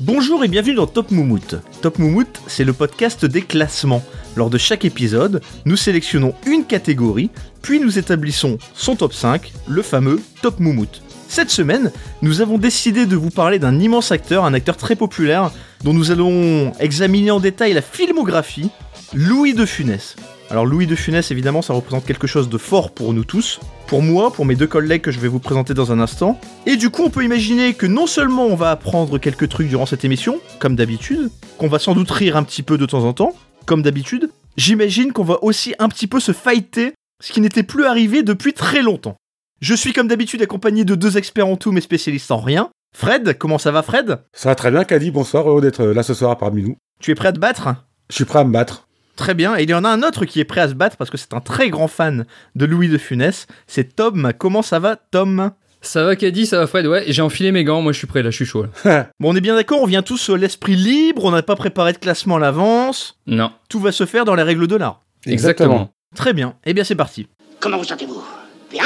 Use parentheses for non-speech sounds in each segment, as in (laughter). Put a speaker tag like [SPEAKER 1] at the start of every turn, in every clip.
[SPEAKER 1] Bonjour et bienvenue dans Top Moumout. Top Moumout, c'est le podcast des classements. Lors de chaque épisode, nous sélectionnons une catégorie, puis nous établissons son top 5, le fameux Top Moumout. Cette semaine, nous avons décidé de vous parler d'un immense acteur, un acteur très populaire, dont nous allons examiner en détail la filmographie, Louis de Funès. Alors Louis de Funès, évidemment, ça représente quelque chose de fort pour nous tous, pour moi, pour mes deux collègues que je vais vous présenter dans un instant. Et du coup, on peut imaginer que non seulement on va apprendre quelques trucs durant cette émission, comme d'habitude, qu'on va sans doute rire un petit peu de temps en temps, comme d'habitude, j'imagine qu'on va aussi un petit peu se fighter, ce qui n'était plus arrivé depuis très longtemps. Je suis comme d'habitude accompagné de deux experts en tout, mais spécialistes en rien. Fred, comment ça va Fred
[SPEAKER 2] Ça va très bien, Caddy. Bonsoir. Heureux d'être euh, là ce soir parmi nous.
[SPEAKER 1] Tu es prêt à te battre
[SPEAKER 2] Je suis prêt à me battre. (laughs)
[SPEAKER 1] Très bien, et il y en a un autre qui est prêt à se battre parce que c'est un très grand fan de Louis de Funès, c'est Tom. Comment ça va, Tom
[SPEAKER 3] Ça va, Caddy, ça va, Fred Ouais, j'ai enfilé mes gants, moi je suis prêt là, je suis chaud. là.
[SPEAKER 1] Bon, on est bien d'accord, on vient tous euh, l'esprit libre, on n'a pas préparé de classement à l'avance,
[SPEAKER 3] Non,
[SPEAKER 1] tout va se faire dans les règles de l'art.
[SPEAKER 3] exactement.
[SPEAKER 1] Très bien, eh bien c'est parti.
[SPEAKER 4] Comment vous sentez-vous Bien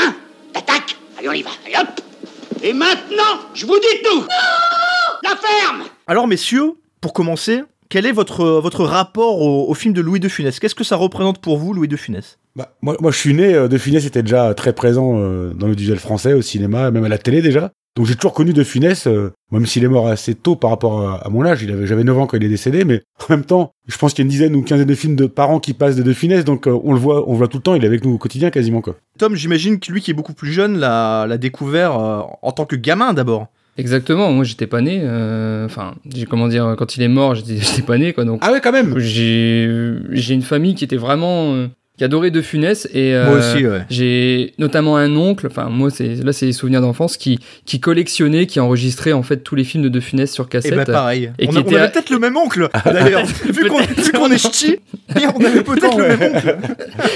[SPEAKER 4] T'attaques Allez, on y va. Allez, hop Et maintenant, je vous dis tout La ferme
[SPEAKER 1] Alors messieurs, pour commencer, quel est votre, euh, votre rapport au, au film de Louis de Funès Qu'est-ce que ça représente pour vous, Louis de Funès
[SPEAKER 2] Bah, moi, moi, je suis né. euh, de Funès était déjà très présent euh, dans le visuel français, au cinéma, même à la télé déjà. Donc j'ai toujours connu De Funès, euh, même s'il est mort assez tôt par rapport à, à mon âge. Il avait, j'avais 9 ans quand il est décédé, mais en même temps, je pense qu'il y a une dizaine ou une quinzaine de films de par an qui passent de De Funès, donc euh, on le voit, on le voit tout le temps. Il est avec nous au quotidien quasiment quoi.
[SPEAKER 1] Tom, j'imagine que lui qui est beaucoup plus jeune l'a l'a découvert euh, en tant que gamin d'abord.
[SPEAKER 3] Exactement, moi j'étais pas né, euh, enfin, j'ai- comment dire, quand il est mort, j'étais (laughs) j'étais pas né quoi, donc
[SPEAKER 2] Ah ouais, quand même.
[SPEAKER 3] j'ai j'ai une famille qui était vraiment. euh, qui adorait De Funès et. euh,
[SPEAKER 1] Moi aussi, ouais.
[SPEAKER 3] J'ai notamment un oncle, enfin moi c'est là c'est les souvenirs d'enfance qui qui collectionnait, qui enregistrait en fait tous les films de De Funès sur
[SPEAKER 1] Et
[SPEAKER 2] Eh
[SPEAKER 3] cassette.
[SPEAKER 2] ben,
[SPEAKER 1] bah pareil.
[SPEAKER 3] Et
[SPEAKER 1] on
[SPEAKER 3] qui
[SPEAKER 1] a- on
[SPEAKER 3] était
[SPEAKER 1] avait
[SPEAKER 3] à-
[SPEAKER 1] peut-être le même oncle, d'ailleurs. vu qu'on vu qu'on est ch'ti, et on avait peut-être le même oncle.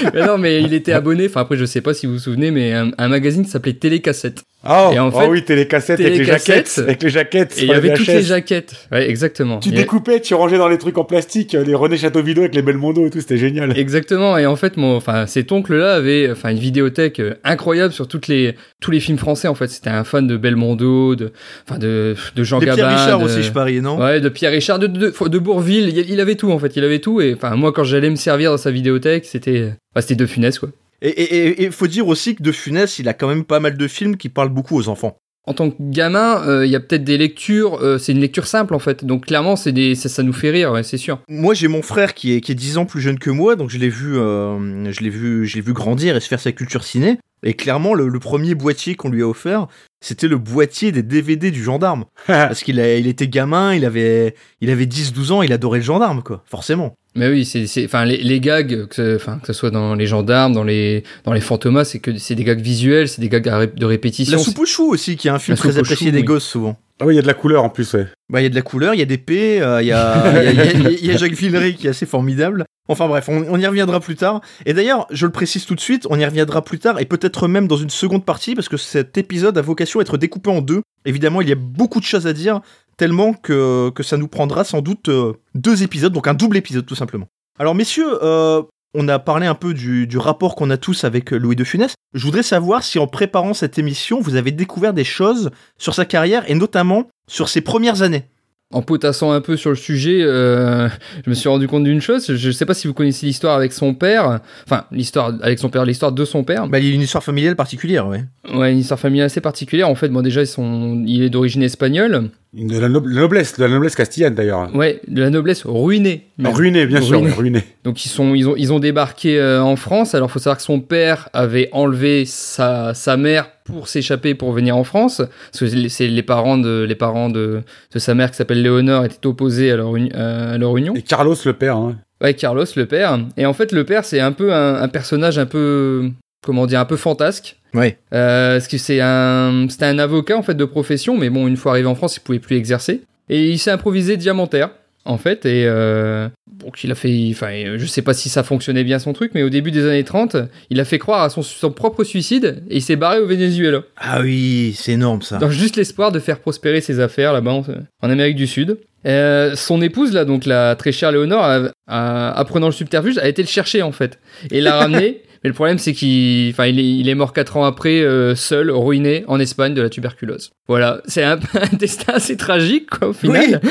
[SPEAKER 3] (laughs) Mais non mais il était abonné, enfin après je sais pas si vous vous souvenez mais un, un magazine qui s'appelait Télécassette.
[SPEAKER 1] Oh,
[SPEAKER 2] Ah
[SPEAKER 3] Et en
[SPEAKER 2] ah
[SPEAKER 3] fait,
[SPEAKER 2] oui, télécassette avec les
[SPEAKER 3] télécassette,
[SPEAKER 2] jaquettes, avec les jaquettes.
[SPEAKER 3] Et il y
[SPEAKER 2] sur
[SPEAKER 3] avait toutes
[SPEAKER 2] VHS.
[SPEAKER 3] les jaquettes. Ouais exactement.
[SPEAKER 2] Tu
[SPEAKER 3] Il y a-
[SPEAKER 2] découpais, tu rangeais dans les trucs en plastique, euh, les René Châteauvido avec les Belmondo et tout, c'était génial. (laughs)
[SPEAKER 3] Exactement. Et en fait, mon, enfin, cet oncle-là avait, enfin, une vidéothèque euh, incroyable sur toutes les, tous les films français. En fait, c'était un fan de Belmondo, de, enfin, de, de Jean
[SPEAKER 1] Des Pierre
[SPEAKER 3] Gabin,
[SPEAKER 1] Richard
[SPEAKER 3] de-
[SPEAKER 1] aussi, je parie, non
[SPEAKER 3] Ouais, de Pierre Richard, de, de, de Bourville. Il, il avait tout, en fait. Il avait tout. Et enfin, moi, quand j'allais me servir dans sa vidéothèque, c'était, bah, c'était de funès, quoi.
[SPEAKER 1] Et- Et et- et faut dire aussi que De Funès, il a quand même pas mal de films qui parlent beaucoup aux enfants.
[SPEAKER 3] En tant que gamin, euh, il y a peut-être des lectures. euh, c'est une lecture simple, en fait. Donc, clairement, c'est des, ça, ça nous fait rire, ouais, c'est sûr.
[SPEAKER 1] Moi, j'ai mon frère qui est, qui est 10 ans plus jeune que moi, donc je l'ai vu, euh, je l'ai vu, je l'ai vu grandir et se faire sa culture ciné. Et clairement, le, le premier boîtier qu'on lui a offert, c'était le boîtier des DVD du gendarme.
[SPEAKER 2] Ah
[SPEAKER 1] Parce qu'il a- il était gamin, il avait, il avait 10-12 ans, il adorait le gendarme, quoi, forcément.
[SPEAKER 3] Mais oui, c'est, c'est, enfin, les, les gags, que, ce- enfin, que ce soit dans les gendarmes, dans les, dans les fantomas, c'est que c'est des gags visuels, c'est des gags à ré- de répétition.
[SPEAKER 1] La soupe aux choux aussi, qui est un film
[SPEAKER 3] La soupe
[SPEAKER 1] très
[SPEAKER 3] aux
[SPEAKER 1] apprécié
[SPEAKER 3] choux,
[SPEAKER 1] des
[SPEAKER 3] oui.
[SPEAKER 1] gosses, souvent.
[SPEAKER 2] Ah oui, il y a de la couleur en plus, ouais.
[SPEAKER 1] Bah, il y a de la couleur, il y a des P, euh, il y, a, il y, a, il y a- il y a Jacques Villeray qui est assez formidable. Enfin bref, on, on y reviendra plus tard. Et d'ailleurs, je le précise tout de suite, on y reviendra plus tard et peut-être même dans une seconde partie parce que cet épisode a vocation à être découpé en deux. Évidemment, il y a beaucoup de choses à dire, tellement que, que ça nous prendra sans doute euh, deux épisodes, donc un double épisode tout simplement. Alors messieurs, euh, on a parlé un peu du, du rapport qu'on a tous avec euh, Louis de Funès. Je voudrais savoir si en préparant cette émission, vous avez découvert des choses sur sa carrière et notamment sur ses premières années.
[SPEAKER 3] En potassant un peu sur le sujet, euh, (laughs) je me suis rendu compte d'une chose. Je ne sais pas si vous connaissez l'histoire avec son père. Enfin, l'histoire avec son père, l'histoire de son père.
[SPEAKER 1] Bah, il y a une histoire familiale particulière, ouais.
[SPEAKER 3] Ouais, une histoire familiale assez particulière. En fait, bon, déjà, ils sont, il est d'origine espagnole.
[SPEAKER 2] De la, no- la noblesse, de la noblesse castillane d'ailleurs.
[SPEAKER 3] Ouais, de la noblesse ruinée. même.
[SPEAKER 2] Ruiné, bien sûr,
[SPEAKER 3] Ruiné.
[SPEAKER 2] ruiné.
[SPEAKER 3] Donc ils sont ils ont ils ont débarqué euh, en France. Alors faut savoir que son père avait enlevé sa sa mère pour s'échapper pour venir en France parce que c'est- c'est les parents de les parents de, de sa mère qui s'appelle Léonore étaient opposés à leur uni- euh, à leur union.
[SPEAKER 2] Et Carlos le père, hein.
[SPEAKER 3] Ouais, Carlos le père. Et en fait le père c'est un peu un, un personnage un peu comment dire un peu fantasque.
[SPEAKER 1] Ouais.
[SPEAKER 3] Euh, parce que c'est un c'était un avocat en fait de profession mais bon une fois arrivé en France il pouvait plus exercer et il s'est improvisé diamantaire en fait et euh, donc il a fait enfin euh, je sais pas si ça fonctionnait bien son truc mais au début des années 30 il a fait croire à son, son propre suicide et il s'est barré au Venezuela
[SPEAKER 1] Ah oui, c'est énorme ça.
[SPEAKER 3] dans juste l'espoir de faire prospérer ses affaires là-bas en, en Amérique du Sud Euh, son épouse là
[SPEAKER 1] (laughs)
[SPEAKER 3] donc la très chère Léonore a- a- apprenant le subterfuge a été le chercher en fait et l'a ramené Mais le problème, c'est qu'il enfin, il est, il est mort 4 ans après, euh, seul, ruiné, en Espagne, de la tuberculose. Voilà, c'est un, (laughs) un destin assez tragique, quoi, au final.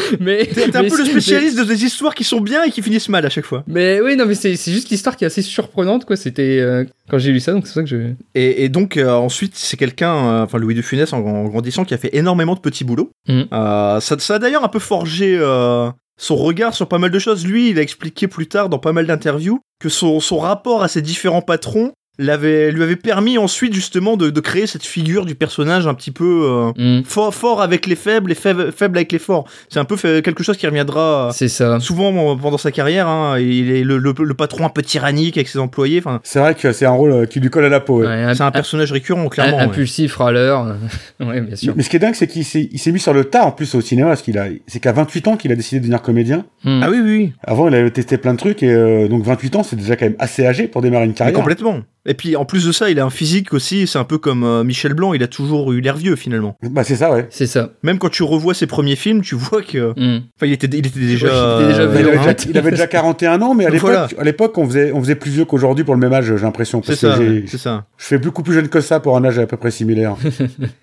[SPEAKER 1] (laughs)
[SPEAKER 3] mais,
[SPEAKER 1] T'es un
[SPEAKER 3] mais
[SPEAKER 1] peu le
[SPEAKER 3] c'est-
[SPEAKER 1] spécialiste de des histoires qui sont bien et qui finissent mal à chaque fois.
[SPEAKER 3] Mais, mais oui, non, mais c'est c'est juste l'histoire qui est assez surprenante, quoi. C'était euh, quand j'ai lu ça, donc c'est pour ça que je.
[SPEAKER 1] Et, et donc euh, ensuite, c'est quelqu'un, euh, enfin Louis de Funès en, en grandissant, qui a fait énormément de petits boulots.
[SPEAKER 3] Mhm.
[SPEAKER 1] Euh, ça, ça a d'ailleurs un peu forgé euh, son regard sur pas mal de choses. Lui, il a expliqué plus tard dans pas mal d'interviews que son, son rapport à ses différents patrons l'avait, lui avait permis ensuite justement de, de créer cette figure du personnage un petit peu euh,
[SPEAKER 3] Hmm,
[SPEAKER 1] fort, fort avec les faibles et faible, faible avec les forts. C'est un peu fait- quelque chose qui reviendra euh,
[SPEAKER 3] C'est ça.
[SPEAKER 1] souvent euh, pendant sa carrière. hein. Il est le, le- le patron un peu tyrannique avec ses employés. Enfin,
[SPEAKER 2] C'est vrai que c'est un rôle euh, qui lui colle à la peau. ouais.
[SPEAKER 3] Ouais, un-
[SPEAKER 1] c'est un personnage récurrent, clairement.
[SPEAKER 3] un-
[SPEAKER 1] ouais.
[SPEAKER 3] Impulsif, râleur. (laughs) ouais, bien sûr.
[SPEAKER 2] Mais ce qui est dingue, c'est qu'il s'est il s'est mis sur le tas en plus au cinéma, parce qu'il a, c'est qu'à 28 ans qu'il a décidé de devenir comédien.
[SPEAKER 3] Hmm.
[SPEAKER 1] Ah oui, oui, oui.
[SPEAKER 2] Avant, il avait testé plein de trucs, et euh, donc 28 ans, c'est déjà quand même assez âgé pour démarrer une
[SPEAKER 1] Mais
[SPEAKER 2] carrière.
[SPEAKER 1] complètement. Et puis en plus de ça, il a un physique aussi, c'est un peu comme euh, Michel Blanc, il a toujours eu l'air vieux finalement.
[SPEAKER 2] Bah c'est ça, ouais.
[SPEAKER 3] C'est ça.
[SPEAKER 1] Même quand tu revois ses premiers films, tu vois que euh,
[SPEAKER 3] Hmm.
[SPEAKER 1] enfin il était il était déjà
[SPEAKER 3] Ouais, il était déjà
[SPEAKER 1] euh,
[SPEAKER 2] Il
[SPEAKER 3] vieux,
[SPEAKER 2] avait,
[SPEAKER 1] hein.
[SPEAKER 3] hein.
[SPEAKER 2] déjà, il avait déjà 41 ans, mais à
[SPEAKER 1] Donc
[SPEAKER 2] l'époque,
[SPEAKER 1] voilà.
[SPEAKER 2] à l'époque, on faisait, on faisait plus vieux qu'aujourd'hui pour le même âge, j'ai l'impression.
[SPEAKER 1] C'est
[SPEAKER 2] Parce que
[SPEAKER 1] ça,
[SPEAKER 2] j'ai-
[SPEAKER 1] ouais, c'est ça.
[SPEAKER 2] je fais beaucoup plus jeune que ça pour un âge à peu
[SPEAKER 1] (laughs)
[SPEAKER 2] près similaire.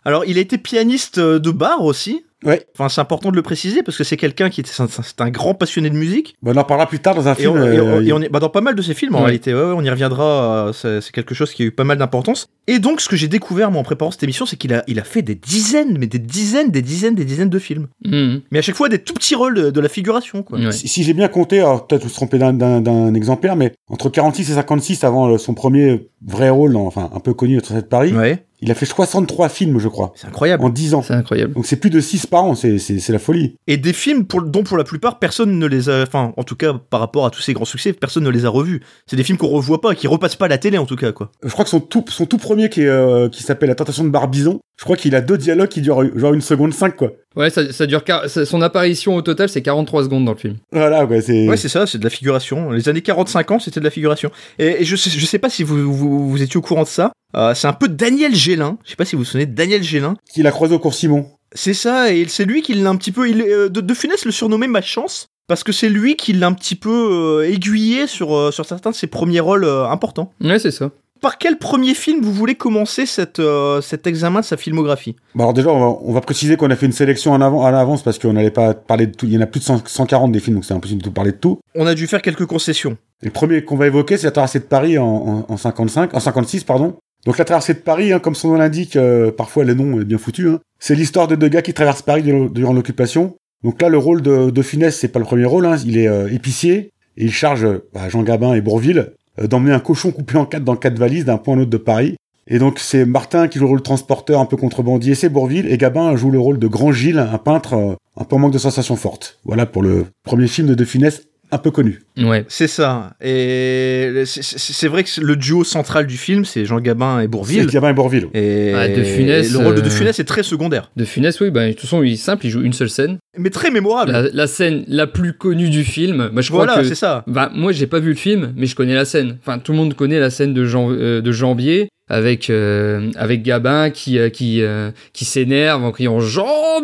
[SPEAKER 1] Alors, il a été pianiste euh, de bar aussi.
[SPEAKER 2] Ouais.
[SPEAKER 1] Enfin, c'est important de le préciser parce que c'est quelqu'un qui était c'est un, c'est un grand passionné de musique.
[SPEAKER 2] Bon, on en parlera plus tard dans un
[SPEAKER 1] Et
[SPEAKER 2] film.
[SPEAKER 1] on, et on-
[SPEAKER 2] euh,
[SPEAKER 1] et on est bah, dans pas mal de ses films en
[SPEAKER 3] Ouais.
[SPEAKER 1] réalité. Ouais, ouais, on y reviendra. euh, c'est c'est quelque chose qui a eu pas mal d'importance. Et donc, ce que j'ai découvert moi en préparant cette émission, c'est qu'il a il a fait des dizaines, mais des dizaines, des dizaines, des dizaines de films.
[SPEAKER 3] Hmm.
[SPEAKER 1] Mais à chaque fois, des tout petits rôles de, de la figuration, quoi.
[SPEAKER 3] Ouais.
[SPEAKER 2] Si, si j'ai bien compté, alors peut-être vous se trompez d'un- d'un d'un exemplaire, mais entre 46 et 56, avant euh, son premier vrai rôle, dans- enfin un peu connu, le Traité de Paris,
[SPEAKER 1] Ouais,
[SPEAKER 2] il a fait 63 films, je crois,
[SPEAKER 1] c'est incroyable.
[SPEAKER 2] en 10 ans.
[SPEAKER 3] C'est incroyable.
[SPEAKER 2] Donc c'est plus de 6 par an, c'est- c'est c'est la folie.
[SPEAKER 1] Et des films pour, dont pour la plupart personne ne les a, enfin en tout cas par rapport à tous ces grands succès, personne ne les a revus. C'est des films qu'on revoit pas, qui repassent pas à la télé en tout cas quoi.
[SPEAKER 2] Je crois que son tout, son tout premier qui, est, euh, qui s'appelle La Tentation de Barbizon, je crois qu'il a deux dialogues qui durent euh, genre une seconde cinq, quoi.
[SPEAKER 3] Ouais, ça, ça dure. quar- ça- Son apparition au total, c'est 43 secondes dans le film.
[SPEAKER 2] Voilà, ouais, c'est...
[SPEAKER 1] Ouais c'est ça, c'est de la figuration. Les années 45 ans c'était de la figuration. Et, et je, sais, je sais pas si vous, vous, vous étiez au courant de ça. Euh, c'est un peu Daniel Gélin, je sais pas si vous vous souvenez de Daniel Gélin.
[SPEAKER 2] qu'il a croisé au cours Simon.
[SPEAKER 1] C'est ça, et c'est lui qui l'a un petit peu... Il, euh, de, de Funès le surnommait Ma Chance, parce que c'est lui qui l'a un petit peu euh, aiguillé sur, euh, sur certains de ses premiers rôles euh, importants.
[SPEAKER 3] Ouais, c'est ça.
[SPEAKER 1] Par quel premier film vous voulez commencer cette, euh, cet examen de sa filmographie
[SPEAKER 2] Bah alors déjà, on va, on va préciser qu'on a fait une sélection en avant, à l'avance parce qu'on n'allait pas parler de tout. Il y en a plus de 100 140 des films, donc c'est impossible de tout parler de tout.
[SPEAKER 1] On a dû faire quelques concessions.
[SPEAKER 2] Et le premier qu'on va évoquer, c'est la traversée de Paris en, en, en 55, en 56, pardon. Donc la traversée de Paris, hein, comme son nom l'indique, euh, parfois le nom est bien foutu. hein. C'est l'histoire de deux gars qui traversent Paris durant durant l'occupation. Donc là, le rôle de, de Funès, c'est pas le premier rôle. hein. Il est euh, épicier et il charge euh, bah, Jean Gabin et Bourville euh, d'emmener un cochon coupé en quatre dans quatre valises d'un point à l'autre de Paris. Et donc c'est Martin qui joue le rôle de transporteur un peu contrebandier, c'est Bourville, et Gabin joue le rôle de Grand Gilles, un peintre euh, un peu en manque de sensations fortes. Voilà pour le premier film de De Funès un peu connu.
[SPEAKER 3] Ouais.
[SPEAKER 1] C'est ça. Et le- c'est- c'est c'est vrai que c'est- le duo central du film, c'est Jean Gabin et
[SPEAKER 2] C'est
[SPEAKER 1] Bourville.
[SPEAKER 2] Gabin et Bourville.
[SPEAKER 1] Et
[SPEAKER 3] Ah, De Funès,
[SPEAKER 1] le rôle de De
[SPEAKER 3] euh,
[SPEAKER 1] Funès est très secondaire,
[SPEAKER 3] De Funès, oui, bah, de toute façon, il est simple, il joue une seule scène.
[SPEAKER 1] mais très mémorable.
[SPEAKER 3] La, la scène la plus connue du film, bah, je crois
[SPEAKER 1] voilà,
[SPEAKER 3] que.
[SPEAKER 1] c'est
[SPEAKER 3] (laughs)
[SPEAKER 1] ça.
[SPEAKER 3] Bah, moi, j'ai pas vu le film, mais je connais la scène. Enfin, tout le monde connaît la scène de, Jean, euh, de Jambier avec, euh, avec Gabin qui, euh, qui, euh, qui s'énerve en criant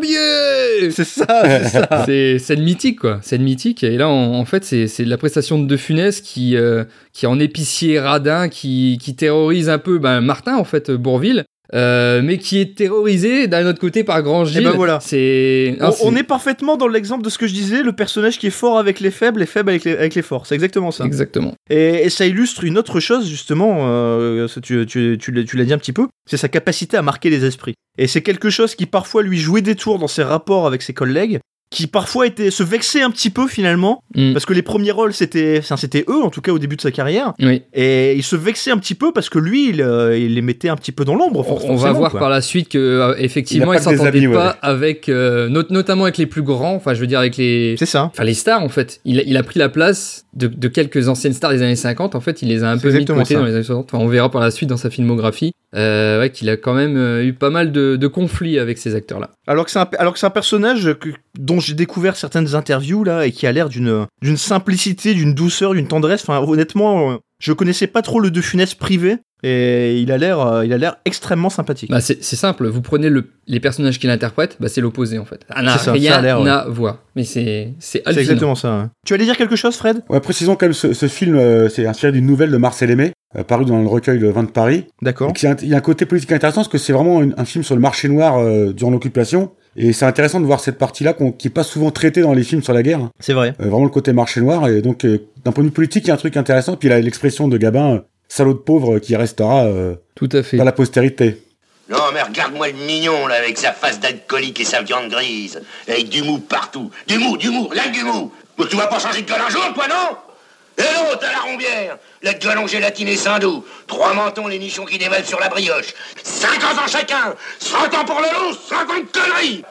[SPEAKER 3] Jambier
[SPEAKER 1] C'est ça, c'est ça.
[SPEAKER 3] C'est scène mythique, quoi. Scène mythique. Et là, en, en fait, c'est c'est la prestation de De Funès qui, euh, qui est en épicier radin, qui, qui terrorise un peu ben, Martin, en fait, Bourville, euh, mais qui est terrorisé d'un autre côté par Grand Gilles.
[SPEAKER 1] ben voilà.
[SPEAKER 3] C'est.
[SPEAKER 1] On,
[SPEAKER 3] ah, c'est
[SPEAKER 1] on est parfaitement dans l'exemple de ce que je disais, le personnage qui est fort avec les faibles et faible avec les, avec les forts. C'est exactement ça.
[SPEAKER 3] Exactement.
[SPEAKER 1] Et, et ça illustre une autre chose, justement, euh, ça, tu, tu- tu l'as- tu l'as dit un petit peu, c'est sa capacité à marquer les esprits. Et c'est quelque chose qui parfois lui jouait des tours dans ses rapports avec ses collègues, qui parfois était, se vexait un petit peu finalement,
[SPEAKER 3] Mm.
[SPEAKER 1] parce que les premiers rôles c'était enfin, c'était eux, en tout cas au début de sa carrière,
[SPEAKER 3] Oui.
[SPEAKER 1] et il se vexait un petit peu parce que lui, il, euh, il les mettait un petit peu dans l'ombre.
[SPEAKER 3] On-
[SPEAKER 1] for-
[SPEAKER 3] On va
[SPEAKER 1] forcément,
[SPEAKER 3] voir
[SPEAKER 1] quoi.
[SPEAKER 3] par la suite que euh, effectivement,
[SPEAKER 2] Il
[SPEAKER 3] il
[SPEAKER 2] a pas que des
[SPEAKER 3] s'entendait
[SPEAKER 2] amis, ouais.
[SPEAKER 3] pas avec, euh, not- notamment avec les plus grands. Enfin, je veux dire avec les,
[SPEAKER 1] C'est ça.
[SPEAKER 3] enfin les stars en fait. Il a, il a pris la place de, de quelques anciennes stars des années 50. En fait, il les a un
[SPEAKER 1] C'est
[SPEAKER 3] peu mis de
[SPEAKER 1] exactement
[SPEAKER 3] côté
[SPEAKER 1] ça.
[SPEAKER 3] dans les années 60. Enfin, on verra par la suite dans sa filmographie, euh, ouais, qu'il a quand même euh, eu pas mal de, de conflits avec ces acteurs-là.
[SPEAKER 1] Alors que c'est un, alors que c'est un personnage que- dont j'ai découvert certaines interviews là et qui a l'air d'une d'une simplicité, d'une douceur, d'une tendresse. Enfin, honnêtement, euh, je connaissais pas trop le De Funès privé et il a l'air euh, il a l'air extrêmement sympathique.
[SPEAKER 3] Bah, c'est c'est simple. Vous prenez le, les personnages qu'il interprète, bah, c'est l'opposé en fait. Ça n'a
[SPEAKER 1] C'est ça, ça a
[SPEAKER 3] rien
[SPEAKER 1] l'air, ouais.
[SPEAKER 3] à voir. Mais c'est c'est
[SPEAKER 1] c'est hein.
[SPEAKER 3] hallucinant.
[SPEAKER 1] exactement ça. ouais. Tu allais dire quelque chose, Fred
[SPEAKER 2] Ouais, précisons quand même, ce, ce film, euh, c'est inspiré d'une nouvelle de Marcel Aimé, euh, paru dans le recueil Le Vin de Paris.
[SPEAKER 1] D'accord.
[SPEAKER 2] Et qu'il y a un- Il y, a un côté politique intéressant parce que c'est vraiment une- un film sur le marché noir euh, durant l'occupation. Et c'est intéressant de voir cette partie-là qu'on- qui est pas souvent traitée dans les films sur la guerre. hein.
[SPEAKER 1] C'est vrai.
[SPEAKER 2] Euh, vraiment le côté marché noir. Et donc, euh, d'un point de vue politique, il y a un truc intéressant. Puis là, l'expression de Gabin, euh, salaud de pauvre, euh, qui restera euh,
[SPEAKER 3] Tout à fait.
[SPEAKER 2] dans la postérité.
[SPEAKER 5] Non, mais regarde-moi le mignon, là, avec sa face d'alcoolique et sa viande grise. Avec du mou partout. Du mou, du mou, là, du mou. Mais tu vas pas changer de gueule un jour, toi, non Et l'autre à la rombière. La gueule en gélatine et sans doux. Trois mentons, les nichons qui dévalent sur la brioche. 50 ans chacun 100 ans pour le loup 50 conneries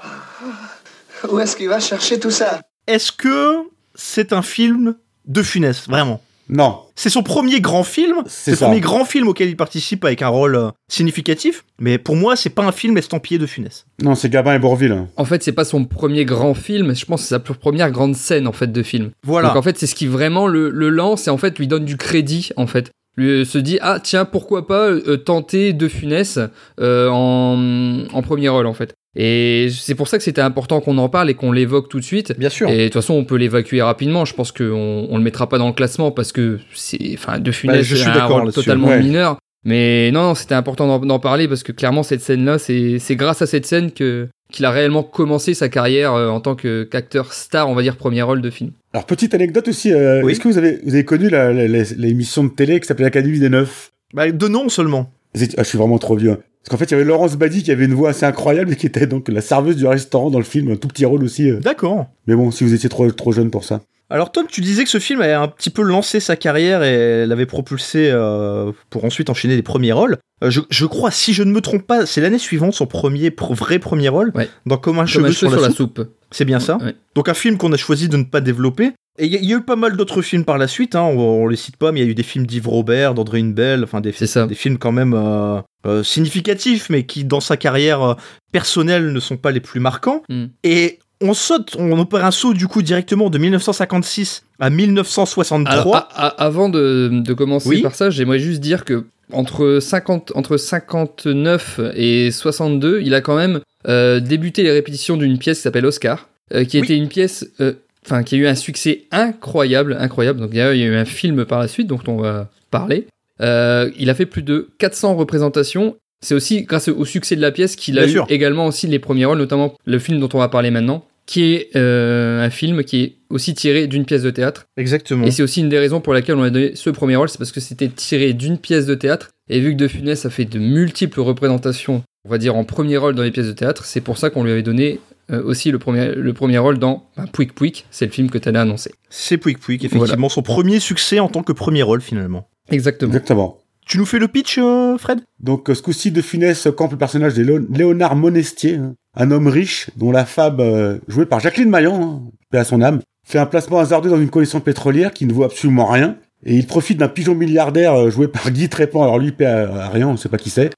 [SPEAKER 6] Où est-ce qu'il va chercher tout ça
[SPEAKER 1] Est-ce que c'est un film de Funès, vraiment
[SPEAKER 2] Non.
[SPEAKER 1] C'est son premier grand film,
[SPEAKER 2] C'est
[SPEAKER 1] c'est le
[SPEAKER 2] ça.
[SPEAKER 1] premier grand film auquel il participe avec un rôle euh, significatif, mais pour moi, c'est pas un film estampillé de Funès.
[SPEAKER 2] Non, c'est Gabin et Bourville. hein.
[SPEAKER 3] En fait, c'est pas son premier grand film, je pense que c'est sa première grande scène en fait de film.
[SPEAKER 1] Voilà.
[SPEAKER 3] Donc en fait, c'est ce qui vraiment le, le lance et en fait lui donne du crédit en fait. Lui euh, se dit ah tiens pourquoi pas euh, tenter De Funès euh, en, en premier rôle en fait. Et c'est pour ça que c'était important qu'on en parle et qu'on l'évoque tout de suite.
[SPEAKER 1] Bien sûr.
[SPEAKER 3] Et de toute façon, on peut l'évacuer rapidement. Je pense qu'on on le mettra pas dans le classement parce que c'est, enfin, de
[SPEAKER 1] Bah,
[SPEAKER 3] Funès,
[SPEAKER 1] je suis
[SPEAKER 3] c'est un
[SPEAKER 1] d'accord
[SPEAKER 3] rôle
[SPEAKER 1] là-dessus,
[SPEAKER 3] totalement
[SPEAKER 2] ouais.
[SPEAKER 3] mineur. Mais non, non, c'était important d'en- d'en parler parce que clairement, cette scène-là, c'est c'est grâce à cette scène que qu'il a réellement commencé sa carrière euh, en tant que qu'acteur star, on va dire, premier rôle de film.
[SPEAKER 2] Alors, petite anecdote aussi. euh,
[SPEAKER 1] Oui.
[SPEAKER 2] Est-ce que vous avez, vous avez connu la- la- la- l'émission de télé qui s'appelait l'Académie des Neufs
[SPEAKER 1] Bah, de nom seulement.
[SPEAKER 2] Vous étiez- ah, Je suis vraiment trop vieux. Parce qu'en fait, il y avait Laurence Badi qui avait une voix assez incroyable et qui était donc la serveuse du restaurant dans le film, un tout petit rôle aussi. euh.
[SPEAKER 1] D'accord.
[SPEAKER 2] Mais bon, si vous étiez trop, trop jeune pour ça.
[SPEAKER 1] Alors Tom, tu disais que ce film avait un petit peu lancé sa carrière et l'avait propulsé euh, pour ensuite enchaîner les premiers rôles. Euh, je, je crois, si je ne me trompe pas, c'est l'année suivante son premier pr- vrai premier rôle
[SPEAKER 3] Ouais.
[SPEAKER 1] dans Comme un
[SPEAKER 3] Comme
[SPEAKER 1] cheveu sur, la soupe. C'est bien ça.
[SPEAKER 3] Ouais.
[SPEAKER 1] Donc un film qu'on a choisi de ne pas développer. Et il y, a- il y a eu pas mal d'autres films par la suite, hein, on, on les cite pas, mais il y a eu des films d'Yves Robert, d'André Hunebelle, enfin des,
[SPEAKER 3] C'est ça.
[SPEAKER 1] des films quand même euh, euh, significatifs, mais qui dans sa carrière euh, personnelle ne sont pas les plus marquants.
[SPEAKER 3] Mm.
[SPEAKER 1] Et on saute, on opère un saut du coup directement de 1956 à 1963.
[SPEAKER 3] Alors, a- a- avant de, de commencer
[SPEAKER 1] Oui.
[SPEAKER 3] par ça, j'aimerais juste dire que entre, 50, entre 59 et 62, il a quand même euh, débuté les répétitions d'une pièce qui s'appelle Oscar, euh, qui
[SPEAKER 1] Oui.
[SPEAKER 3] était une pièce, euh, enfin, qui a eu un succès incroyable, incroyable. Donc, d'ailleurs, il y a eu un film par la suite dont on va parler. Euh, il a fait plus de 400 représentations. C'est aussi grâce au succès de la pièce qu'il a
[SPEAKER 1] Bien
[SPEAKER 3] eu
[SPEAKER 1] sûr.
[SPEAKER 3] également aussi les premiers rôles, notamment le film dont on va parler maintenant, qui est euh, un film qui est aussi tiré d'une pièce de théâtre.
[SPEAKER 1] Exactement.
[SPEAKER 3] Et c'est aussi une des raisons pour laquelle on a donné ce premier rôle, c'est parce que c'était tiré d'une pièce de théâtre. Et vu que De Funès a fait de multiples représentations, on va dire en premier rôle dans les pièces de théâtre, c'est pour ça qu'on lui avait donné euh, aussi le premier, le premier rôle dans bah, Pouic Pouic, c'est le film que tu allais annoncer.
[SPEAKER 1] C'est Pouic Pouic, effectivement, son premier succès en tant que premier rôle finalement.
[SPEAKER 3] Exactement.
[SPEAKER 2] Exactement.
[SPEAKER 1] Tu nous fais le pitch, euh, Fred
[SPEAKER 2] Donc, euh, ce coup-ci, De Funès campe le personnage de Léon- Léonard Monestier, hein, un homme riche dont la femme, euh, jouée par Jacqueline Maillan, hein, paix à son âme, fait un placement hasardeux dans une collection pétrolière qui ne vaut absolument rien. Et il profite d'un pigeon milliardaire euh, joué par Guy Trépan. Alors lui, paix à, à rien, on sait pas qui c'est.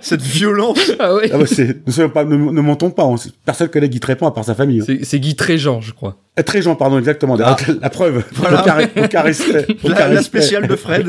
[SPEAKER 1] Cette violence
[SPEAKER 3] Ah ouais
[SPEAKER 2] Ah bah, c'est- (laughs) ne, soyons pas, ne, ne mentons pas, on sait- personne connaît Guy Trépan à part sa famille. hein.
[SPEAKER 3] C'est c'est Guy Tréjean, je crois.
[SPEAKER 2] Euh, Très Jean, pardon, exactement.
[SPEAKER 1] Ah.
[SPEAKER 2] La, (laughs) la preuve.
[SPEAKER 1] Voilà.
[SPEAKER 2] Aucun, ré- aucun respect.
[SPEAKER 1] La,
[SPEAKER 2] aucun
[SPEAKER 1] la
[SPEAKER 2] respect.
[SPEAKER 1] spéciale de Fred.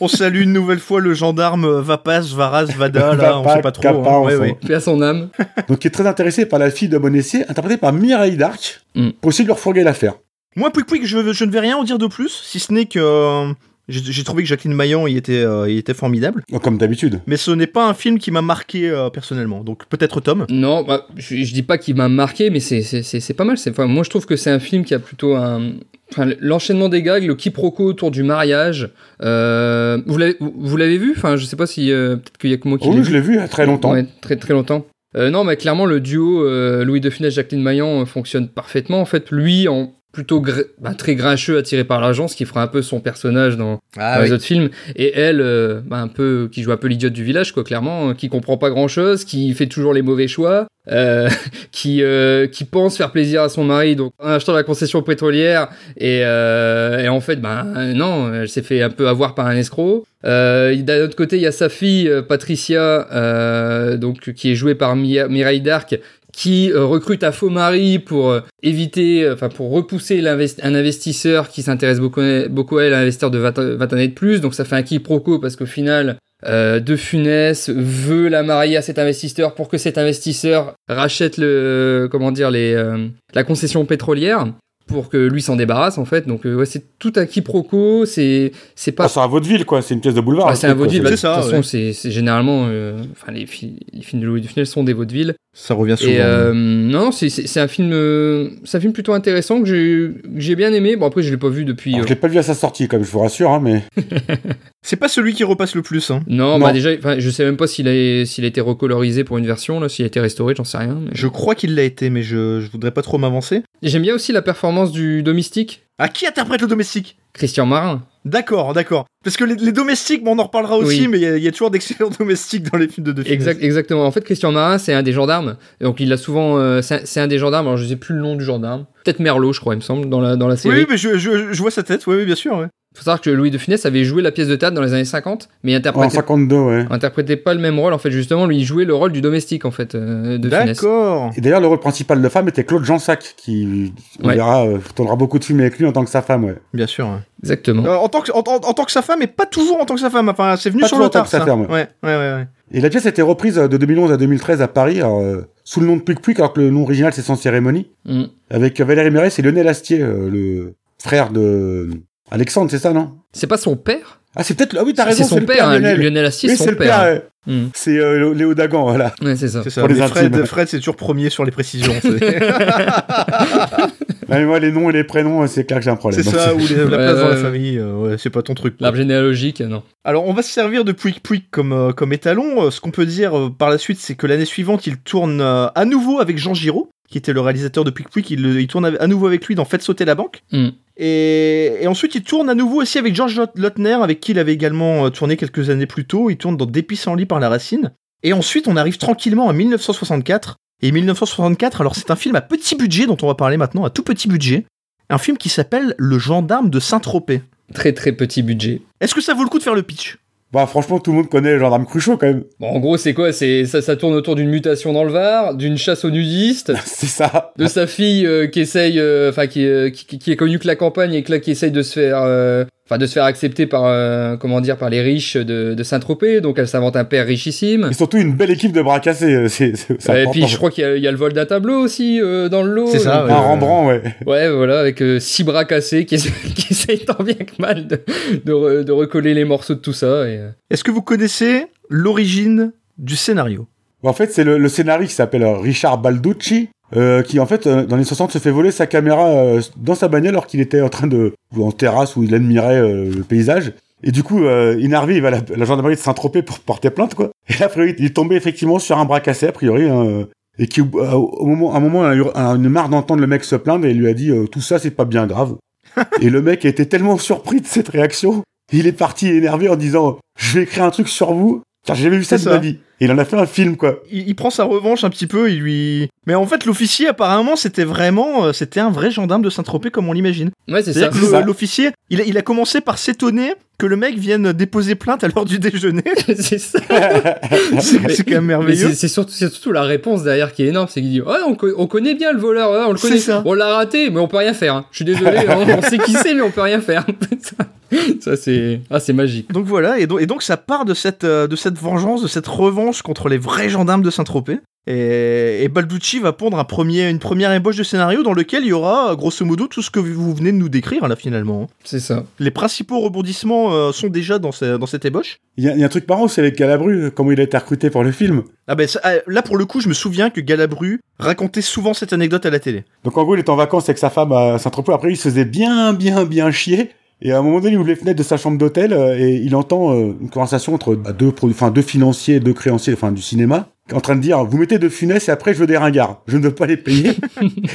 [SPEAKER 1] on salue une nouvelle fois le gendarme euh, Vapas, Varas,
[SPEAKER 2] (laughs)
[SPEAKER 1] Vada, ah, là, on
[SPEAKER 2] Vapas,
[SPEAKER 1] sait pas trop.
[SPEAKER 2] Kappa,
[SPEAKER 1] hein.
[SPEAKER 2] on
[SPEAKER 1] Ouais,
[SPEAKER 2] s'en-
[SPEAKER 1] ouais.
[SPEAKER 3] Fait à son âme.
[SPEAKER 2] Donc, qui est très intéressé par la fille de Monestier, interprétée par Mireille Darc,
[SPEAKER 3] Mm.
[SPEAKER 2] pour essayer de leur fourguer l'affaire.
[SPEAKER 1] Moi, Pouic Pouic, je, je ne vais rien en dire de plus, si ce n'est que euh, j'ai j'ai trouvé que Jacqueline Maillan y était, euh, y était formidable.
[SPEAKER 2] Oh, Comme d'habitude.
[SPEAKER 1] Mais ce n'est pas un film qui m'a marqué euh, personnellement, donc peut-être Tom.
[SPEAKER 3] Non, bah, je, je dis pas qu'il m'a marqué, mais c'est- c'est c'est- c'est pas mal. C'est- Enfin, moi, je trouve que c'est un film qui a plutôt un. Enfin, l'enchaînement des gags, le quiproquo autour du mariage. euh, vous l'avez- vous vous l'avez vu Enfin, je sais pas si. euh, Peut-être qu'il y a que moi qui
[SPEAKER 2] Oh
[SPEAKER 3] l'ai
[SPEAKER 2] oui,
[SPEAKER 3] vu.
[SPEAKER 2] je l'ai vu il y a très longtemps.
[SPEAKER 3] Ouais, très très longtemps. Euh, non, mais clairement, le duo euh, Louis de Funès, Jacqueline Maillan euh, fonctionne parfaitement. En fait, lui, en plutôt gr- bah, très grincheux, attiré par l'agence, qui fera un peu son personnage dans,
[SPEAKER 1] Ah
[SPEAKER 3] dans les autres films. Et elle, euh, bah, un peu, qui joue un peu l'idiote du village, quoi, clairement, hein, qui comprend pas grand chose, qui fait toujours les mauvais choix, euh, (laughs) qui, euh, qui pense faire plaisir à son mari, donc en achetant la concession pétrolière, et, euh, et en fait, ben non, elle s'est fait un peu avoir par un escroc. Euh, D'un autre côté, il y a sa fille, euh, Patricia, euh, donc, qui est jouée par Mia- Mireille Darc, qui euh, recrute un faux mari pour euh, éviter, euh, enfin pour repousser l'invest- un investisseur qui s'intéresse beaucoup, beaucoup à elle, un investisseur de 20, euh, 20 années de plus. Donc ça fait un quiproquo parce qu'au final, euh, De Funès veut la marier à cet investisseur pour que cet investisseur rachète le, comment dire, les, euh, la euh, concession pétrolière. pour que lui s'en débarrasse en fait. Donc euh, ouais, c'est tout un quiproquo, c'est c'est
[SPEAKER 2] Ah,
[SPEAKER 3] pas
[SPEAKER 2] c'est un vaudeville, quoi. C'est une pièce de boulevard.
[SPEAKER 3] ah,
[SPEAKER 2] le
[SPEAKER 3] c'est un
[SPEAKER 2] truc, quoi.
[SPEAKER 3] vaudeville, bah, de
[SPEAKER 1] c'est
[SPEAKER 3] toute
[SPEAKER 1] ça,
[SPEAKER 3] façon
[SPEAKER 1] ouais.
[SPEAKER 3] c'est c'est généralement euh, enfin les, fi- les films de Louis Dufunel sont des vaudevilles
[SPEAKER 1] Ça revient souvent.
[SPEAKER 3] et euh, non, non, c'est c'est c'est un film euh, c'est un film plutôt intéressant que j'ai que j'ai bien aimé. Bon après je l'ai pas vu
[SPEAKER 1] Ah,
[SPEAKER 3] depuis
[SPEAKER 1] bah,
[SPEAKER 2] Alors,
[SPEAKER 3] euh,
[SPEAKER 2] je l'ai pas vu à sa sortie, comme je vous rassure, hein, mais
[SPEAKER 1] C'est pas celui qui repasse le plus. Hein.
[SPEAKER 2] Non.
[SPEAKER 3] Non, bah déjà, enfin, je sais même pas s'il a, s'il a été recolorisé pour une version, là, s'il a été restauré, j'en sais rien. mais-
[SPEAKER 1] Je crois qu'il l'a été, mais je, je voudrais pas trop m'avancer.
[SPEAKER 3] J'aime bien aussi la performance du domestique,
[SPEAKER 1] Ah, qui interprète le domestique
[SPEAKER 3] Christian Marin.
[SPEAKER 1] D'accord, d'accord. Parce que les, les domestiques, bon, on en reparlera aussi,
[SPEAKER 3] Oui.
[SPEAKER 1] mais il y a- il y, a toujours d'excellents (laughs) domestiques dans les films de De Funès.
[SPEAKER 3] Exact, exactement. En fait, Christian Marin, c'est un des gendarmes. Donc, il a souvent. euh, c'est un- c'est un des gendarmes, alors je sais plus le nom du gendarme. Peut-être Merlot, je crois, il me semble, dans la, dans la
[SPEAKER 1] Oui,
[SPEAKER 3] série.
[SPEAKER 1] oui, mais je, je- je vois sa tête, oui, oui, bien sûr. ouais.
[SPEAKER 3] Faut savoir que Louis de Funès avait joué la pièce de théâtre dans les années 50, mais il
[SPEAKER 2] en
[SPEAKER 3] interprétait,
[SPEAKER 2] 52, ouais.
[SPEAKER 3] interprétait pas le même rôle. En fait, justement, lui, il jouait le rôle du domestique, en fait, euh, de Funès.
[SPEAKER 1] D'accord.
[SPEAKER 2] Et d'ailleurs, le rôle principal de femme était Claude Jansac, qui on
[SPEAKER 3] Ouais.
[SPEAKER 2] verra, euh, tournera beaucoup de films avec lui en tant que sa femme, ouais.
[SPEAKER 1] Bien sûr. ouais.
[SPEAKER 3] Exactement.
[SPEAKER 1] Euh, en, tant que, en, en- en tant que sa femme, mais pas toujours en tant que sa femme. Enfin, c'est venu
[SPEAKER 2] Pas
[SPEAKER 1] sur
[SPEAKER 2] toujours
[SPEAKER 1] le
[SPEAKER 2] en tant
[SPEAKER 1] tard,
[SPEAKER 2] que sa
[SPEAKER 1] ça.
[SPEAKER 2] femme,
[SPEAKER 1] Ouais,
[SPEAKER 2] ouais.
[SPEAKER 1] ouais, ouais. ouais.
[SPEAKER 2] Et la pièce a été reprise euh, de 2011 à 2013 à Paris, alors, euh, sous le nom de Puig Puig, alors que le nom original c'est Sans cérémonie,
[SPEAKER 3] Mm.
[SPEAKER 2] avec euh, Valérie Mérès et Lionel Astier, euh, le frère de euh, Alexandre, c'est ça, non
[SPEAKER 3] C'est pas son père
[SPEAKER 2] Ah, c'est peut-être. Ah oui, t'as
[SPEAKER 3] C'est
[SPEAKER 2] raison,
[SPEAKER 3] son
[SPEAKER 2] c'est le
[SPEAKER 3] père,
[SPEAKER 2] père.
[SPEAKER 3] hein,
[SPEAKER 2] Lionel.
[SPEAKER 3] Lionel Astier,
[SPEAKER 2] Oui,
[SPEAKER 3] son
[SPEAKER 2] c'est le
[SPEAKER 3] père.
[SPEAKER 2] père.
[SPEAKER 3] hein.
[SPEAKER 2] ouais.
[SPEAKER 3] Mm.
[SPEAKER 2] C'est euh, Léo Dagan,
[SPEAKER 3] (laughs)
[SPEAKER 2] voilà.
[SPEAKER 3] Ouais, c'est ça.
[SPEAKER 1] C'est ça.
[SPEAKER 2] Pour les
[SPEAKER 1] mais Fred,
[SPEAKER 2] intimes.
[SPEAKER 1] Fred, c'est toujours premier sur les précisions. c'est-
[SPEAKER 2] (laughs) Ah, mais moi, les noms et les prénoms, euh, c'est clair que j'ai un problème.
[SPEAKER 1] C'est ça, ou les- la
[SPEAKER 3] Ouais,
[SPEAKER 1] place dans
[SPEAKER 3] ouais,
[SPEAKER 1] la
[SPEAKER 3] ouais.
[SPEAKER 1] famille, euh, ouais, c'est pas ton truc. quoi.
[SPEAKER 3] L'arbre généalogique, non.
[SPEAKER 1] Alors, on va se servir de Pouic Pouic comme, euh, comme étalon. Euh, Ce qu'on peut dire euh, par la suite, c'est que l'année suivante, il tourne euh, à nouveau avec Jean Giraud, qui était le réalisateur de Pouic Pouic. Il, le- il tourne à à nouveau avec lui dans Faites sauter la banque.
[SPEAKER 3] Mm.
[SPEAKER 1] Et, et ensuite, il tourne à nouveau aussi avec Georges Lot- Lautner, avec qui il avait également euh, tourné quelques années plus tôt. Il tourne dans Dépice en lit par la racine. Et ensuite, on arrive tranquillement à 1964. Et 1964, alors c'est un film à petit budget dont on va parler maintenant, à tout petit budget. Un film qui s'appelle Le gendarme de Saint-Tropez.
[SPEAKER 3] Très très petit budget.
[SPEAKER 1] Est-ce que ça vaut le coup de faire le pitch
[SPEAKER 2] Bah, franchement, tout le monde connaît le gendarme Cruchot quand même. (laughs)
[SPEAKER 3] Bon, en gros, c'est quoi C'est ça, ça tourne autour d'une mutation dans le Var, d'une chasse aux nudistes,
[SPEAKER 2] c'est ça.
[SPEAKER 3] de sa fille euh, qui essaye, euh, enfin qui, euh, qui, qui- qui est connue que la campagne et que là qui essaye de se faire, euh, enfin de se faire accepter par, euh, comment dire, par les riches de, de Saint-Tropez. Donc elle s'invente un père richissime.
[SPEAKER 2] Et surtout, une belle équipe de bras cassés. euh, C'est, c'est, c'est
[SPEAKER 3] et
[SPEAKER 2] important.
[SPEAKER 3] puis je crois qu'il y a- il y, a le vol d'un tableau aussi euh, dans le lot.
[SPEAKER 1] C'est ça,
[SPEAKER 3] Donc,
[SPEAKER 2] Un
[SPEAKER 1] ouais.
[SPEAKER 2] Rembrandt, ouais.
[SPEAKER 3] Ouais, voilà, avec euh, six bras cassés qui, essa- (laughs) qui essayent tant bien que mal de, de, re- de recoller les morceaux de tout ça. Et, euh,
[SPEAKER 1] Est-ce que vous connaissez l'origine du scénario
[SPEAKER 2] Bah, En fait, c'est le, le scénariste qui s'appelle euh, Richard Balducci, euh, qui en fait, euh, dans les 60, se fait voler sa caméra euh, dans sa bagnole alors qu'il était en train de... ou en terrasse où il admirait euh, le paysage. Et du coup, euh, Inarvi, il va à la, à la gendarmerie de Saint-Tropez pour porter plainte, quoi. Et là, a priori, il est tombé effectivement sur un bras cassé, a priori, hein, et qui, au- euh, au moment, à un moment, a eu a- une marre d'entendre le mec se plaindre et il lui a dit euh, Tout ça, c'est pas
[SPEAKER 1] (laughs)
[SPEAKER 2] bien grave. » Et le mec a été tellement surpris de cette réaction, il est parti énervé en disant « Je vais écrire un truc sur vous, car j'ai jamais vu ça de
[SPEAKER 1] C'est ça.
[SPEAKER 2] ma vie. » Et il en a fait un film, quoi.
[SPEAKER 1] il, il prend sa revanche un petit peu, il lui... Mais en fait, l'officier, apparemment, c'était vraiment... euh, C'était un vrai gendarme de Saint-Tropez comme on l'imagine.
[SPEAKER 3] Ouais, c'est ça.
[SPEAKER 1] C'est-à-dire que
[SPEAKER 2] ça.
[SPEAKER 1] le- l'officier, il, a- il a commencé par s'étonner que le mec vienne déposer plainte à l'heure du déjeuner.
[SPEAKER 3] (laughs) c'est ça.
[SPEAKER 1] c'est c'est quand même
[SPEAKER 3] Mais
[SPEAKER 1] merveilleux.
[SPEAKER 3] c'est c'est surtout, c'est surtout la réponse derrière qui est énorme, c'est qu'il dit ouais, on, co- on connaît bien le voleur, ouais, on le
[SPEAKER 1] C'est
[SPEAKER 3] connaît,
[SPEAKER 1] ça.
[SPEAKER 3] on l'a raté, mais on peut rien faire. hein. Je
[SPEAKER 1] (laughs)
[SPEAKER 3] suis désolé, on, on sait qui c'est, mais on peut rien faire. (laughs) ça, ça, c'est ah c'est magique.
[SPEAKER 1] Donc voilà, et, do- et donc ça part de cette, euh, de cette vengeance, de cette revanche contre les vrais gendarmes de Saint-Tropez. Et, et Balducci va pondre un premier, une première ébauche de scénario dans lequel il y aura, euh, grosso modo, tout ce que vous venez de nous décrire, là, finalement.
[SPEAKER 3] C'est ça.
[SPEAKER 1] Les principaux rebondissements euh, sont déjà dans, ce- dans cette ébauche.
[SPEAKER 2] Il y, a- il y a un truc marrant, c'est avec Calabru, euh, comment il a été recruté pour le film.
[SPEAKER 1] Ah ben ça- ah, là pour le coup, je me souviens que Galabru racontait souvent cette anecdote à la télé.
[SPEAKER 2] Donc en gros, il était en vacances avec sa femme à Saint-Tropez. Après, il se faisait bien, bien, bien chier. Et à un moment donné, il ouvre les fenêtres de sa chambre d'hôtel euh, et il entend euh, une conversation entre bah, deux, produ- enfin, deux financiers, deux créanciers, enfin du cinéma, en train de dire "Vous mettez de funès et après je veux des ringards. Je ne veux pas les payer."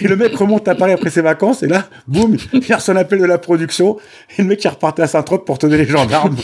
[SPEAKER 2] et le mec remonte à Paris après ses vacances et là, boum, il reçoit un appel de la production et le mec qui repartait à Saint-Tropez pour tenir les gendarmes.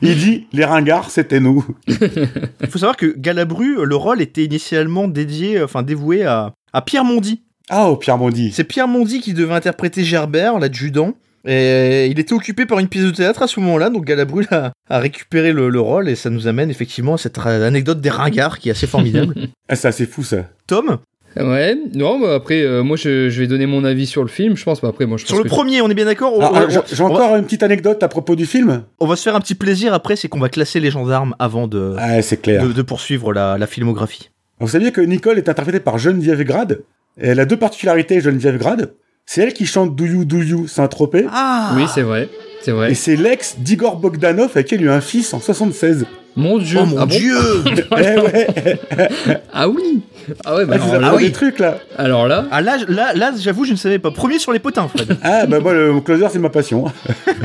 [SPEAKER 2] il dit "Les ringards, c'était nous."
[SPEAKER 1] Il faut savoir que Galabru, euh, le rôle était initialement dédié, euh, enfin dévoué à, à Pierre Mondy.
[SPEAKER 2] Ah, oh Pierre Mondi.
[SPEAKER 1] C'est Pierre Mondy qui devait interpréter Gerbert, l'adjudant. Et il était occupé par une pièce de théâtre à ce moment-là, donc Galabru a, a récupéré le, le rôle et ça nous amène effectivement à cette ra- anecdote des ringards qui est assez
[SPEAKER 2] (laughs)
[SPEAKER 1] formidable.
[SPEAKER 2] Ah, c'est assez fou ça.
[SPEAKER 1] Tom,
[SPEAKER 3] Ouais. Non, bah, après euh, moi je, je vais donner mon avis sur le film. Je pense, bah, après moi je pense
[SPEAKER 1] sur le
[SPEAKER 3] que-
[SPEAKER 1] premier, on est bien d'accord on,
[SPEAKER 2] Ah,
[SPEAKER 1] on-
[SPEAKER 2] ah, j'ai- J'ai
[SPEAKER 1] on va,
[SPEAKER 2] encore une petite anecdote à propos du film.
[SPEAKER 1] on va se faire un petit plaisir après, c'est qu'on va classer les gendarmes avant de,
[SPEAKER 2] Ah, c'est clair.
[SPEAKER 1] de, de poursuivre la, la filmographie.
[SPEAKER 2] Vous saviez que Nicole est interprétée par Geneviève Grade et Elle a deux particularités, Geneviève Grade. C'est elle qui chante Do You Do You, c'est un tropé.
[SPEAKER 1] Ah
[SPEAKER 3] Oui, c'est vrai. C'est vrai.
[SPEAKER 2] Et c'est l'ex d'Igor Bogdanov avec qui il y a eu un fils en 76.
[SPEAKER 3] Mon dieu.
[SPEAKER 1] Oh mon
[SPEAKER 3] ah bon
[SPEAKER 1] dieu
[SPEAKER 2] eh (laughs) ouais,
[SPEAKER 3] Ah oui. Ah ouais, bah
[SPEAKER 2] ah, vous
[SPEAKER 3] alors,
[SPEAKER 2] avez
[SPEAKER 3] là,
[SPEAKER 1] oui.
[SPEAKER 2] des trucs là.
[SPEAKER 3] alors là,
[SPEAKER 1] (laughs) Ah là, je- là, là j'avoue, je ne savais pas. Premier sur les potins, Fred.
[SPEAKER 2] Ah bah moi le closer c'est ma passion. (laughs)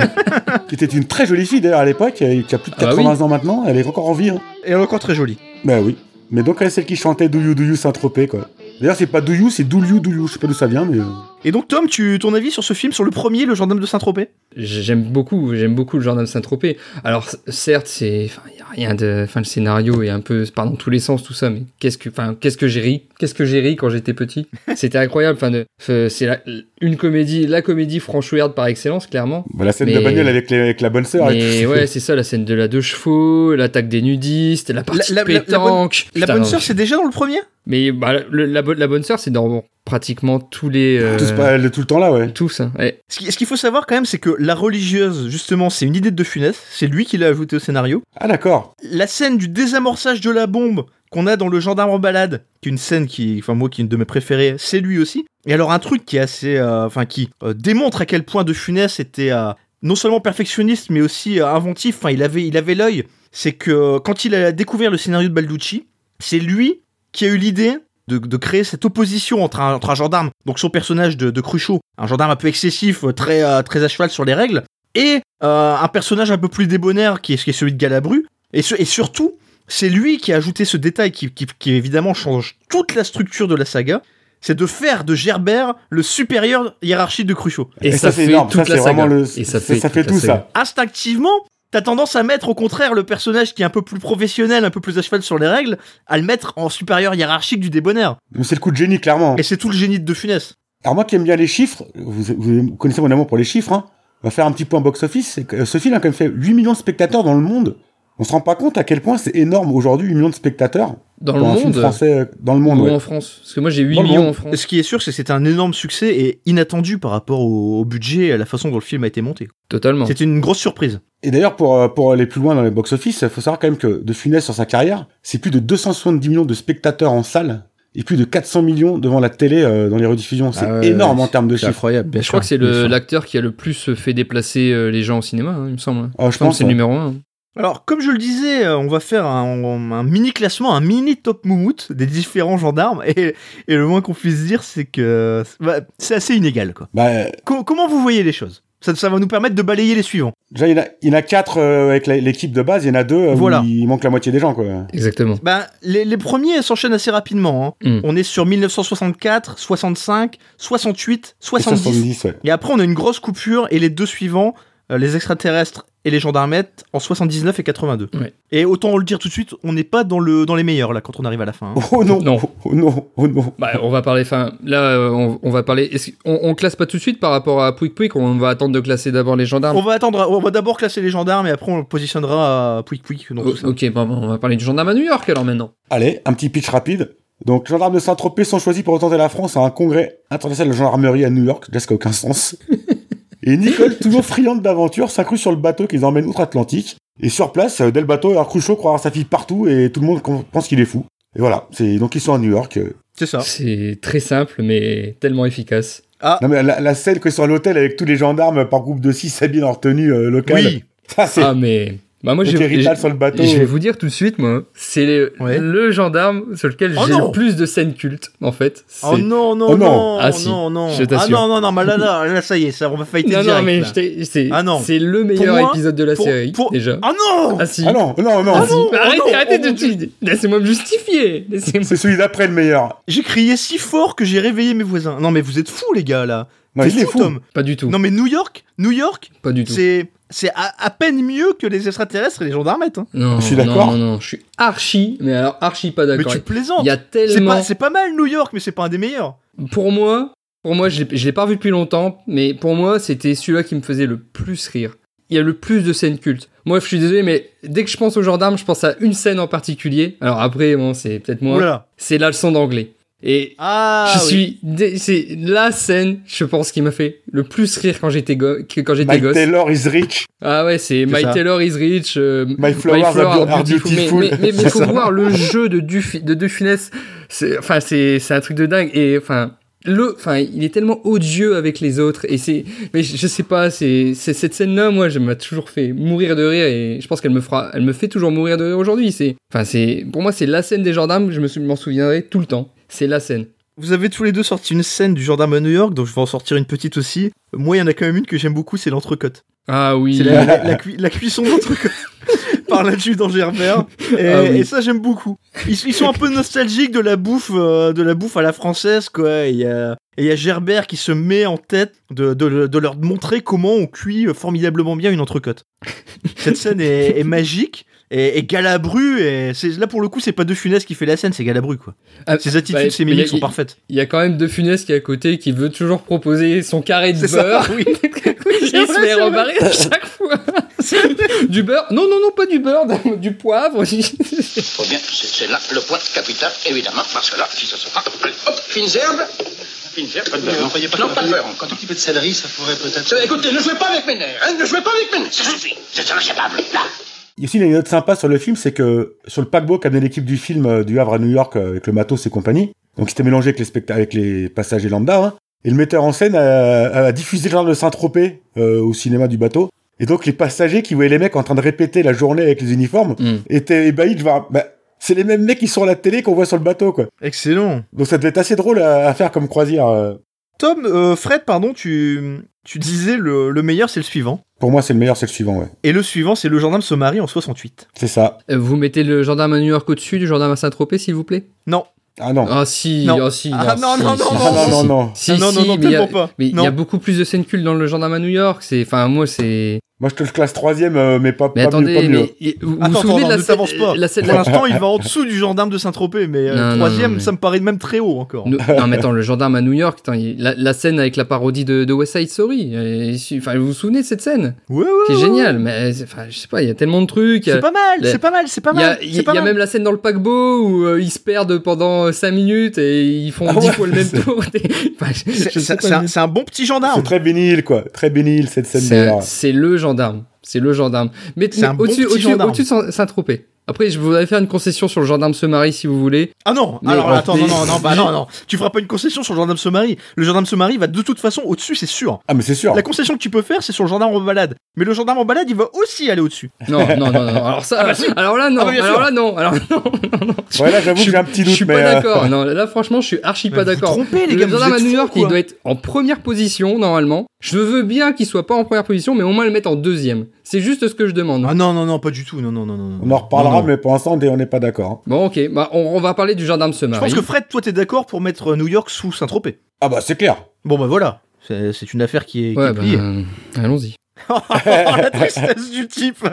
[SPEAKER 2] qui était une très jolie fille d'ailleurs à l'époque, euh, qui a plus de
[SPEAKER 3] Ah bah
[SPEAKER 2] 80 ans maintenant, elle est encore en vie. Hein.
[SPEAKER 1] Et encore très joli.
[SPEAKER 2] Bah oui. Mais donc elle est celle qui chantait Do You Do You Saint-Tropez quoi. D'ailleurs c'est pas Do You, c'est Do You Do You, je sais pas d'où ça vient mais... euh,
[SPEAKER 1] Et donc, Tom, tu, ton avis sur ce film, sur le premier, Le Gendarme de Saint-Tropez
[SPEAKER 3] j'aime beaucoup, j'aime beaucoup le gendarme Saint-Tropez. Alors c- certes, c'est enfin y a rien de enfin le scénario est un peu part dans tous les sens tout ça mais qu'est-ce que enfin qu'est-ce que j'ai ri Qu'est-ce que j'ai ri quand
[SPEAKER 1] (laughs)
[SPEAKER 3] j'étais petit C'était incroyable enfin de- f- c'est la- une comédie, la comédie franchouillarde par excellence clairement.
[SPEAKER 2] bah, la scène de
[SPEAKER 3] Mais-
[SPEAKER 2] bagnole avec, les- avec la bonne sœur. et
[SPEAKER 1] (laughs)
[SPEAKER 3] Mais
[SPEAKER 2] tout.
[SPEAKER 3] ouais, c'est ça la scène de la deux chevaux, l'attaque des nudistes, la partie
[SPEAKER 1] La- la- la- la bonne-
[SPEAKER 3] pétanque.
[SPEAKER 1] La
[SPEAKER 3] Putain,
[SPEAKER 1] bonne
[SPEAKER 3] non,
[SPEAKER 1] sœur, c'est déjà dans le premier
[SPEAKER 3] Mais bah, le- la, bo- la bonne sœur, c'est dans bon, pratiquement tous les. euh,
[SPEAKER 2] Tout, se pa- elle est tout le temps là ouais.
[SPEAKER 3] tous. hein. Ouais.
[SPEAKER 1] Ce qui- ce qu'il faut savoir quand même, c'est que la religieuse, justement, c'est une idée de De Funès. C'est lui qui l'a ajouté au scénario.
[SPEAKER 2] Ah d'accord.
[SPEAKER 1] La scène du désamorçage de la bombe qu'on a dans Le Gendarme en balade, qui est une scène qui, enfin moi, qui est une de mes préférées, c'est lui aussi. Et alors un truc qui est assez, euh, enfin qui euh, démontre à quel point De Funès était euh, non seulement perfectionniste, mais aussi euh, inventif. Enfin, il avait, il avait l'œil. C'est que euh, quand il a découvert le scénario de Balducci, c'est lui qui a eu l'idée de, de créer cette opposition entre un, entre un gendarme, donc son personnage de, de Cruchot, un gendarme un peu excessif, euh, très, euh, très à cheval sur les règles, et euh, un personnage un peu plus débonnaire qui est, qui est celui de Galabru. Et, ce- et surtout, c'est lui qui a ajouté ce détail qui, qui- qui, évidemment change toute la structure de la saga. C'est de faire de Gerbert le supérieur hiérarchique de Cruchot.
[SPEAKER 3] Et, ça, fait toute
[SPEAKER 2] c'est
[SPEAKER 3] la saga.
[SPEAKER 2] le-
[SPEAKER 3] Et
[SPEAKER 2] ça-
[SPEAKER 3] ça fait,
[SPEAKER 2] ça
[SPEAKER 3] toute
[SPEAKER 2] fait
[SPEAKER 3] la
[SPEAKER 2] tout
[SPEAKER 3] saga.
[SPEAKER 2] ça.
[SPEAKER 1] Instinctivement, t'as tendance à mettre au contraire le personnage qui est un peu plus professionnel, un peu plus à cheval sur les règles, à le mettre en supérieur hiérarchique du débonnaire.
[SPEAKER 2] Mais C'est le coup de génie clairement.
[SPEAKER 1] Et c'est tout le génie de De Funès.
[SPEAKER 2] Alors moi qui aime bien les chiffres, vous, vous connaissez mon amour pour les chiffres, hein. on va faire un petit point box-office. c'est que, euh, Ce film a quand même fait 8 millions de spectateurs dans le monde. On se rend pas compte à quel point c'est énorme aujourd'hui, 8 millions de spectateurs
[SPEAKER 3] Dans le
[SPEAKER 2] pour un film
[SPEAKER 3] monde
[SPEAKER 2] français euh, dans le
[SPEAKER 3] ou
[SPEAKER 2] monde. ouais.
[SPEAKER 3] en France Parce que moi, j'ai 8
[SPEAKER 2] Dans le
[SPEAKER 3] millions
[SPEAKER 2] monde.
[SPEAKER 3] en France.
[SPEAKER 1] Ce qui est sûr, c'est que c'est un énorme succès et inattendu par rapport au, au budget et à la façon dont le film a été monté.
[SPEAKER 3] Totalement.
[SPEAKER 1] C'était une grosse surprise.
[SPEAKER 2] Et d'ailleurs, pour, euh, pour aller plus loin dans les box-office, il faut savoir quand même que De Funès sur sa carrière, c'est plus de 270 millions de spectateurs en salle et plus de 400 millions devant la télé euh, dans les rediffusions. C'est
[SPEAKER 1] Ah ouais,
[SPEAKER 2] énorme
[SPEAKER 1] ouais,
[SPEAKER 2] en termes de
[SPEAKER 1] C'est
[SPEAKER 2] chiffres.
[SPEAKER 1] incroyable, bien
[SPEAKER 3] Je crois que c'est le- l'acteur qui a le plus fait déplacer euh, les gens au cinéma, hein, il me semble.
[SPEAKER 2] Ah, je
[SPEAKER 3] Il me semble que
[SPEAKER 2] pense,
[SPEAKER 3] c'est le
[SPEAKER 2] ouais.
[SPEAKER 3] numéro 1.
[SPEAKER 1] Alors, comme je le disais, euh, on va faire un, un mini classement, un mini top moumoute des différents gendarmes. Et, et le moins qu'on puisse dire, c'est que bah, c'est assez inégal. Quoi.
[SPEAKER 2] Bah, euh,
[SPEAKER 1] Co- comment vous voyez les choses ça, ça va nous permettre de balayer les suivants.
[SPEAKER 2] déjà, il y en a, il y en a 4 avec la- l'équipe de base, il y en a 2 où
[SPEAKER 1] Voilà.
[SPEAKER 2] il manque la moitié des gens. quoi.
[SPEAKER 3] Exactement.
[SPEAKER 1] Ben, les, les premiers s'enchaînent assez rapidement. hein.
[SPEAKER 3] Mm.
[SPEAKER 1] On est sur 1964, 65, 68,
[SPEAKER 2] Et
[SPEAKER 1] 70.
[SPEAKER 2] 70, ouais.
[SPEAKER 1] Et après, on a une grosse coupure et les deux suivants, euh, les extraterrestres et les gendarmettes, en 79 et 82.
[SPEAKER 3] Ouais.
[SPEAKER 1] Et autant le dire tout de suite, on n'est pas dans, le, dans les meilleurs là quand on arrive à la fin. hein.
[SPEAKER 2] Oh non,
[SPEAKER 3] Non.
[SPEAKER 2] oh non, oh non.
[SPEAKER 3] Bah, on va parler. Enfin, là, euh, on, on va parler. est-ce qu'on- on, classe pas tout de suite par rapport à Pouic Pouic. On va attendre de classer d'abord les gendarmes.
[SPEAKER 1] On va attendre, on va d'abord classer les gendarmes et après on le positionnera à Pouic Pouic. dans tout ça.
[SPEAKER 3] Oh, ok, bon, bon, on va parler du gendarme à New York alors maintenant.
[SPEAKER 2] Allez, un petit pitch rapide. Donc, les gendarmes de Saint-Tropez sont choisis pour représenter la France à un congrès international de gendarmerie à New York. Déjà, ça n'a aucun (laughs) sens. Et Nicole, toujours friande d'aventure, s'accrue sur le bateau qu'ils emmènent outre-Atlantique. Et sur place, euh, dès le bateau, un cruchot croira sa fille partout et tout le monde com- pense qu'il est fou. Et voilà, c'est donc ils sont à New York. euh.
[SPEAKER 1] C'est ça.
[SPEAKER 3] C'est très simple, mais tellement efficace.
[SPEAKER 2] Non mais la, la scène quand ils sont à l'hôtel avec tous les gendarmes par groupe de 6 s'habillent en tenue euh, locale.
[SPEAKER 1] Oui.
[SPEAKER 2] Ça c'est
[SPEAKER 3] Ah, mais. Bah, moi,
[SPEAKER 2] donc,
[SPEAKER 3] j'ai.
[SPEAKER 2] Hérital sur le bateau.
[SPEAKER 3] Je vais vous dire tout de suite, moi, c'est le,
[SPEAKER 1] Ouais.
[SPEAKER 3] le gendarme sur lequel
[SPEAKER 1] Oh
[SPEAKER 3] j'ai
[SPEAKER 1] non
[SPEAKER 3] le plus de scènes cultes, en fait. C'est-
[SPEAKER 1] Oh non non
[SPEAKER 2] Oh non.
[SPEAKER 1] non
[SPEAKER 3] Ah si,
[SPEAKER 1] non non.
[SPEAKER 3] je
[SPEAKER 1] ah
[SPEAKER 3] t'assure.
[SPEAKER 1] non non non, mais là là, là, ça y est, ça on va fighter
[SPEAKER 3] non,
[SPEAKER 1] direct.
[SPEAKER 3] non, mais
[SPEAKER 1] là.
[SPEAKER 3] je t'ai- c'est
[SPEAKER 1] Ah non.
[SPEAKER 3] c'est le meilleur
[SPEAKER 1] moi,
[SPEAKER 3] épisode de la
[SPEAKER 1] pour-
[SPEAKER 3] série,
[SPEAKER 1] pour-
[SPEAKER 3] déjà.
[SPEAKER 1] Ah non.
[SPEAKER 3] Ah si.
[SPEAKER 2] Ah non, non, non.
[SPEAKER 3] Ah si.
[SPEAKER 1] non, oh
[SPEAKER 3] arrêtez,
[SPEAKER 1] non,
[SPEAKER 3] arrêtez
[SPEAKER 1] oh
[SPEAKER 3] de
[SPEAKER 1] mon
[SPEAKER 3] suite. Laissez-moi me justifier. Laissez-moi.
[SPEAKER 2] c'est celui d'après le meilleur.
[SPEAKER 1] J'ai crié si fort que j'ai réveillé mes voisins. Non mais vous êtes fous les gars là.
[SPEAKER 2] Non,
[SPEAKER 1] C'est
[SPEAKER 2] il est
[SPEAKER 1] fou,
[SPEAKER 2] fou.
[SPEAKER 1] Tom.
[SPEAKER 3] Pas du tout.
[SPEAKER 1] Non mais New York, New York,
[SPEAKER 3] Pas du tout.
[SPEAKER 1] c'est c'est à, à peine mieux que les extraterrestres et les gendarmettes. hein.
[SPEAKER 3] Non,
[SPEAKER 2] Je suis
[SPEAKER 3] non,
[SPEAKER 2] d'accord.
[SPEAKER 3] Non, non, je suis archi, mais alors archi pas
[SPEAKER 1] Mais
[SPEAKER 3] d'accord.
[SPEAKER 1] tu plaisantes.
[SPEAKER 3] Il y a
[SPEAKER 1] C'est
[SPEAKER 3] tellement.
[SPEAKER 1] pas c'est pas mal New York, mais c'est pas un des meilleurs.
[SPEAKER 3] Pour moi, pour moi, je l'ai- je l'ai pas vu depuis longtemps, mais pour moi, c'était celui-là qui me faisait le plus rire. Il y a le plus de scènes cultes. Moi, je suis désolé, mais dès que je pense aux gendarmes, je pense à une scène en particulier. Alors après, bon, c'est peut-être moi.
[SPEAKER 1] Oh là là.
[SPEAKER 3] C'est la leçon d'anglais. Et
[SPEAKER 1] Ah.
[SPEAKER 3] je
[SPEAKER 1] oui.
[SPEAKER 3] suis, dé- c'est la scène, je pense, qui m'a fait le plus rire quand j'étais go- que quand
[SPEAKER 1] Bah,
[SPEAKER 3] j'étais
[SPEAKER 2] Mike
[SPEAKER 3] gosse.
[SPEAKER 2] Taylor is rich.
[SPEAKER 3] Ah ouais, c'est My
[SPEAKER 1] ça.
[SPEAKER 3] Taylor is rich, euh,
[SPEAKER 2] My flowers are
[SPEAKER 3] flower
[SPEAKER 2] be- are beautiful.
[SPEAKER 3] Mais, mais, mais- mais
[SPEAKER 2] C'est
[SPEAKER 3] faut
[SPEAKER 2] ça.
[SPEAKER 3] voir le jeu de Dufi- de De Funès. C'est- Enfin, c'est c'est un truc de dingue. Et enfin, le, enfin, il est tellement odieux avec les autres et c'est, mais je, je sais pas, c'est, c'est cette scène-là, moi, je m'a toujours fait mourir de rire et je pense qu'elle me fera, elle me fait toujours mourir de rire aujourd'hui. C'est, enfin, c'est, pour moi, c'est la scène des gendarmes, je me sou- m'en souviendrai tout le temps. C'est la scène.
[SPEAKER 1] Vous avez tous les deux sorti une scène du gendarme à New York, donc je vais en sortir une petite aussi. Moi, il y en a quand même une que j'aime beaucoup, c'est l'entrecôte.
[SPEAKER 3] Ah oui.
[SPEAKER 1] C'est la,
[SPEAKER 3] (laughs)
[SPEAKER 1] la- la cui- la cuisson de l'entrecôte (laughs) par l'adjudant Gerbert. Et,
[SPEAKER 3] Ah oui.
[SPEAKER 1] et ça, j'aime beaucoup. Ils, ils sont un peu nostalgiques de la bouffe, euh, de la bouffe à la française, quoi. Et il y a, et il y a Gerbert qui se met en tête de, de- de leur montrer comment on cuit formidablement bien une
[SPEAKER 3] (laughs)
[SPEAKER 1] entrecôte. Cette scène est, est magique. Et, et Galabru, et c'est- là pour le coup, c'est pas De Funès qui fait la scène, c'est Galabru quoi.
[SPEAKER 3] Ah,
[SPEAKER 1] Ses attitudes,
[SPEAKER 3] bah,
[SPEAKER 1] ses
[SPEAKER 3] mais il y a-
[SPEAKER 1] mimiques sont
[SPEAKER 3] il-
[SPEAKER 1] parfaites.
[SPEAKER 3] Il y a quand même De Funès qui est à côté qui veut toujours proposer son carré de
[SPEAKER 1] C'est ça,
[SPEAKER 3] beurre.
[SPEAKER 1] (laughs) oui.
[SPEAKER 3] il
[SPEAKER 1] c'est vrai,
[SPEAKER 3] se fait
[SPEAKER 1] c'est
[SPEAKER 3] rembarrer à chaque fois. du beurre Non, non, non, pas du beurre, du poivre.
[SPEAKER 5] Eh bien, c'est c'est là le point capital, évidemment, parce que là, si ça se passe, hop, fines herbes, fines herbes, pas de beurre. non, pas de beurre encore.
[SPEAKER 7] Un petit peu de céleri, ça pourrait peut-être.
[SPEAKER 5] Euh, Écoutez, ne jouez pas avec mes nerfs, hein, ne jouez pas avec mes nerfs. Ça suffit, c'est incapable, là.
[SPEAKER 2] Ici, il y a une note sympa sur le film, c'est que sur le paquebot qu'a amené l'équipe du film euh, du Havre à New York euh, avec le matos et compagnie, donc c'était mélangé avec les, specta- avec les passagers lambda, hein, et le metteur en scène a, a diffusé le genre de Saint-Tropez euh, au cinéma du bateau. Et donc les passagers qui voyaient les mecs en train de répéter la journée avec les uniformes
[SPEAKER 3] Mm.
[SPEAKER 2] étaient ébahis de voir, bah, c'est les mêmes mecs qui sont à la télé qu'on voit sur le bateau, quoi.
[SPEAKER 1] Excellent.
[SPEAKER 2] Donc ça devait être assez drôle à, à faire comme croisière. euh.
[SPEAKER 1] Tom, euh, Fred, pardon, tu, tu disais le, le meilleur c'est le suivant.
[SPEAKER 2] Pour moi, c'est le meilleur, c'est le suivant, ouais.
[SPEAKER 1] Et le suivant c'est le gendarme se marie en 68.
[SPEAKER 2] C'est ça.
[SPEAKER 3] Euh, Vous mettez le gendarme à New York au-dessus du gendarme à Saint-Tropez, s'il vous plaît
[SPEAKER 1] Non.
[SPEAKER 2] Ah non.
[SPEAKER 3] Ah si,
[SPEAKER 1] Non.
[SPEAKER 3] ah si.
[SPEAKER 1] Ah, non,
[SPEAKER 3] si,
[SPEAKER 1] non, non,
[SPEAKER 3] si, si,
[SPEAKER 2] Ah,
[SPEAKER 3] si,
[SPEAKER 2] non, non,
[SPEAKER 3] si.
[SPEAKER 2] non.
[SPEAKER 3] Si,
[SPEAKER 1] Ah, non,
[SPEAKER 3] si,
[SPEAKER 1] non, non,
[SPEAKER 3] mais il y a-
[SPEAKER 1] tellement pas.
[SPEAKER 3] Mais il y
[SPEAKER 1] Non.
[SPEAKER 3] a beaucoup plus de scènes cultes dans le gendarme à New York. C'est, enfin, moi, c'est.
[SPEAKER 2] Moi, je te le classe troisième, euh, mais pas,
[SPEAKER 3] Mais
[SPEAKER 2] pas
[SPEAKER 3] attendez,
[SPEAKER 2] mieux. Pas mieux.
[SPEAKER 3] mais et- vous vous
[SPEAKER 1] Attends, attends,
[SPEAKER 3] souvenez
[SPEAKER 1] non,
[SPEAKER 3] de la
[SPEAKER 1] ne
[SPEAKER 3] scène,
[SPEAKER 1] t'avance pas.
[SPEAKER 3] la scène-
[SPEAKER 1] Pour l'instant,
[SPEAKER 3] (laughs)
[SPEAKER 1] il va en dessous du gendarme de Saint-Tropez, mais euh,
[SPEAKER 3] Non, non,
[SPEAKER 1] troisième,
[SPEAKER 3] non, mais-
[SPEAKER 1] ça me paraît même très haut encore.
[SPEAKER 3] Ne- non mais attends, le gendarme à New York, attends, il- la, la scène avec la parodie de, de West Side Story, elle est su- enfin vous vous souvenez de cette scène
[SPEAKER 1] Ouais, ouais,
[SPEAKER 3] qui est
[SPEAKER 1] ouais.
[SPEAKER 3] géniale, mais euh, c'est- enfin je sais pas, il y a tellement de trucs.
[SPEAKER 1] C'est
[SPEAKER 3] euh,
[SPEAKER 1] pas mal,
[SPEAKER 3] La-
[SPEAKER 1] c'est pas mal, c'est pas
[SPEAKER 3] Il y a,
[SPEAKER 1] mal.
[SPEAKER 3] il y
[SPEAKER 1] c'est pas
[SPEAKER 3] a
[SPEAKER 1] mal.
[SPEAKER 3] même la scène dans le paquebot où euh, ils se perdent pendant 5 minutes et ils font
[SPEAKER 2] Ah
[SPEAKER 3] 10
[SPEAKER 2] ouais,
[SPEAKER 3] fois
[SPEAKER 1] (laughs)
[SPEAKER 3] le même
[SPEAKER 2] c'est-
[SPEAKER 3] tour. Enfin, je- je
[SPEAKER 1] C'est-
[SPEAKER 3] sais
[SPEAKER 1] C'est
[SPEAKER 3] pas
[SPEAKER 1] c'est un,
[SPEAKER 3] dire.
[SPEAKER 1] c'est un bon petit
[SPEAKER 2] C'est
[SPEAKER 1] gendarme.
[SPEAKER 2] très bénil, quoi. Très bénil, cette scène
[SPEAKER 3] C'est
[SPEAKER 2] d'ailleurs.
[SPEAKER 3] c'est le gendarme. C'est le gendarme. Mais,
[SPEAKER 1] C'est
[SPEAKER 3] mais
[SPEAKER 1] un bon
[SPEAKER 3] au-dessus
[SPEAKER 1] petit
[SPEAKER 3] au-dessus-
[SPEAKER 1] gendarme.
[SPEAKER 3] au-dessus de Saint- Saint-Tropez. Après, je voudrais faire une concession sur le gendarme se marie si vous voulez.
[SPEAKER 1] Ah non,
[SPEAKER 3] Mais-
[SPEAKER 1] alors attends,
[SPEAKER 3] mais-
[SPEAKER 1] non, non, non, bah non, non. Tu feras pas une concession sur le gendarme se marie. Le gendarme se marie va de toute façon au-dessus, c'est sûr.
[SPEAKER 2] Ah, mais c'est sûr.
[SPEAKER 1] La concession que tu peux faire, c'est sur le gendarme en balade. Mais le gendarme en balade, il va aussi aller au-dessus.
[SPEAKER 3] Non, non, non, non. Alors ça, alors là, non.
[SPEAKER 1] Ah bah, bien
[SPEAKER 3] alors
[SPEAKER 1] sûr.
[SPEAKER 3] là, non. Alors non, non, non.
[SPEAKER 2] Ouais, là, j'avoue
[SPEAKER 3] Je
[SPEAKER 2] que
[SPEAKER 3] suis-
[SPEAKER 2] j'ai un petit
[SPEAKER 3] Je
[SPEAKER 2] doute,
[SPEAKER 3] suis
[SPEAKER 2] mais.
[SPEAKER 3] pas
[SPEAKER 2] euh,
[SPEAKER 3] d'accord. Non, là, franchement, je suis archi
[SPEAKER 1] Mais
[SPEAKER 3] pas
[SPEAKER 1] vous
[SPEAKER 3] d'accord.
[SPEAKER 1] vous trompez, les
[SPEAKER 3] Le
[SPEAKER 1] gars, vous
[SPEAKER 3] gendarme à
[SPEAKER 1] êtes
[SPEAKER 3] New
[SPEAKER 1] fous,
[SPEAKER 3] York,
[SPEAKER 1] quoi.
[SPEAKER 3] il doit être en première position normalement. Je veux bien qu'il soit pas en première position, mais au moins le mettre en deuxième. C'est juste ce que je demande.
[SPEAKER 1] Ah non, non, non, pas du tout, non, non, non, non.
[SPEAKER 2] On en reparlera,
[SPEAKER 1] Non, non.
[SPEAKER 2] mais pour l'instant, on est- on n'est pas d'accord. hein.
[SPEAKER 3] Bon, ok. Bah, on, on va parler du gendarme se
[SPEAKER 1] Je
[SPEAKER 3] marie.
[SPEAKER 1] pense que Fred, toi, t'es d'accord pour mettre euh, New York sous Saint-Tropez.
[SPEAKER 2] Ah, bah, c'est clair.
[SPEAKER 1] Bon, bah voilà. C'est c'est une affaire qui est, qui
[SPEAKER 3] Ouais,
[SPEAKER 1] est
[SPEAKER 3] bah,
[SPEAKER 1] pliée. (laughs) Oh,
[SPEAKER 3] euh, allons-y.
[SPEAKER 1] la tristesse du type.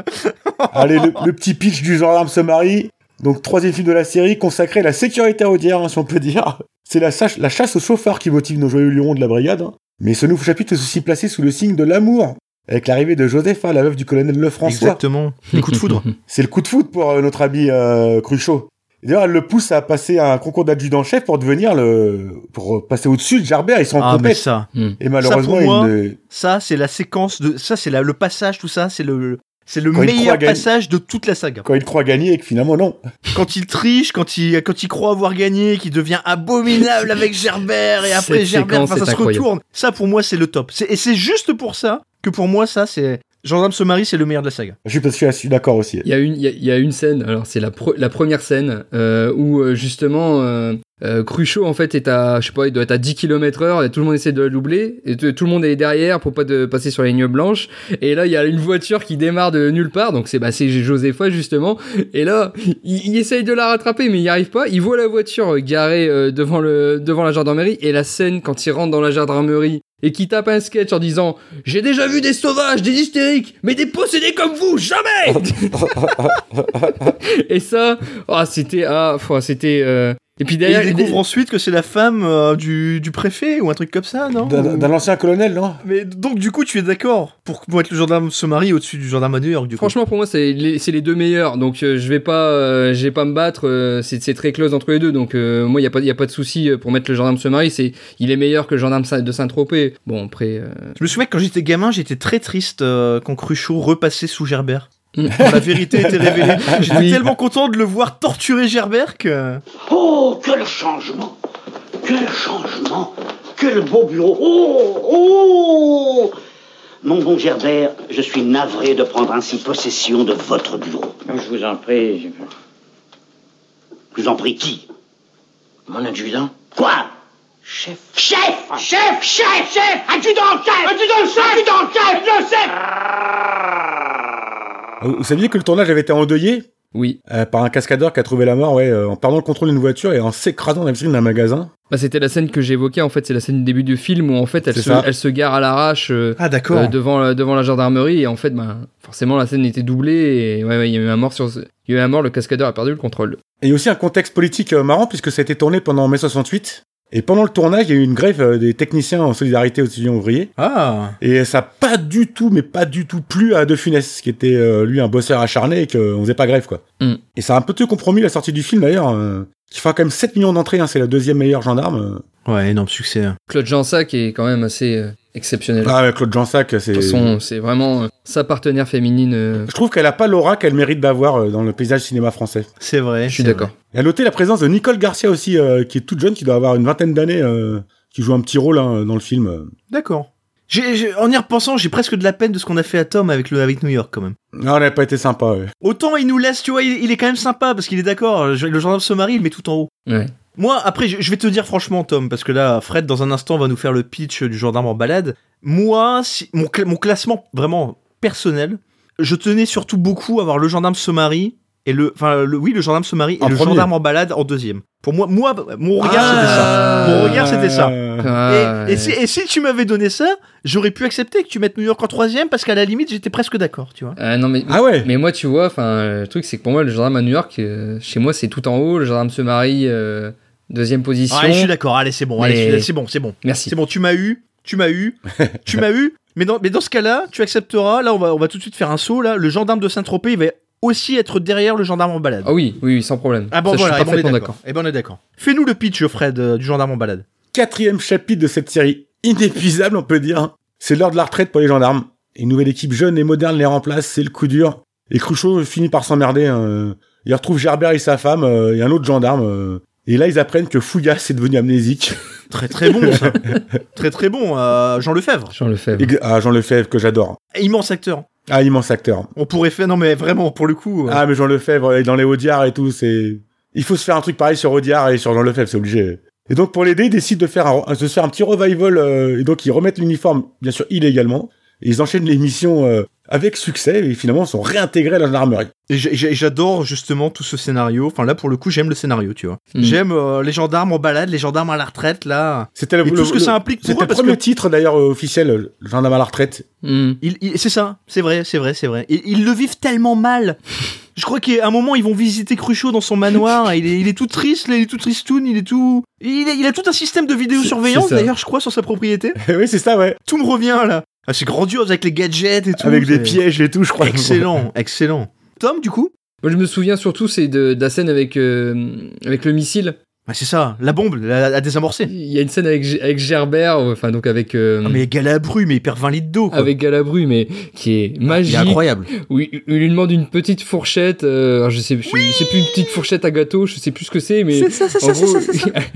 [SPEAKER 2] Allez, le, le petit pitch du gendarme se marie. Donc, troisième film de la série consacré à la sécurité routière, hein, si on peut dire. C'est la, sache- la chasse aux chauffards qui motive nos joyeux lurons de la brigade. hein. Mais ce nouveau chapitre est aussi placé sous le signe de l'amour, avec l'arrivée de Josepha, la veuve du colonel Lefrançois.
[SPEAKER 1] Exactement. Les coups de (laughs) foudre.
[SPEAKER 2] C'est le coup de foot pour euh, notre ami euh, Cruchot. Et D'ailleurs, elle le pousse à passer un concours d'adjudant-chef pour devenir le, pour euh, passer au-dessus de Jarbert. Ils sont en
[SPEAKER 1] Ah, mais
[SPEAKER 2] compète.
[SPEAKER 1] ça.
[SPEAKER 2] Et malheureusement,
[SPEAKER 1] ça, pour moi,
[SPEAKER 2] il ne-
[SPEAKER 1] Ça, c'est la séquence de. Ça, c'est la- le passage, tout ça. C'est le. C'est le
[SPEAKER 2] Quand il
[SPEAKER 1] meilleur
[SPEAKER 2] croit gagner.
[SPEAKER 1] passage de toute la saga.
[SPEAKER 2] quand il croit gagner et que finalement non.
[SPEAKER 1] Quand il triche, quand il, quand il croit avoir gagné, qu'il devient
[SPEAKER 3] (laughs)
[SPEAKER 1] abominable avec Gerbert, et après
[SPEAKER 3] Cette
[SPEAKER 1] Gerbert,
[SPEAKER 3] séquence
[SPEAKER 1] enfin, ça
[SPEAKER 3] est
[SPEAKER 1] se
[SPEAKER 3] incroyable.
[SPEAKER 1] retourne. Ça, pour moi, c'est le top. C'est- Et c'est juste pour ça que pour moi, ça, c'est. Gendarme se marie, c'est le meilleur de la saga.
[SPEAKER 2] Je suis, parce que je suis d'accord aussi.
[SPEAKER 3] Il y a une, il y a- il y a une scène. Alors c'est la, pre- la première scène euh, où euh, justement euh, euh, Cruchot en fait est à, je sais pas, il doit être à 10 km heure et tout le monde essaie de le doubler et tout tout le monde est derrière pour pas de passer sur la ligne blanche. Et là il y a une voiture qui démarre de nulle part, donc c'est bah c'est Josepha justement. Et là il, il essaye de la rattraper mais il n'y arrive pas. Il voit la voiture euh, garée euh, devant le devant la gendarmerie et la scène quand il rentre dans la gendarmerie. Et qui tape un sketch en disant J'ai déjà vu des sauvages, des hystériques, mais des possédés comme
[SPEAKER 2] (laughs)
[SPEAKER 3] vous, jamais et ça, ah, c'était, ah, faut- c'était. euh, Et puis
[SPEAKER 1] Et
[SPEAKER 3] derrière,
[SPEAKER 1] il découvre ensuite que c'est la femme euh, du, du préfet ou un truc comme ça, non
[SPEAKER 2] D'un d'un ancien colonel, non
[SPEAKER 1] Mais donc, du coup, tu es d'accord pour, pour être le gendarme se marie au-dessus du gendarme à New York, du coup
[SPEAKER 3] franchement, pour moi, c'est les, c'est les deux meilleurs. Donc, euh, je vais pas, euh, je vais pas me battre. euh, c'est c'est très close entre les deux. Donc, euh, moi, il y a pas, y a pas de souci euh, pour mettre le gendarme se marie. C'est, il est meilleur que le gendarme Sa- de Saint-Tropez. Bon, après. euh,
[SPEAKER 1] Je me souviens que quand j'étais gamin, j'étais très triste euh, quand Cruchot repassait sous Gerbert. Quand la vérité était révélée.
[SPEAKER 3] (laughs)
[SPEAKER 1] J'étais
[SPEAKER 3] Mm. Oui.
[SPEAKER 1] tellement content de le voir torturer Gerbert que...
[SPEAKER 4] Oh, quel changement Quel changement quel beau bureau Oh Oh Mon bon Gerbert, je suis navré de prendre ainsi possession de votre bureau.
[SPEAKER 8] Je vous en prie.
[SPEAKER 4] Je vous en prie, qui
[SPEAKER 8] Mon adjudant
[SPEAKER 4] Quoi
[SPEAKER 8] Chef.
[SPEAKER 4] Chef Chef Chef Chef Adjudant chef Adjudant chef Adjudant chef Le chef
[SPEAKER 2] Vous vous saviez que le tournage avait été endeuillé
[SPEAKER 3] Oui.
[SPEAKER 2] euh, par un cascadeur qui a trouvé la mort ouais, euh, en perdant le contrôle d'une voiture et en s'écrasant dans la vitrine d'un magasin.
[SPEAKER 3] Bah, c'était la scène que j'évoquais, en fait, c'est la scène du début du film où, en fait, elle,
[SPEAKER 2] C'est
[SPEAKER 3] se,
[SPEAKER 2] ça.
[SPEAKER 3] elle se gare à l'arrache euh,
[SPEAKER 1] Ah, d'accord.
[SPEAKER 3] euh, devant, la- devant la gendarmerie et, en fait, ben forcément, la scène était doublée et, ouais, ouais, il y a eu un mort sur ce- Il y a eu un mort, le cascadeur a perdu le contrôle.
[SPEAKER 2] Et il y a aussi un contexte politique euh, marrant puisque ça a été tourné pendant mai 68. Et pendant le tournage, il y a eu une grève euh, des techniciens en solidarité aux étudiants ouvriers.
[SPEAKER 1] Ah,
[SPEAKER 2] Et ça n'a pas du tout, mais pas du tout plu à De Funès, qui était euh, lui un bosseur acharné et qu'on faisait pas grève, quoi.
[SPEAKER 3] Mm.
[SPEAKER 2] Et ça a un peu tout compromis la sortie du film, d'ailleurs, euh, qui fera quand même 7 millions d'entrées, hein, c'est la deuxième meilleure gendarme.
[SPEAKER 1] ouais, énorme succès. hein.
[SPEAKER 3] Claude Jansac est quand même assez euh, exceptionnel.
[SPEAKER 2] Ah, ouais, Claude Jansac, c'est...
[SPEAKER 3] De toute façon, c'est vraiment euh, sa partenaire féminine. euh,
[SPEAKER 2] Je trouve qu'elle a pas l'aura qu'elle mérite d'avoir euh, dans le paysage cinéma français.
[SPEAKER 1] C'est vrai.
[SPEAKER 3] je suis
[SPEAKER 1] c'est
[SPEAKER 3] d'accord.
[SPEAKER 2] Et à noter la présence de Nicole Garcia aussi, euh, qui est toute jeune, qui doit avoir une vingtaine d'années, euh, qui joue un petit rôle hein, dans le film.
[SPEAKER 1] D'accord. J'ai- j'ai- en y repensant, j'ai presque de la peine de ce qu'on a fait à Tom avec, le, avec New York quand même.
[SPEAKER 2] Non, ah, elle n'a pas été sympa. ouais.
[SPEAKER 1] Autant il nous laisse, tu vois, il, il est quand même sympa parce qu'il est d'accord. je- Le gendarme se marie, il met tout en haut.
[SPEAKER 3] Ouais.
[SPEAKER 1] Moi, après, je, je vais te dire franchement, Tom, parce que là, Fred, dans un instant, va nous faire le pitch du gendarme en balade. Moi, si- mon, cla- mon classement vraiment personnel, je tenais surtout beaucoup à avoir le gendarme se marie et le, enfin, le, oui, le gendarme se marie et
[SPEAKER 2] En
[SPEAKER 1] le
[SPEAKER 2] premier.
[SPEAKER 1] gendarme en balade en deuxième. Pour moi, moi, mon regard c'était ça. Mon regard c'était ça.
[SPEAKER 2] Euh,
[SPEAKER 3] Ah,
[SPEAKER 1] Et, et
[SPEAKER 3] ouais.
[SPEAKER 1] si, et si tu m'avais donné ça, j'aurais pu accepter que tu mettes New York en troisième parce qu'à la limite j'étais presque d'accord, tu vois.
[SPEAKER 3] Ah, non, mais,
[SPEAKER 2] Ah ouais
[SPEAKER 3] mais moi, tu vois, enfin, euh, le truc, c'est que pour moi, le gendarme à New York, euh, chez moi, c'est tout en haut. Le gendarme se marie, euh, deuxième position.
[SPEAKER 1] Ah, Ouais, je suis d'accord, allez c'est bon,
[SPEAKER 3] Mais-
[SPEAKER 1] allez, celui-là, c'est bon, c'est bon.
[SPEAKER 3] Merci.
[SPEAKER 1] C'est bon, tu m'as eu, tu m'as
[SPEAKER 3] (laughs)
[SPEAKER 1] eu, tu m'as eu, mais dans, mais dans ce cas-là, tu accepteras, là on va, on va tout de suite faire un saut, là, le gendarme de Saint-Tropez, il va aussi être derrière le gendarme en balade.
[SPEAKER 3] Ah oui, oui, oui, sans problème.
[SPEAKER 1] Ah bon,
[SPEAKER 3] Ça, je suis
[SPEAKER 1] voilà, eh ben, on est
[SPEAKER 3] parfaitement
[SPEAKER 1] d'accord. Eh ben on est d'accord. Fais-nous le pitch, Fred, euh, du gendarme en balade.
[SPEAKER 2] Quatrième chapitre de cette série inépuisable, on peut dire. C'est l'heure de la retraite pour les gendarmes. Une nouvelle équipe jeune et moderne les remplace, c'est le coup dur. Et Cruchot finit par s'emmerder. hein. Il retrouve Gerbert et sa femme euh, et un autre gendarme. euh. Et là, ils apprennent que Fougas est devenu amnésique.
[SPEAKER 1] Très très bon ça. (laughs) très très bon, euh, Jean Lefebvre.
[SPEAKER 3] Jean Lefebvre.
[SPEAKER 2] Et que- ah, Jean Lefebvre, que j'adore.
[SPEAKER 1] Immense acteur.
[SPEAKER 2] Ah, immense acteur.
[SPEAKER 1] On pourrait faire, non mais vraiment, pour le coup. euh,
[SPEAKER 2] Ah, mais Jean Lefebvre est dans les Audiards et tout, c'est... Il faut se faire un truc pareil sur Audiard et sur Jean Lefebvre, c'est obligé. Et donc, pour l'aider, ils décident de faire un, euh, de se faire un petit revival, euh, et donc ils remettent l'uniforme, bien sûr, illégalement, et ils enchaînent les missions euh, avec succès, et finalement, sont réintégrés à la gendarmerie.
[SPEAKER 1] Et j'ai- j'ai- j'adore justement tout ce scénario. Enfin là pour le coup j'aime le scénario, tu vois.
[SPEAKER 3] Mm.
[SPEAKER 1] J'aime euh, les gendarmes en balade, les gendarmes à la retraite là.
[SPEAKER 2] C'était le,
[SPEAKER 1] Et tout
[SPEAKER 2] le-
[SPEAKER 1] ce que
[SPEAKER 2] le-
[SPEAKER 1] ça implique pour
[SPEAKER 2] C'était
[SPEAKER 1] eux
[SPEAKER 2] le
[SPEAKER 1] parce
[SPEAKER 2] premier
[SPEAKER 1] que
[SPEAKER 2] titre, d'ailleurs, euh, officiel, euh, le gendarme à la retraite. (laughs)
[SPEAKER 3] Hmm.
[SPEAKER 1] il- il- c'est ça, c'est vrai, c'est vrai, c'est vrai. Ils, ils le vivent tellement mal. Je crois qu'à un moment ils vont visiter Cruchot dans son manoir. et il est, il est tout triste, là, il est tout tristoun, il est tout. Il, est- il a tout un système de vidéosurveillance
[SPEAKER 3] c'est ça.
[SPEAKER 1] d'ailleurs je crois sur sa propriété.
[SPEAKER 2] Eh oui, c'est ça, ouais.
[SPEAKER 1] Tout me revient là. Ah, c'est grandiose avec les gadgets et tout.
[SPEAKER 2] Avec des
[SPEAKER 1] c'est-
[SPEAKER 2] pièges et tout, je crois.
[SPEAKER 1] Excellent, excellent. Tom du coup.
[SPEAKER 3] Moi, je me souviens surtout, c'est de, de la scène avec, euh, avec le missile.
[SPEAKER 1] Bah, c'est ça, la bombe, la, la désamorcer.
[SPEAKER 3] Il y a une scène avec, G- avec Gerbert, euh, enfin, donc avec. euh,
[SPEAKER 1] Ah, mais galabru, mais il perd 20 litres d'eau quoi.
[SPEAKER 3] Avec Galabru, mais qui est
[SPEAKER 1] Il
[SPEAKER 3] magique.
[SPEAKER 1] est incroyable.
[SPEAKER 3] où il, il lui demande une petite fourchette. euh, alors je sais, je, je sais plus une petite fourchette à gâteau. Je sais plus ce que c'est, mais
[SPEAKER 1] C'est ça, c'est ça,
[SPEAKER 3] en
[SPEAKER 1] c'est
[SPEAKER 3] gros,
[SPEAKER 1] ça,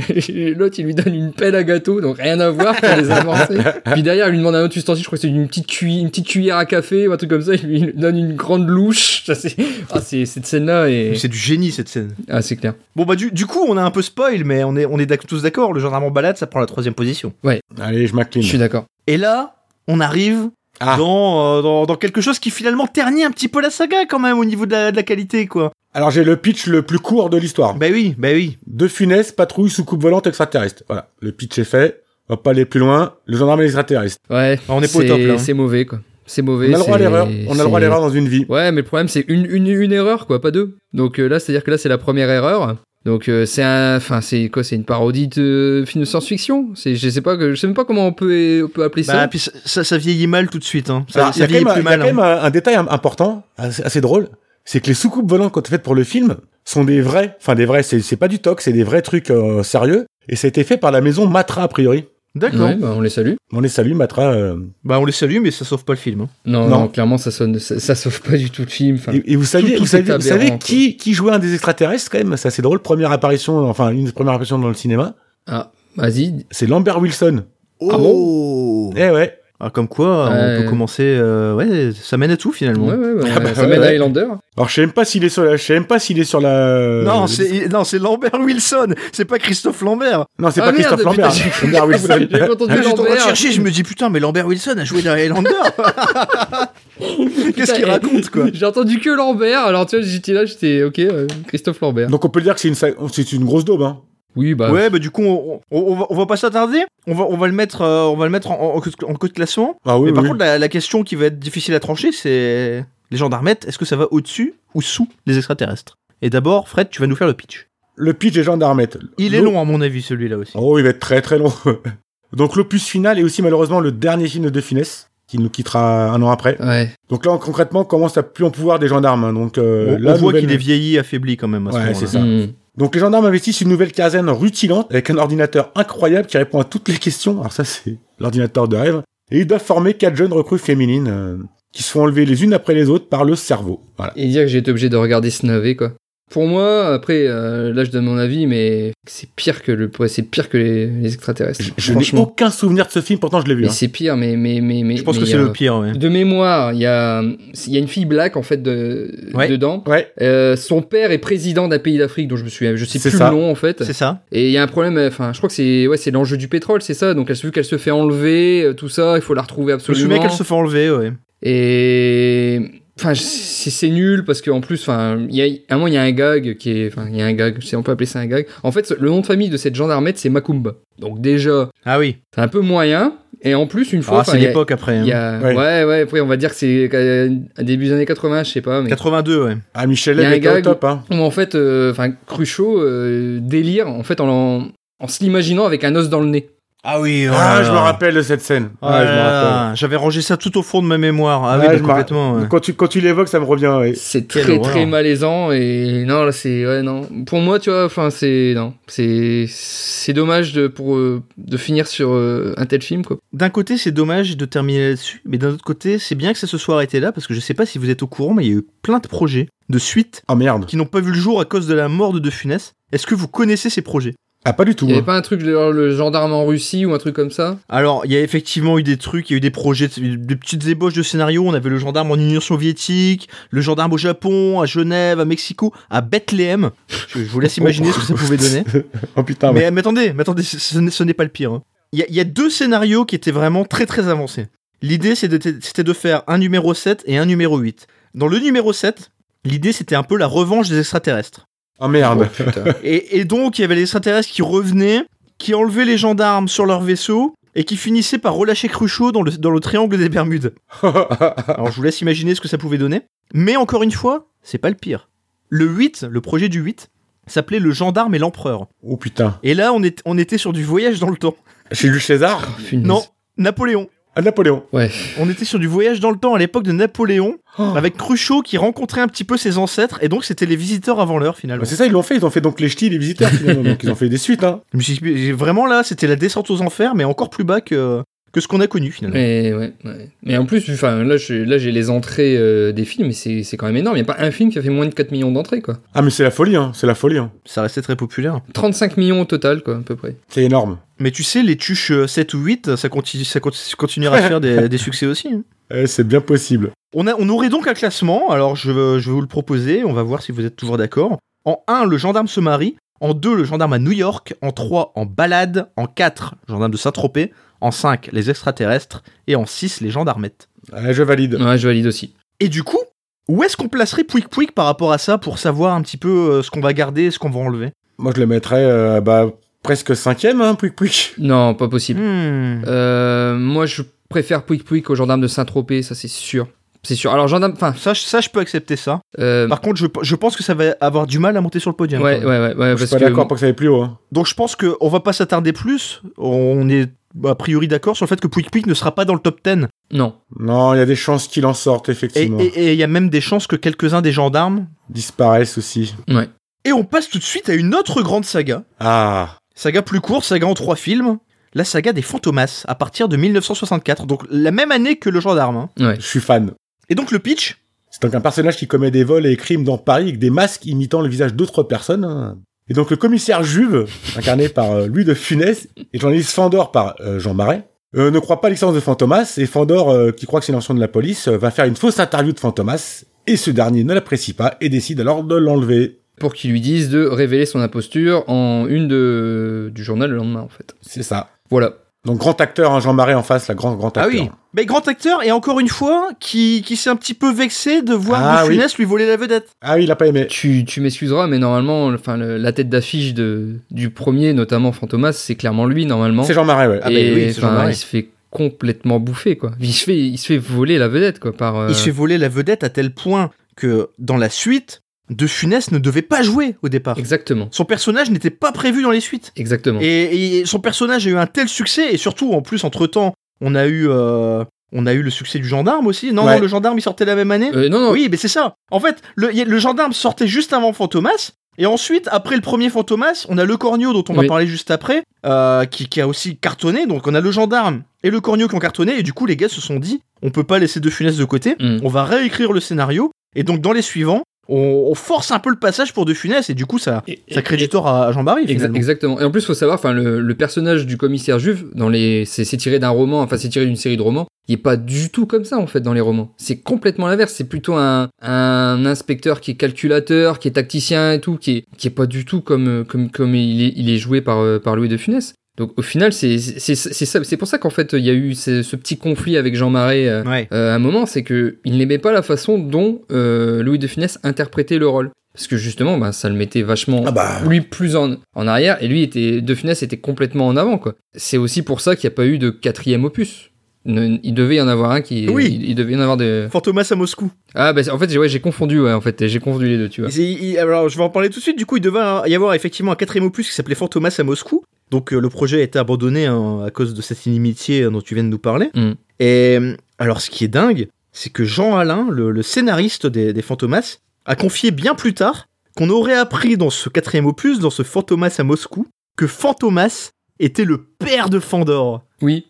[SPEAKER 1] c'est ça.
[SPEAKER 3] (laughs) l'autre il lui donne une pelle à gâteau, donc rien à voir pour
[SPEAKER 1] (laughs)
[SPEAKER 3] les amorcer. Puis derrière, il lui demande un autre ustensile. Je crois que c'est une petite cui- une petite cuillère à café ou un truc comme ça. Il lui donne une grande louche. Ça c'est, ah c'est cette scène là et
[SPEAKER 1] C'est du génie cette scène.
[SPEAKER 3] ah c'est clair.
[SPEAKER 1] Bon bah du, du coup on a un peu spoil mais on est, on est d'ac- tous d'accord, le gendarme en balade ça prend la troisième position.
[SPEAKER 2] Allez, je
[SPEAKER 3] Je
[SPEAKER 2] m'incline.
[SPEAKER 3] suis d'accord.
[SPEAKER 1] Et là on arrive
[SPEAKER 2] Ah.
[SPEAKER 1] dans, euh, dans, dans quelque chose qui finalement ternit un petit peu la saga quand même au niveau de la, de la qualité quoi.
[SPEAKER 2] Alors, j'ai le pitch le plus court de l'histoire.
[SPEAKER 1] Bah oui, bah oui.
[SPEAKER 2] De Funès, patrouille sous coupe volante extraterrestre. Voilà, le pitch est fait. On va pas aller plus loin. Le gendarme est extraterrestre.
[SPEAKER 3] Ouais.
[SPEAKER 1] On est pas au
[SPEAKER 3] c'est-
[SPEAKER 1] top, là, hein.
[SPEAKER 3] C'est mauvais quoi. C'est mauvais.
[SPEAKER 2] On a le droit à
[SPEAKER 3] c'est-
[SPEAKER 2] l'erreur. On a le droit à
[SPEAKER 3] c'est-
[SPEAKER 2] l'erreur dans une vie.
[SPEAKER 3] Ouais, mais le problème, c'est une, une, une erreur, quoi, pas deux. Donc euh, là, c'est-à-dire que là, c'est la première erreur. Donc euh, c'est un, enfin c'est quoi, c'est une parodie de film de science-fiction. C'est, je sais pas, que- je sais même pas comment on peut, on peut appeler ça.
[SPEAKER 1] Bah puis ça, ça, ça vieillit mal tout de suite. Hein. Ça,
[SPEAKER 2] Alors, Ah, Il y
[SPEAKER 1] ça
[SPEAKER 2] a quand
[SPEAKER 1] vieillit
[SPEAKER 2] même,
[SPEAKER 1] plus
[SPEAKER 2] un- il y a
[SPEAKER 1] mal.
[SPEAKER 2] quand
[SPEAKER 1] hein.
[SPEAKER 2] même un, un détail im- important, assez, assez drôle, c'est que les soucoupes volantes quand faites pour le film sont des vrais, enfin des vrais, c'est c'est pas du toc, c'est des vrais trucs euh, sérieux, et ça a été fait par la maison Matra a priori.
[SPEAKER 1] D'accord.
[SPEAKER 3] Ouais, bah, on les salue.
[SPEAKER 2] On les salue Matra. euh.
[SPEAKER 1] Bah on les salue mais ça sauve pas le film. hein.
[SPEAKER 3] Non,
[SPEAKER 2] Non.
[SPEAKER 3] non, clairement, ça sonne, ça, ça sauve pas du tout le film. Enfin,
[SPEAKER 2] Et, et vous saviez,
[SPEAKER 3] tout
[SPEAKER 2] vous
[SPEAKER 3] est
[SPEAKER 2] saviez, vous
[SPEAKER 3] aberrant,
[SPEAKER 2] savez
[SPEAKER 3] quoi.
[SPEAKER 2] qui, qui jouait un des extraterrestres quand même, c'est assez drôle, première apparition, enfin une des premières apparitions dans le cinéma,
[SPEAKER 3] ah, vas-y.
[SPEAKER 2] c'est Lambert Wilson.
[SPEAKER 3] Ah
[SPEAKER 2] Eh ouais.
[SPEAKER 1] Ah, comme quoi,
[SPEAKER 3] Ouais.
[SPEAKER 1] on peut commencer. euh, ouais, ça mène à tout finalement.
[SPEAKER 3] Ouais, ouais, bah,
[SPEAKER 2] Ah bah
[SPEAKER 3] ça
[SPEAKER 2] ouais,
[SPEAKER 3] mène à
[SPEAKER 2] ouais.
[SPEAKER 3] Highlander.
[SPEAKER 2] Alors je sais même pas s'il est sur la, je sais même pas s'il est sur la. euh,
[SPEAKER 1] Non, c'est non, c'est Lambert Wilson, c'est pas Christophe Lambert.
[SPEAKER 2] non, c'est pas
[SPEAKER 3] Ah, merde,
[SPEAKER 2] Christophe
[SPEAKER 3] putain,
[SPEAKER 2] Lambert. Ah
[SPEAKER 3] j'ai-
[SPEAKER 1] (laughs)
[SPEAKER 2] Lambert Wilson.
[SPEAKER 3] (laughs) J'ai entendu
[SPEAKER 1] Là, Ah, j'étais en train de
[SPEAKER 3] Lambert.
[SPEAKER 1] chercher, je me dis putain, mais Lambert Wilson a joué dans (laughs) Highlander. Qu'est-ce
[SPEAKER 3] Putain,
[SPEAKER 1] qu'il
[SPEAKER 3] eh,
[SPEAKER 1] raconte quoi
[SPEAKER 3] J'ai entendu que Lambert, alors tu vois, j'étais là, j'étais ok, euh, Christophe Lambert.
[SPEAKER 2] Donc on peut le dire que c'est une, sa- c'est une grosse daube. Hein.
[SPEAKER 3] Oui, bah.
[SPEAKER 1] Ouais, bah du coup, on, on- on va, on va pas s'attarder. On va, on va le mettre, euh, on va le mettre en, en, en queue de classement.
[SPEAKER 2] Ah oui.
[SPEAKER 1] mais par
[SPEAKER 2] oui.
[SPEAKER 1] contre, la, la question qui va être difficile à trancher, c'est les gens d'Armette, est-ce que ça va au-dessus ou sous les extraterrestres Et d'abord, Fred, tu vas nous faire le pitch.
[SPEAKER 2] le pitch des gens d'Armette.
[SPEAKER 1] Il est long à mon avis celui-là aussi.
[SPEAKER 2] Oh, il va être très très long. (laughs) Donc l'opus final est aussi malheureusement le dernier film de De Funès qui nous quittera un an après.
[SPEAKER 3] Ouais.
[SPEAKER 2] Donc là, on- concrètement, on commence à plus en pouvoir des gendarmes. hein. Donc euh,
[SPEAKER 1] on
[SPEAKER 2] la
[SPEAKER 1] on voit
[SPEAKER 2] nouvelle-
[SPEAKER 1] qu'il est vieilli, affaibli quand même. À ce
[SPEAKER 2] Ouais,
[SPEAKER 1] moment-là.
[SPEAKER 2] c'est ça.
[SPEAKER 3] Hmm.
[SPEAKER 2] Donc les gendarmes investissent une nouvelle caserne rutilante avec un ordinateur incroyable qui répond à toutes les questions. Alors ça, c'est l'ordinateur de rêve. Et ils doivent former quatre jeunes recrues féminines euh, qui sont enlevées les unes après les autres par le cerveau. Voilà.
[SPEAKER 3] Et dire que j'ai été obligé de regarder ce navet, quoi. Pour moi, après, euh, là je donne mon avis, mais c'est pire que le, ouais, c'est pire que les, les extraterrestres.
[SPEAKER 2] Je- Je n'ai
[SPEAKER 3] franchement.
[SPEAKER 2] aucun souvenir de ce film, pourtant je l'ai vu.
[SPEAKER 3] Mais
[SPEAKER 2] hein.
[SPEAKER 3] c'est pire, mais mais mais mais.
[SPEAKER 1] Je pense
[SPEAKER 3] mais
[SPEAKER 1] que
[SPEAKER 3] il y
[SPEAKER 1] c'est
[SPEAKER 3] a-
[SPEAKER 1] le pire. Ouais.
[SPEAKER 3] De mémoire, il y a, il y a une fille black en fait de,
[SPEAKER 1] Ouais.
[SPEAKER 3] dedans.
[SPEAKER 2] Ouais.
[SPEAKER 3] Euh, son père est président d'un pays d'Afrique dont je me souviens, je sais
[SPEAKER 2] C'est
[SPEAKER 3] plus
[SPEAKER 2] ça.
[SPEAKER 3] le nom en fait.
[SPEAKER 1] C'est ça.
[SPEAKER 3] Et il y a un problème, euh, enfin je crois que c'est ouais, c'est l'enjeu du pétrole, c'est ça. Donc elle se- vu qu'elle se fait enlever, euh, tout ça, il faut la
[SPEAKER 1] Je
[SPEAKER 3] retrouver
[SPEAKER 1] me
[SPEAKER 3] absolument.
[SPEAKER 1] souviens qu'elle se fait enlever. Ouais.
[SPEAKER 3] Et enfin c'est c'est nul parce qu'en plus enfin il y a à moi il y a un gag qui est enfin il y a un gag, je sais on peut appeler ça un gag. En fait le nom de famille de cette gendarmette c'est Makumba. Donc déjà
[SPEAKER 1] Ah oui.
[SPEAKER 3] c'est un peu moyen et en plus une fois
[SPEAKER 1] Ah,
[SPEAKER 3] enfin,
[SPEAKER 1] c'est
[SPEAKER 3] il y a-
[SPEAKER 1] l'époque après. hein.
[SPEAKER 3] il y a-
[SPEAKER 2] Ouais.
[SPEAKER 3] Ouais. ouais, après, on va dire que c'est euh, début des années 80, je sais pas. Mais...
[SPEAKER 1] 82, ouais.
[SPEAKER 2] Ah, Michel
[SPEAKER 3] Il y a
[SPEAKER 2] Leeb était
[SPEAKER 3] un
[SPEAKER 2] au
[SPEAKER 3] gag.
[SPEAKER 2] top. Hein.
[SPEAKER 3] Ou en fait, euh, enfin, Cruchot euh, délire, en fait, en, l'en- en se l'imaginant avec un os dans le nez.
[SPEAKER 1] Ah oui.
[SPEAKER 2] Ah, je me rappelle de cette scène. Ah, je me rappelle.
[SPEAKER 1] J'avais rangé ça tout au fond de ma mémoire. Ah,
[SPEAKER 2] Ah,
[SPEAKER 1] oui,
[SPEAKER 2] je
[SPEAKER 1] bah,
[SPEAKER 2] me
[SPEAKER 1] complètement. ouais.
[SPEAKER 2] Quand tu, quand tu l'évoques, ça me revient. ouais.
[SPEAKER 3] C'est
[SPEAKER 1] Quelle
[SPEAKER 3] très,
[SPEAKER 1] horreur.
[SPEAKER 3] très malaisant. Et non, là, c'est. Ouais, non. Pour moi, tu vois, enfin, c'est. Non. C'est c'est dommage de, pour, euh, de finir sur euh, un tel film, quoi.
[SPEAKER 1] D'un côté, c'est dommage de terminer là-dessus, mais d'un autre côté, c'est bien que ça se soit arrêté là, parce que je sais pas si vous êtes au courant, mais il y a eu plein de projets de suite
[SPEAKER 2] Ah merde.
[SPEAKER 1] qui n'ont pas vu le jour à cause de la mort de De Funès. Est-ce que vous connaissez ces projets
[SPEAKER 2] Ah, pas du tout.
[SPEAKER 3] Il y avait
[SPEAKER 2] hein.
[SPEAKER 3] pas un truc, genre, le gendarme en Russie ou un truc comme ça
[SPEAKER 1] Alors, il y a effectivement eu des trucs, il y a eu des projets, de, des petites ébauches de scénarios. On avait le gendarme en Union soviétique, le gendarme au Japon, à Genève, à Mexico, à Bethléem. Je, je vous laisse imaginer ce que ça pouvait donner.
[SPEAKER 2] oh putain, ouais.
[SPEAKER 1] Mais, mais attendez, mais attendez, ce- ce n'est- ce n'est pas le pire. hein. Il y, a- il y a deux scénarios qui étaient vraiment très très avancés. L'idée c'est de- c'était de faire un numéro 7 et un numéro 8. Dans le numéro 7, l'idée c'était un peu la revanche des extraterrestres.
[SPEAKER 2] Ah merde.
[SPEAKER 3] Oh, putain.
[SPEAKER 1] Et, et donc il y avait les extraterrestres qui revenaient, qui enlevaient les gendarmes sur leur vaisseau et qui finissaient par relâcher Cruchot dans le, dans le triangle des Bermudes. Alors je vous laisse imaginer ce que ça pouvait donner. Mais encore une fois, c'est pas le pire. Le 8, le projet du 8, s'appelait Le gendarme et l'empereur.
[SPEAKER 2] (laughs) oh putain.
[SPEAKER 1] Et là on, est- on était sur du voyage dans le temps.
[SPEAKER 2] J'ai lu César.
[SPEAKER 1] Oh,
[SPEAKER 3] Punaise.
[SPEAKER 1] Non, Napoléon.
[SPEAKER 2] Ah, Napoléon.
[SPEAKER 3] Ouais.
[SPEAKER 1] On était sur du voyage dans le temps à l'époque de Napoléon, avec Cruchot qui rencontrait un petit peu ses ancêtres, et donc c'était les visiteurs avant l'heure finalement.
[SPEAKER 2] Bah, c'est ça, ils l'ont fait. Ils ont fait donc les ch'tis, les visiteurs finalement. donc ils ont fait des suites. Hein.
[SPEAKER 1] Je me suis dit, vraiment là, c'était la descente aux enfers, mais encore plus bas que, que ce qu'on a connu finalement.
[SPEAKER 3] Mais ouais, ouais. Mais en plus, enfin, là, je- là, j'ai les entrées euh, des films, et c'est c'est quand même énorme. Il n'y a pas un film qui a fait moins de 4 millions d'entrées, quoi.
[SPEAKER 2] Ah mais c'est la folie. Hein. C'est la folie. Hein.
[SPEAKER 1] Ça restait très populaire.
[SPEAKER 3] 35 millions au total, quoi, à peu près.
[SPEAKER 2] C'est énorme.
[SPEAKER 1] Mais tu sais, les tuches euh, 7 ou 8, ça, continue, ça conti- continuera à faire des, des succès aussi. hein.
[SPEAKER 2] Eh, c'est bien possible.
[SPEAKER 1] On, a, on aurait donc un classement, alors je, euh, je vais vous le proposer, on va voir si vous êtes toujours d'accord. En 1, le gendarme se marie. En 2, le gendarme à New York. En 3, en balade. En 4, gendarme de Saint-Tropez. En 5, les extraterrestres. Et en 6, les gendarmettes.
[SPEAKER 2] Ah, je valide.
[SPEAKER 3] Ouais, je valide aussi.
[SPEAKER 1] Et du coup, où est-ce qu'on placerait Pouic Pouic par rapport à ça pour savoir un petit peu euh, ce qu'on va garder et ce qu'on va enlever
[SPEAKER 2] Moi je le mettrais euh, bah, presque cinquième. Hein, pouic pouic.
[SPEAKER 3] Non, pas possible.
[SPEAKER 1] Hmm.
[SPEAKER 3] Euh, moi, je préfère Pouic Pouic au gendarme de Saint-Tropez, ça c'est sûr. C'est sûr. Alors, gendarme, enfin,
[SPEAKER 1] Ça, je- ça, je peux accepter ça.
[SPEAKER 3] euh,
[SPEAKER 1] Par contre, je, je pense que ça va avoir du mal à monter sur le podium. quand
[SPEAKER 3] ouais, ouais,
[SPEAKER 1] même.
[SPEAKER 3] ouais, ouais,
[SPEAKER 2] je suis
[SPEAKER 3] parce
[SPEAKER 2] pas d'accord
[SPEAKER 3] que
[SPEAKER 2] pour que ça aille plus haut. Hein.
[SPEAKER 1] Donc je pense qu'on va pas s'attarder plus. On est a priori d'accord sur le fait que Pouic Pouic ne sera pas dans le top 10.
[SPEAKER 3] non.
[SPEAKER 2] Non, il y a des chances qu'il en sorte
[SPEAKER 1] Et
[SPEAKER 2] effectivement.
[SPEAKER 1] il y a même des chances que quelques-uns des gendarmes.
[SPEAKER 2] Disparaissent aussi.
[SPEAKER 1] Et on passe tout de suite à une autre grande saga.
[SPEAKER 2] Ah.
[SPEAKER 1] Saga plus courte, saga en trois films. La saga des Fantomas, à partir de 1964. Donc la même année que le gendarme. hein.
[SPEAKER 3] Ouais.
[SPEAKER 2] Je suis fan.
[SPEAKER 1] Et donc le pitch
[SPEAKER 2] C'est donc un personnage qui commet des vols et crimes dans Paris avec des masques imitant le visage d'autres personnes. hein. Et donc le commissaire Juve, incarné par euh, Louis de Funès, et le journaliste Fandor par euh, Jean Marais, euh, ne croit pas à l'existence de Fantomas et Fandor, euh, qui croit que c'est l'ancien de la police, euh, va faire une fausse interview de Fantomas et ce dernier ne l'apprécie pas et décide alors de l'enlever.
[SPEAKER 3] Pour qu'ils lui disent de révéler son imposture en une de... du journal le lendemain, en fait.
[SPEAKER 2] C'est ça.
[SPEAKER 3] Voilà.
[SPEAKER 2] Donc grand acteur, hein, Jean Marais en face, la grand grand acteur.
[SPEAKER 1] Ah oui, mais grand acteur et encore une fois qui, qui s'est un petit peu vexé de voir
[SPEAKER 2] Ah
[SPEAKER 1] De
[SPEAKER 2] oui.
[SPEAKER 1] Funès lui voler la vedette.
[SPEAKER 2] Ah oui, il a pas aimé.
[SPEAKER 3] Tu, tu m'excuseras, mais normalement, enfin, le- la tête d'affiche de, du premier, notamment Fantomas, c'est clairement lui, normalement.
[SPEAKER 2] C'est Jean Marais, ouais. Ah ben
[SPEAKER 3] et
[SPEAKER 2] oui, c'est Jean
[SPEAKER 3] enfin,
[SPEAKER 2] Marais.
[SPEAKER 3] il se fait complètement bouffer, quoi. Il se fait, il se fait voler la vedette, quoi, par... euh,
[SPEAKER 1] Il se fait voler la vedette à tel point que dans la suite, De Funès ne devait pas jouer au départ.
[SPEAKER 3] Exactement.
[SPEAKER 1] Son personnage n'était pas prévu dans les suites.
[SPEAKER 3] Exactement.
[SPEAKER 1] Et, et son personnage a eu un tel succès et surtout en plus entre temps, on a eu euh, on a eu le succès du gendarme aussi. Non,
[SPEAKER 2] Ouais.
[SPEAKER 1] non, le gendarme il sortait la même année.
[SPEAKER 3] Euh, non, non,
[SPEAKER 1] Oui, mais c'est ça. En fait, le, y a- le gendarme sortait juste avant Fantomas. Et ensuite, après le premier Fantomas, on a le Cornio dont on
[SPEAKER 3] Oui.
[SPEAKER 1] va parler juste après, euh, qui, qui a aussi cartonné. Donc on a le gendarme et le Cornio qui ont cartonné. Et du coup, les gars se sont dit, on peut pas laisser de funès de côté.
[SPEAKER 3] Mm.
[SPEAKER 1] On va réécrire le scénario. Et donc dans les suivants, on, on force un peu le passage pour de funès. Et du coup, ça,
[SPEAKER 3] Et-
[SPEAKER 1] ça crée du tort à, à Jean Barry.
[SPEAKER 3] Exa-
[SPEAKER 1] finalement.
[SPEAKER 3] exactement. Et en plus, faut savoir, enfin, le, le personnage du commissaire juif, dans les, c'est, c'est tiré d'un roman, enfin, c'est tiré d'une série de romans. Il est pas du tout comme ça, en fait, dans les romans. C'est complètement l'inverse. C'est plutôt un, un inspecteur qui est calculateur, qui est tacticien et tout, qui est, qui est pas du tout comme, euh, comme, comme il est, il est joué par, euh, par Louis de Funès. Donc, au final, c'est, c'est, c'est, ça- c'est pour ça qu'en fait, il y a eu ce, ce petit conflit avec Jean Marais, euh,
[SPEAKER 1] Ouais.
[SPEAKER 3] euh, à un moment, c'est que il n'aimait pas la façon dont euh, Louis de Funès interprétait le rôle. Parce que justement, ben, ça le mettait vachement,
[SPEAKER 2] Ah bah.
[SPEAKER 3] lui, plus en, en arrière, et lui, était, de Funès était complètement en avant. quoi. C'est aussi pour ça qu'il n'y a pas eu de quatrième opus. Ne- il devait y en avoir un qui.
[SPEAKER 1] Oui.
[SPEAKER 3] Il, il devait y en avoir de.
[SPEAKER 1] Fantomas à Moscou.
[SPEAKER 3] Ah, bah, c'est- en fait, j'ai- ouais, j'ai confondu, ouais, en fait, j'ai confondu les deux, tu vois.
[SPEAKER 1] Il- il- alors, je vais en parler tout de suite. Du coup, il devait y avoir effectivement un quatrième opus qui s'appelait Fantomas à Moscou. Donc, euh, le projet a été abandonné hein, à cause de cette inimitié euh, dont tu viens de nous parler.
[SPEAKER 3] Mm.
[SPEAKER 1] Et euh, alors, ce qui est dingue, c'est que Jean Alain, le, le scénariste des, des Fantomas, a confié bien plus tard qu'on aurait appris dans ce quatrième opus, dans ce Fantomas à Moscou, que Fantomas était le père de Fandor.
[SPEAKER 3] Oui.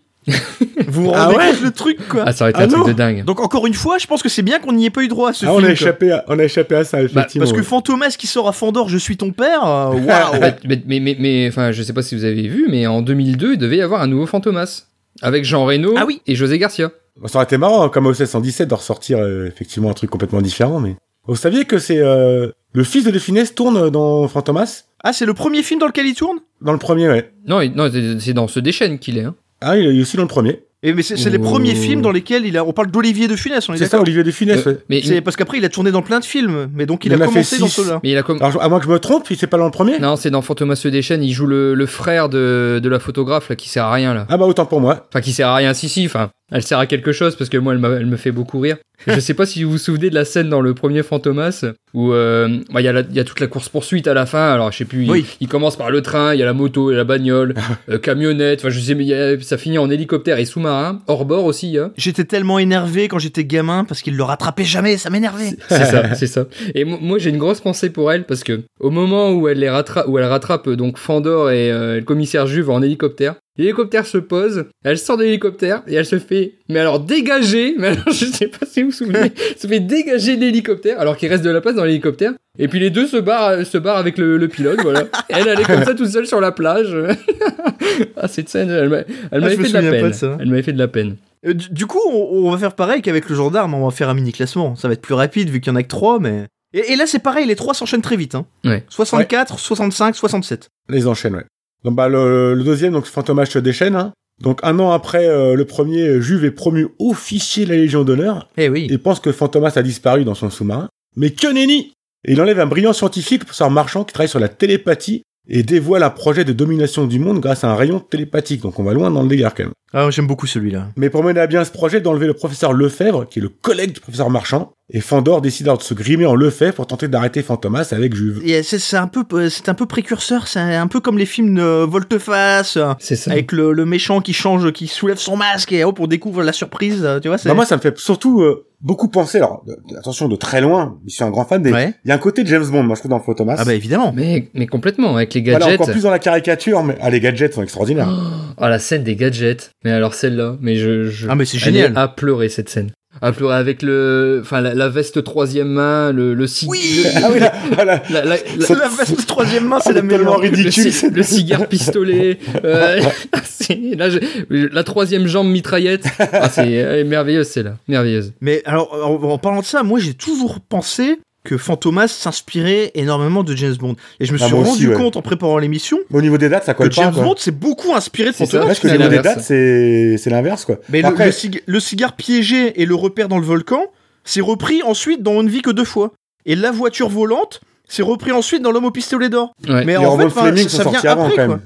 [SPEAKER 1] Vous vous
[SPEAKER 2] Ah
[SPEAKER 1] rendez
[SPEAKER 2] ouais
[SPEAKER 1] compte le truc, quoi
[SPEAKER 3] Ah, ça aurait été
[SPEAKER 2] Ah
[SPEAKER 3] un truc
[SPEAKER 2] non.
[SPEAKER 3] de dingue.
[SPEAKER 1] Donc, encore une fois, je pense que c'est bien qu'on n'y ait pas eu droit à ce
[SPEAKER 2] Ah, on
[SPEAKER 1] film.
[SPEAKER 2] a
[SPEAKER 1] quoi.
[SPEAKER 2] échappé, à, on a échappé à ça effectivement.
[SPEAKER 1] Bah, Parce que
[SPEAKER 2] ouais.
[SPEAKER 1] Fantomas qui sort à Fandor, je suis ton père, euh, waouh
[SPEAKER 2] (laughs)
[SPEAKER 3] Bah, mais, mais, mais, mais, enfin, je sais pas si vous avez vu, mais en 2002, il devait y avoir un nouveau Fantomas. Avec Jean Reno
[SPEAKER 1] Ah oui.
[SPEAKER 3] et José Garcia.
[SPEAKER 2] Ça aurait été marrant, hein, comme au 717, de ressortir euh, effectivement un truc complètement différent. Mais vous saviez que c'est euh, le fils de De Funès tourne dans Fantomas
[SPEAKER 1] Ah, c'est le premier film dans lequel il tourne
[SPEAKER 2] dans le premier, ouais.
[SPEAKER 3] Non, il- non c'est c'est dans ce déchaîne qu'il est. hein.
[SPEAKER 2] Ah, il est aussi dans le premier.
[SPEAKER 1] Et Eh, mais c'est c'est les
[SPEAKER 3] Ouh.
[SPEAKER 1] premiers films dans lesquels il a. On parle d'Olivier de Funès, on est
[SPEAKER 2] C'est ça,
[SPEAKER 1] d'accord
[SPEAKER 2] Olivier De Funès.
[SPEAKER 3] Euh,
[SPEAKER 2] ouais.
[SPEAKER 3] mais,
[SPEAKER 1] C'est parce qu'après il a tourné dans plein de films, mais donc il
[SPEAKER 2] Il en
[SPEAKER 1] a
[SPEAKER 2] a
[SPEAKER 1] commencé
[SPEAKER 2] fait
[SPEAKER 1] dans
[SPEAKER 2] six.
[SPEAKER 1] ceux-là.
[SPEAKER 3] mais il a comme.
[SPEAKER 2] Alors, à moins que je me trompe, il c'est pas dans le premier
[SPEAKER 3] Non, c'est dans Fantomas se déchaîne, il joue le, le frère de, de la photographe là, qui sert à rien là.
[SPEAKER 2] Ah bah autant pour moi.
[SPEAKER 3] Enfin, qui sert à rien, si, si, enfin, elle sert à quelque chose parce que moi, elle, m'a- elle me fait beaucoup rire. Je sais pas si vous vous souvenez de la scène dans le premier Fantomas où euh, bah, il y, a la- il y a toute la course-poursuite à la fin. Alors, je sais plus, il,
[SPEAKER 1] Oui.
[SPEAKER 3] il commence par le train, il y a la moto, il y a la bagnole, euh, camionnette, enfin, je sais, mais il y a- ça finit en hélicoptère et sous-marin, hors bord aussi, hein. il y a.
[SPEAKER 1] J'étais tellement énervé quand j'étais gamin parce qu'il le rattrapait jamais, ça m'énervait.
[SPEAKER 3] C'est
[SPEAKER 1] (laughs)
[SPEAKER 3] ça, c'est ça. Et mo- moi, j'ai une grosse pensée pour elle parce que au moment où elle les rattrape, où elle rattrape euh, donc Fandor et euh, le commissaire Juve en hélicoptère, l'hélicoptère se pose, elle sort de l'hélicoptère et elle se fait, mais alors dégager, mais alors (laughs) je sais pas si vous
[SPEAKER 1] (laughs)
[SPEAKER 3] vous souvenez, se fait dégager de l'hélicoptère alors qu'il reste de la place dans l'hélicoptère. Et puis les deux se barrent, euh, se barrent avec le, le pilote,
[SPEAKER 1] (laughs)
[SPEAKER 3] voilà. Et elle, elle est comme ça toute seule sur la plage. (laughs) ah, cette scène, elle m'a- elle
[SPEAKER 1] Ah,
[SPEAKER 3] m'avait
[SPEAKER 1] je me
[SPEAKER 3] fait de la
[SPEAKER 1] souviens pas
[SPEAKER 3] peine.
[SPEAKER 1] de ça.
[SPEAKER 3] Elle m'avait fait de la peine.
[SPEAKER 1] Euh, Du, du coup, on, on va faire pareil qu'avec le gendarme, on va faire un mini classement. Ça va être plus rapide vu qu'il y en a que 3, mais. Et, et là, c'est pareil, les trois s'enchaînent très vite. Hein.
[SPEAKER 3] Ouais.
[SPEAKER 1] 64, 65, 67.
[SPEAKER 2] Les enchaîne, ouais. Donc bah le, le deuxième, donc Fantomas se déchaîne. hein. Donc un an après euh, le premier, Juve est promu officier de la Légion d'honneur
[SPEAKER 1] Eh oui.
[SPEAKER 2] et pense que Fantomas a disparu dans son sous-marin. Mais que nenni Et il enlève un brillant scientifique, professeur marchand, qui travaille sur la télépathie et dévoile un projet de domination du monde grâce à un rayon télépathique. Donc on va loin dans le délire quand même.
[SPEAKER 1] Ah, j'aime beaucoup celui-là.
[SPEAKER 2] Mais pour mener à bien ce projet, d'enlever le professeur Lefebvre, qui est le collègue du professeur Marchand, et Fandor décide alors de se grimer en Lefebvre pour tenter d'arrêter Fantomas avec Juve.
[SPEAKER 1] Et c'est c'est un peu, euh, c'est un peu précurseur, c'est un peu comme les films de Volteface, euh,
[SPEAKER 3] C'est ça.
[SPEAKER 1] avec le, le méchant qui change, qui soulève son masque et hop, on découvre la surprise, euh, tu vois. c'est-
[SPEAKER 2] Bah, moi, ça me fait surtout euh, beaucoup penser, alors de- de- attention, de très loin, je suis un grand fan, mais il
[SPEAKER 1] Ouais.
[SPEAKER 2] y a un côté de James Bond, moi je trouve, dans Fantomas.
[SPEAKER 1] Ah bah évidemment.
[SPEAKER 3] Mais, mais complètement, avec les
[SPEAKER 2] Voilà,
[SPEAKER 3] gadgets.
[SPEAKER 2] encore plus dans la caricature, mais ah, les gadgets sont extraordinaires. (laughs)
[SPEAKER 3] Ah, Oh, la scène des gadgets. Mais alors celle-là, mais je, je...
[SPEAKER 1] Ah mais c'est
[SPEAKER 3] Elle est
[SPEAKER 1] génial.
[SPEAKER 3] à pleurer cette scène. Applaud- avec le, enfin la, la veste troisième main, le le cig-
[SPEAKER 1] Oui
[SPEAKER 3] le-
[SPEAKER 2] Ah oui, là, ah là.
[SPEAKER 3] la- la- la-
[SPEAKER 1] C'est la
[SPEAKER 2] (laughs)
[SPEAKER 1] veste troisième main, c'est
[SPEAKER 2] Elle
[SPEAKER 1] la
[SPEAKER 2] est tellement
[SPEAKER 1] meilleure.
[SPEAKER 3] le,
[SPEAKER 2] ridicule.
[SPEAKER 3] ci- le cigare
[SPEAKER 1] (laughs)
[SPEAKER 3] pistolet, euh, (laughs) c'est- là, je- la troisième jambe mitraillette, ah, c'est elle est merveilleuse celle-là, merveilleuse.
[SPEAKER 1] Mais alors, en, en parlant de ça, moi j'ai toujours pensé que Fantomas s'inspirait énormément de James Bond. Et je me
[SPEAKER 2] Ah,
[SPEAKER 1] suis
[SPEAKER 2] moi aussi,
[SPEAKER 1] rendu
[SPEAKER 2] ouais.
[SPEAKER 1] compte en préparant l'émission
[SPEAKER 2] Au niveau des dates, ça colle
[SPEAKER 1] que
[SPEAKER 2] pas.
[SPEAKER 1] James
[SPEAKER 2] quoi.
[SPEAKER 1] Bond s'est beaucoup inspiré de
[SPEAKER 3] C'est ça.
[SPEAKER 1] Fantomas.
[SPEAKER 2] Parce que
[SPEAKER 3] C'est
[SPEAKER 2] au niveau des
[SPEAKER 3] l'inverse.
[SPEAKER 2] dates, c'est c'est l'inverse, quoi.
[SPEAKER 1] Mais le-
[SPEAKER 2] Après-
[SPEAKER 1] le, cig- le cigare piégé et le repère dans le volcan, c'est repris ensuite dans On ne vit que deux fois. Et la voiture volante, c'est repris ensuite dans L'homme au pistolet d'or.
[SPEAKER 3] Ouais.
[SPEAKER 1] Mais
[SPEAKER 2] les
[SPEAKER 1] en
[SPEAKER 2] romans
[SPEAKER 1] fait,
[SPEAKER 2] de
[SPEAKER 1] enfin,
[SPEAKER 2] Fleming
[SPEAKER 1] ça
[SPEAKER 2] sont
[SPEAKER 1] vient
[SPEAKER 2] sortis avant,
[SPEAKER 1] après,
[SPEAKER 2] quand
[SPEAKER 1] quoi.
[SPEAKER 2] même.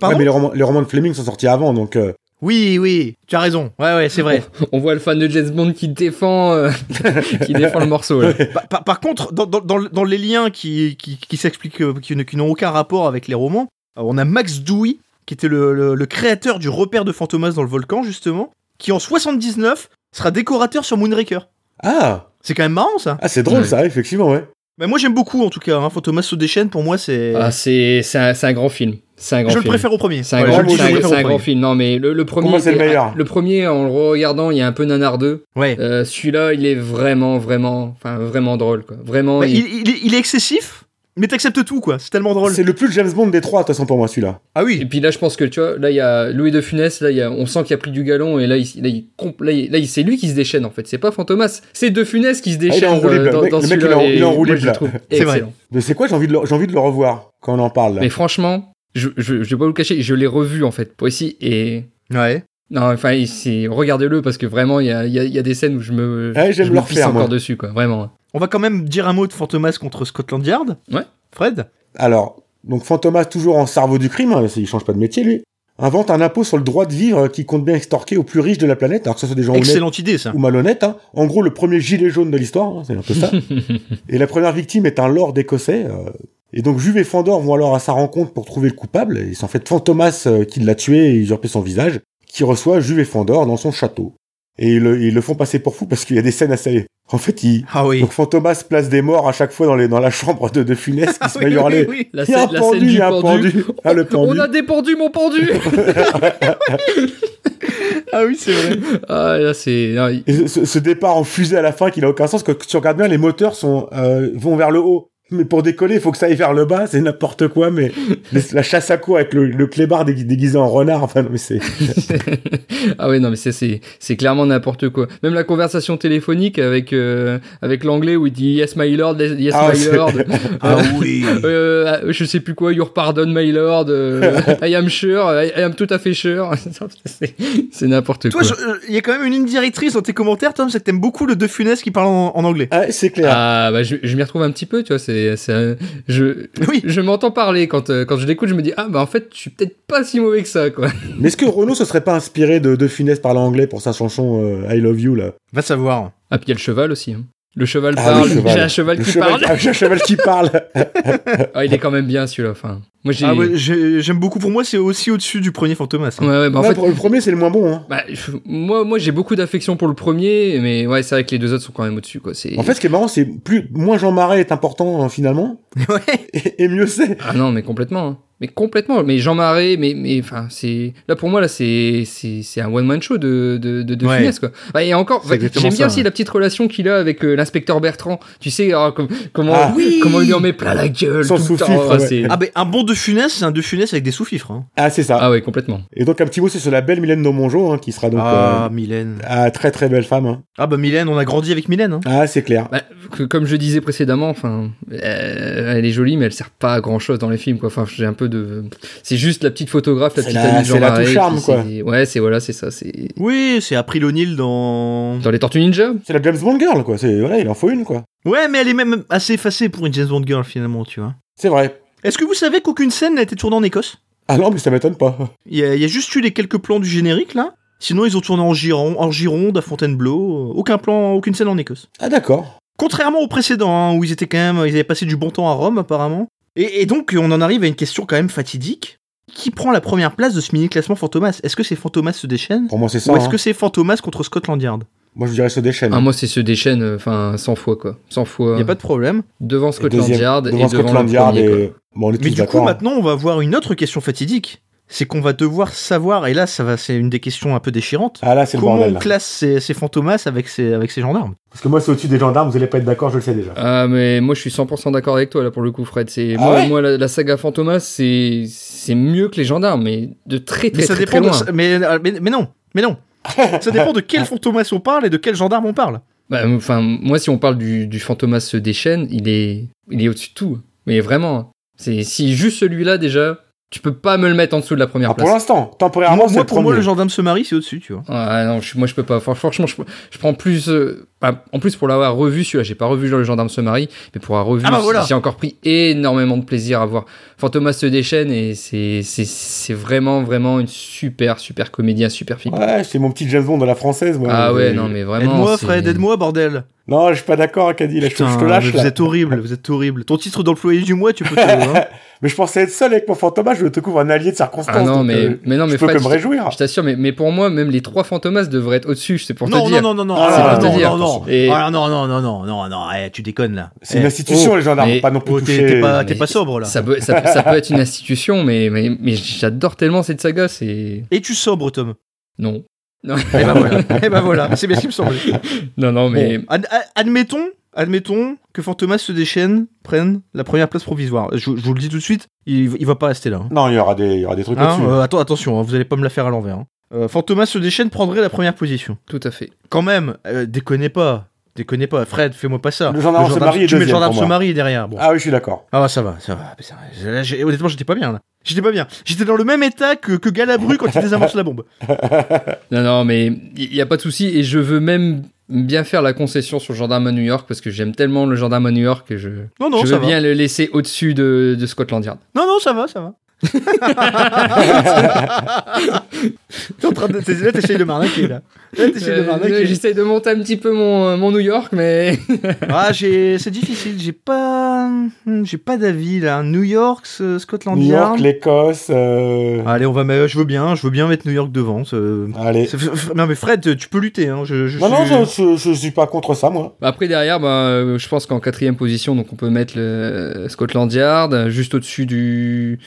[SPEAKER 1] Pardon
[SPEAKER 2] Ouais, mais les romans, les romans de Fleming sont sortis avant, donc euh,
[SPEAKER 1] Oui, oui, tu as raison. Ouais, ouais, c'est vrai.
[SPEAKER 3] On voit le fan de James Bond qui défend, euh, (laughs) qui défend le morceau. là.
[SPEAKER 1] par, par- par contre, dans, dans- dans le- dans les liens qui, qui, qui s'expliquent, euh, qui, ne- qui n'ont aucun rapport avec les romans, euh, on a Max Dewey, qui était le, le- le créateur du repère de Fantomas dans le volcan, justement, qui en 79 sera décorateur sur Moonraker.
[SPEAKER 2] ah,
[SPEAKER 1] C'est quand même marrant, ça.
[SPEAKER 2] ah c'est drôle
[SPEAKER 3] Ouais.
[SPEAKER 2] ça, effectivement, ouais.
[SPEAKER 1] Mais moi, j'aime beaucoup, en tout cas. hein. Fantomas se déchaîne, pour moi, c'est...
[SPEAKER 3] Ah, c'est c'est un, c'est un grand film, c'est un grand
[SPEAKER 1] je le
[SPEAKER 3] film.
[SPEAKER 1] préfère au premier.
[SPEAKER 3] C'est un,
[SPEAKER 1] Voilà,
[SPEAKER 3] grand,
[SPEAKER 1] je le
[SPEAKER 3] c'est un-
[SPEAKER 1] préfère au
[SPEAKER 3] c'est un grand
[SPEAKER 1] premier.
[SPEAKER 3] film. Non, mais le, le premier.
[SPEAKER 2] moi, c'est le
[SPEAKER 3] était-
[SPEAKER 2] meilleur.
[SPEAKER 3] Le premier, en le regardant, il y a un peu nanardeux.
[SPEAKER 1] Ouais.
[SPEAKER 3] Euh, Celui-là, il est vraiment, vraiment, enfin, vraiment drôle, quoi. Vraiment.
[SPEAKER 1] Bah,
[SPEAKER 3] il-
[SPEAKER 1] il, il est- il est excessif, mais t'acceptes tout, quoi. C'est tellement drôle.
[SPEAKER 2] C'est le plus James Bond des trois, de toute façon, pour moi, celui-là.
[SPEAKER 1] Ah
[SPEAKER 3] Et
[SPEAKER 1] oui.
[SPEAKER 3] puis là, je pense que tu vois, là, il y a Louis de Funès, là, il y a, on sent qu'il a pris du galon, et là, il, là, il comp- là, il- là, il- c'est lui qui se déchaîne, en fait. C'est pas Fantomas, c'est de Funès qui se
[SPEAKER 2] Ah, il est
[SPEAKER 3] déchaîne.
[SPEAKER 2] enroulé,
[SPEAKER 3] dans-
[SPEAKER 2] le
[SPEAKER 3] dans-
[SPEAKER 2] mec-
[SPEAKER 3] dans
[SPEAKER 2] le mec, il est
[SPEAKER 3] celui-là,
[SPEAKER 2] en-
[SPEAKER 3] et
[SPEAKER 2] il est enroulé,
[SPEAKER 3] moi, je le
[SPEAKER 2] là.
[SPEAKER 3] trouve
[SPEAKER 1] C'est vrai.
[SPEAKER 3] excellent.
[SPEAKER 2] Mais (laughs) c'est quoi J'ai envie, de le- j'ai envie de le revoir quand on en parle. là.
[SPEAKER 3] Mais franchement, je, je, je vais pas vous le cacher, je l'ai revu, en fait, pour ici, et.
[SPEAKER 1] Ouais.
[SPEAKER 3] Non, enfin, il- c'est- regardez-le, parce que vraiment, il y a, il y a- il y a des scènes où je me.
[SPEAKER 2] Ah, j'aime
[SPEAKER 3] je me
[SPEAKER 2] le refaire,
[SPEAKER 3] pisse encore
[SPEAKER 2] moi.
[SPEAKER 3] dessus, quoi, vraiment.
[SPEAKER 1] On va quand même dire un mot de Fantomas contre Scotland Yard.
[SPEAKER 3] Ouais.
[SPEAKER 1] Fred
[SPEAKER 2] Alors, donc Fantomas, toujours en cerveau du crime, hein, il change pas de métier, lui, invente un impôt sur le droit de vivre qui compte bien extorquer aux plus riches de la planète, alors que ce soit des gens honnêtes
[SPEAKER 1] Excellente idée, ça.
[SPEAKER 2] ou malhonnêtes. hein. En gros, le premier gilet jaune de l'histoire, hein, c'est un peu
[SPEAKER 3] (laughs)
[SPEAKER 2] ça. et la première victime est un lord écossais. euh, et donc, Juve et Fandor vont alors à sa rencontre pour trouver le coupable. Et c'est en fait Fantomas euh, qui l'a tué et usurpé son visage, qui reçoit Juve et Fandor dans son château. Et ils le, ils le font passer pour fou parce qu'il y a des scènes assez... En fait, il...
[SPEAKER 1] Ah oui.
[SPEAKER 2] Donc Fantomas place des morts à chaque fois dans, les, dans la chambre de, de
[SPEAKER 3] (laughs)
[SPEAKER 2] Funès
[SPEAKER 3] Ah
[SPEAKER 2] qui se met à hurler.
[SPEAKER 1] oui.
[SPEAKER 3] La
[SPEAKER 2] Il y a
[SPEAKER 3] scène,
[SPEAKER 2] un
[SPEAKER 3] la
[SPEAKER 2] pendu,
[SPEAKER 3] scène
[SPEAKER 2] il
[SPEAKER 3] du
[SPEAKER 2] y a un
[SPEAKER 3] pendu.
[SPEAKER 2] pendu. Ah, le pendu.
[SPEAKER 3] (laughs) On a dépendu mon pendu
[SPEAKER 2] (laughs)
[SPEAKER 1] Ah oui, c'est
[SPEAKER 3] (laughs)
[SPEAKER 1] vrai.
[SPEAKER 3] Ah, là, c'est. non, il-
[SPEAKER 2] Et ce- ce, ce départ en fusée à la fin qui n'a aucun sens, que tu regardes bien, les moteurs sont euh, vont vers le haut. Mais pour décoller, il faut que ça aille vers le bas, c'est n'importe quoi,
[SPEAKER 3] (laughs)
[SPEAKER 2] mais les- la chasse à cour avec le, le clébard dégui- déguisé en renard, enfin, non, mais
[SPEAKER 3] (laughs)
[SPEAKER 2] c'est...
[SPEAKER 3] ah ouais, non, mais c'est- c'est c'est clairement n'importe quoi. Même la conversation téléphonique avec, euh, avec l'anglais où il dit Yes, my lord, yes,
[SPEAKER 2] Ah,
[SPEAKER 3] my
[SPEAKER 2] c'est- (laughs)
[SPEAKER 3] lord.
[SPEAKER 1] Ah oui.
[SPEAKER 3] Euh, je sais plus quoi, your pardon, my lord. euh,
[SPEAKER 2] (laughs)
[SPEAKER 3] I am sure, I, I am tout à fait sure. (laughs) C'est- c'est n'importe
[SPEAKER 1] Toi,
[SPEAKER 3] quoi.
[SPEAKER 1] je- euh, il y a quand même une ligne directrice dans tes commentaires, Tom, c'est que t'aimes beaucoup le De Funès qui parle en, en anglais.
[SPEAKER 2] Ah, c'est clair.
[SPEAKER 3] Ah bah je, je m'y retrouve un petit peu, tu vois. C'est, c'est un-
[SPEAKER 2] (laughs)
[SPEAKER 3] je
[SPEAKER 1] Oui.
[SPEAKER 3] je m'entends parler quand euh, quand je l'écoute, je me dis ah bah en fait je suis peut-être pas si mauvais que ça quoi.
[SPEAKER 2] Mais est-ce que Renault se serait pas inspiré de, de Funès parlant anglais pour sa chanson euh, I Love You, là
[SPEAKER 1] Va savoir.
[SPEAKER 3] Ah puis il y a le cheval aussi. hein. Le cheval
[SPEAKER 2] Ah,
[SPEAKER 3] parle.
[SPEAKER 2] le cheval.
[SPEAKER 3] J'ai un
[SPEAKER 2] (laughs)
[SPEAKER 3] cheval
[SPEAKER 2] Le
[SPEAKER 3] qui
[SPEAKER 2] cheval-
[SPEAKER 3] parle.
[SPEAKER 2] Ah, j'ai un cheval qui parle
[SPEAKER 3] Ah, il est quand même bien celui-là. Enfin, moi j'ai.
[SPEAKER 1] Ah ouais, j'ai- j'aime beaucoup. Pour moi, c'est aussi au-dessus du premier Fantomas. hein.
[SPEAKER 3] Ouais, ouais, bah, (laughs) en
[SPEAKER 2] Ouais,
[SPEAKER 3] fait,
[SPEAKER 2] pour Le premier, c'est le moins bon, hein.
[SPEAKER 3] bah, je- moi, moi j'ai beaucoup d'affection pour le premier, mais ouais, c'est vrai que les deux autres sont quand même au-dessus, quoi. C'est.
[SPEAKER 2] En fait, ce qui est marrant, c'est plus moins Jean Marais est important hein, finalement,
[SPEAKER 3] (laughs)
[SPEAKER 1] Ouais.
[SPEAKER 2] et, et mieux c'est.
[SPEAKER 3] Ah non, mais complètement. hein. Mais complètement. Mais Jean Marais, mais mais enfin, c'est là pour moi là, c'est c'est c'est un one man show de de de, de
[SPEAKER 1] Ouais.
[SPEAKER 3] Funès, quoi. Bah, et encore,
[SPEAKER 1] C'est
[SPEAKER 3] bah,
[SPEAKER 1] exactement
[SPEAKER 3] j'aime
[SPEAKER 1] ça,
[SPEAKER 3] bien aussi
[SPEAKER 1] ouais.
[SPEAKER 3] la petite relation qu'il a avec euh, l'inspecteur Bertrand. Tu sais alors, com- comment
[SPEAKER 2] Ah.
[SPEAKER 3] comment il lui en met plein la gueule
[SPEAKER 2] Sans
[SPEAKER 3] tout le temps.
[SPEAKER 2] sous-fifre,
[SPEAKER 3] Ah,
[SPEAKER 2] ouais.
[SPEAKER 3] c'est-
[SPEAKER 1] Ah, ben, un bon De Funès, c'est un De Funès avec des sous-fifres. hein.
[SPEAKER 2] Ah, c'est ça.
[SPEAKER 3] ah ouais, complètement.
[SPEAKER 2] Et donc un petit mot, c'est sur la belle Mylène de Mongeau, hein, qui sera donc
[SPEAKER 1] ah,
[SPEAKER 2] euh,
[SPEAKER 1] Mylène.
[SPEAKER 2] ah, très très belle femme. hein.
[SPEAKER 1] Ah, bah, Mylène, on a grandi avec Mylène. hein.
[SPEAKER 2] Ah, c'est clair.
[SPEAKER 3] Bah, que- comme je disais précédemment, enfin, euh, elle est jolie, mais elle sert pas à grand chose dans les films, quoi. Enfin, j'ai un peu de, c'est juste la petite photographe, la
[SPEAKER 2] C'est
[SPEAKER 3] petite
[SPEAKER 2] la-
[SPEAKER 3] amie de Jean
[SPEAKER 2] c'est la
[SPEAKER 3] Marais,
[SPEAKER 2] touche charme,
[SPEAKER 3] qui-
[SPEAKER 2] quoi.
[SPEAKER 3] c'est- Ouais, c'est voilà, c'est ça, c'est
[SPEAKER 1] Oui, c'est April O'Neil dans.
[SPEAKER 3] dans les Tortues Ninja.
[SPEAKER 2] C'est la James Bond girl, quoi. C'est voilà, il en faut une, quoi.
[SPEAKER 1] Ouais, mais elle est même assez effacée pour une James Bond girl, finalement, tu vois.
[SPEAKER 2] C'est vrai.
[SPEAKER 1] Est-ce que vous savez qu'aucune scène n'a été tournée en Écosse
[SPEAKER 2] Ah non, mais ça m'étonne pas.
[SPEAKER 1] Il y, a- il y a juste eu les quelques plans du générique là. Sinon, ils ont tourné en, Giron- en Gironde, à Fontainebleau. euh, Aucun plan, aucune scène en Écosse.
[SPEAKER 2] Ah d'accord.
[SPEAKER 1] Contrairement au précédent, hein, où ils étaient quand même, ils avaient passé du bon temps à Rome apparemment. Et, et donc, on en arrive à une question quand même fatidique. Qui prend la première place de ce mini classement Fantomas Est-ce que c'est Fantomas se déchaîne
[SPEAKER 2] Pour moi, c'est ça.
[SPEAKER 1] ou est-ce
[SPEAKER 2] hein.
[SPEAKER 1] que c'est Fantomas contre Scotland Yard
[SPEAKER 2] Moi, je dirais se déchaîne.
[SPEAKER 3] Ah, moi, c'est ce déchaîne, euh, enfin, 100 fois, quoi. 100 fois. euh,
[SPEAKER 1] Il a pas de problème.
[SPEAKER 3] Devant
[SPEAKER 2] Et
[SPEAKER 3] Scotland Yard et devant
[SPEAKER 2] Scotland
[SPEAKER 3] le
[SPEAKER 2] Yard
[SPEAKER 3] premier,
[SPEAKER 2] et- Bon, on est
[SPEAKER 1] Mais
[SPEAKER 2] tous
[SPEAKER 1] du coup,
[SPEAKER 2] d'accord. hein.
[SPEAKER 1] maintenant, on va voir une autre question fatidique. c'est qu'on va devoir savoir, et là, ça va, c'est une des questions un peu déchirantes,
[SPEAKER 2] Ah là, c'est le
[SPEAKER 1] comment
[SPEAKER 2] bordel.
[SPEAKER 1] on classe ces, ces fantomas avec ces, avec ces gendarmes.
[SPEAKER 2] Parce que moi, c'est au-dessus des gendarmes, vous allez pas être d'accord, je le sais déjà.
[SPEAKER 3] Ah mais moi je suis 100% d'accord avec toi là pour le coup Fred. C'est
[SPEAKER 2] Ah
[SPEAKER 3] moi,
[SPEAKER 2] ouais
[SPEAKER 3] moi, la, la saga Fantomas c'est c'est mieux que les gendarmes mais de très très
[SPEAKER 1] Mais ça
[SPEAKER 3] très,
[SPEAKER 1] dépend
[SPEAKER 3] très loin.
[SPEAKER 1] de- mais, euh, mais, mais non, mais non. ça dépend de (laughs) quel fantomas on parle et de quel gendarme on parle.
[SPEAKER 3] Bah, enfin moi si on parle du, du Fantomas se déchaîne il est il est au-dessus de tout. Mais vraiment hein. c'est si juste celui-là déjà tu peux pas me le mettre en dessous de la première
[SPEAKER 2] Ah, pour
[SPEAKER 3] place.
[SPEAKER 2] l'instant, temporairement,
[SPEAKER 1] moi,
[SPEAKER 2] c'est
[SPEAKER 1] moi,
[SPEAKER 2] le
[SPEAKER 1] pour moi,
[SPEAKER 2] premier.
[SPEAKER 1] le gendarme se marie, c'est au-dessus, tu vois.
[SPEAKER 3] Ah non je- moi je peux pas. Fran- Franchement je, je prends plus euh, bah, en plus pour l'avoir revu celui-là j'ai pas revu le gendarme se marie mais pour avoir revu
[SPEAKER 1] Ah bah voilà.
[SPEAKER 3] j'ai encore pris énormément de plaisir à voir Fantomas se déchaîne et c'est c'est c'est vraiment vraiment une super super comédie un super film.
[SPEAKER 2] Ouais, c'est mon petit James Bond de la française, moi.
[SPEAKER 3] Ah ouais,
[SPEAKER 2] Et-
[SPEAKER 3] non, mais vraiment.
[SPEAKER 1] Aide-moi,
[SPEAKER 3] c'est-
[SPEAKER 1] Fred, aide-moi, bordel.
[SPEAKER 2] Non, je suis pas d'accord, Caddy, là, je, te- je te
[SPEAKER 1] Putain,
[SPEAKER 2] lâche,
[SPEAKER 1] mais
[SPEAKER 2] là.
[SPEAKER 1] Vous êtes horrible, vous êtes horrible. Ton titre d'employé du mois, tu
[SPEAKER 2] (laughs)
[SPEAKER 1] peux te le. hein.
[SPEAKER 2] Mais je pensais être seul avec mon fantomas, je te couvre un allié de circonstance.
[SPEAKER 3] Ah non,
[SPEAKER 2] donc,
[SPEAKER 3] mais,
[SPEAKER 2] euh,
[SPEAKER 3] mais non, mais
[SPEAKER 2] je peux
[SPEAKER 3] Fred,
[SPEAKER 2] que me réjouir.
[SPEAKER 3] je t'assure, mais, mais pour moi, même les trois fantomas devraient être au-dessus, c'est pour
[SPEAKER 1] non,
[SPEAKER 3] te
[SPEAKER 1] non,
[SPEAKER 3] dire.
[SPEAKER 1] non, non, non,
[SPEAKER 2] Ah,
[SPEAKER 1] ah,
[SPEAKER 2] c'est
[SPEAKER 1] non,
[SPEAKER 2] pour te
[SPEAKER 1] non,
[SPEAKER 2] dire.
[SPEAKER 1] non,
[SPEAKER 3] Et-
[SPEAKER 1] Ah, non, non, non, non, non, non, eh, tu déconnes là.
[SPEAKER 2] C'est une
[SPEAKER 1] Eh,
[SPEAKER 2] institution,
[SPEAKER 1] oh,
[SPEAKER 2] les gendarmes,
[SPEAKER 3] mais-
[SPEAKER 2] pas non plus
[SPEAKER 1] oh, t'es
[SPEAKER 2] toucher.
[SPEAKER 1] t'es pas,
[SPEAKER 3] mais-
[SPEAKER 1] t'es pas sobre là.
[SPEAKER 3] Ça peut, ça, peut, ça peut être une institution, mais, mais, mais j'adore tellement cette saga, c'est.
[SPEAKER 1] Et tu sobres, Tom.
[SPEAKER 3] Non. Non,
[SPEAKER 1] Eh ben voilà, (laughs) eh ben voilà. c'est bien ce qui me semblait.
[SPEAKER 3] non, non, mais.
[SPEAKER 1] Bon, ad- ad- admettons, admettons que Fantomas se déchaîne, prenne la première place provisoire. Je, je vous le dis tout de suite, il, il va pas rester là. hein.
[SPEAKER 2] Non, il y aura des, il y aura des trucs
[SPEAKER 1] Hein,
[SPEAKER 2] là-dessus.
[SPEAKER 1] euh, attends, attention, hein, vous allez pas me la faire à l'envers. hein. Euh, Fantomas se déchaîne prendrait la première position.
[SPEAKER 3] Tout à fait.
[SPEAKER 1] Quand même, euh, déconnez pas, déconnez pas, Fred, fais-moi pas ça.
[SPEAKER 2] Le gendarme se marie est
[SPEAKER 1] tu mets le
[SPEAKER 2] deuxième
[SPEAKER 1] gendarme
[SPEAKER 2] pour
[SPEAKER 1] se
[SPEAKER 2] moi.
[SPEAKER 1] marie derrière. Bon.
[SPEAKER 2] Ah oui, je suis d'accord.
[SPEAKER 1] Ah ouais, ça va, ça va. Putain, là, j'ai- honnêtement, j'étais pas bien là. J'étais pas bien. J'étais dans le même état que, que Galabru quand
[SPEAKER 2] (laughs)
[SPEAKER 1] il désamorce la bombe.
[SPEAKER 3] Non, non, mais il n'y a pas de souci, et je veux même bien faire la concession sur le gendarme à New York, parce que j'aime tellement le gendarme à New York que je,
[SPEAKER 1] Non, non,
[SPEAKER 3] je
[SPEAKER 1] ça
[SPEAKER 3] veux
[SPEAKER 1] va.
[SPEAKER 3] bien le laisser au-dessus de, de Scotland Yard.
[SPEAKER 1] Non, non, ça va, ça va. (laughs) t'es en train de. t'es- Là, t'essayes de m'arnaquer, là. Là, t'essayes de
[SPEAKER 3] Euh,
[SPEAKER 1] m'arnaquer.
[SPEAKER 3] J'essaie de monter un petit peu mon, mon New York, mais. (laughs)
[SPEAKER 1] Ah, j'ai. C'est difficile, j'ai pas. hmm, J'ai pas d'avis, là. New York, ce- Scotland
[SPEAKER 2] New York,
[SPEAKER 1] Yard.
[SPEAKER 2] l'Écosse, euh,
[SPEAKER 1] Allez, on va. me- Je veux bien, je veux bien mettre New York devant. ce-
[SPEAKER 2] allez.
[SPEAKER 1] C'est- f- Non, mais Fred, tu peux lutter, hein. Je, je
[SPEAKER 2] Non,
[SPEAKER 1] suis-
[SPEAKER 2] non, je, je, je suis pas contre ça, moi.
[SPEAKER 3] Bah, Après, derrière, bah, euh, je pense qu'en quatrième position, donc on peut mettre le euh, Scotland Yard, euh, juste au-dessus du,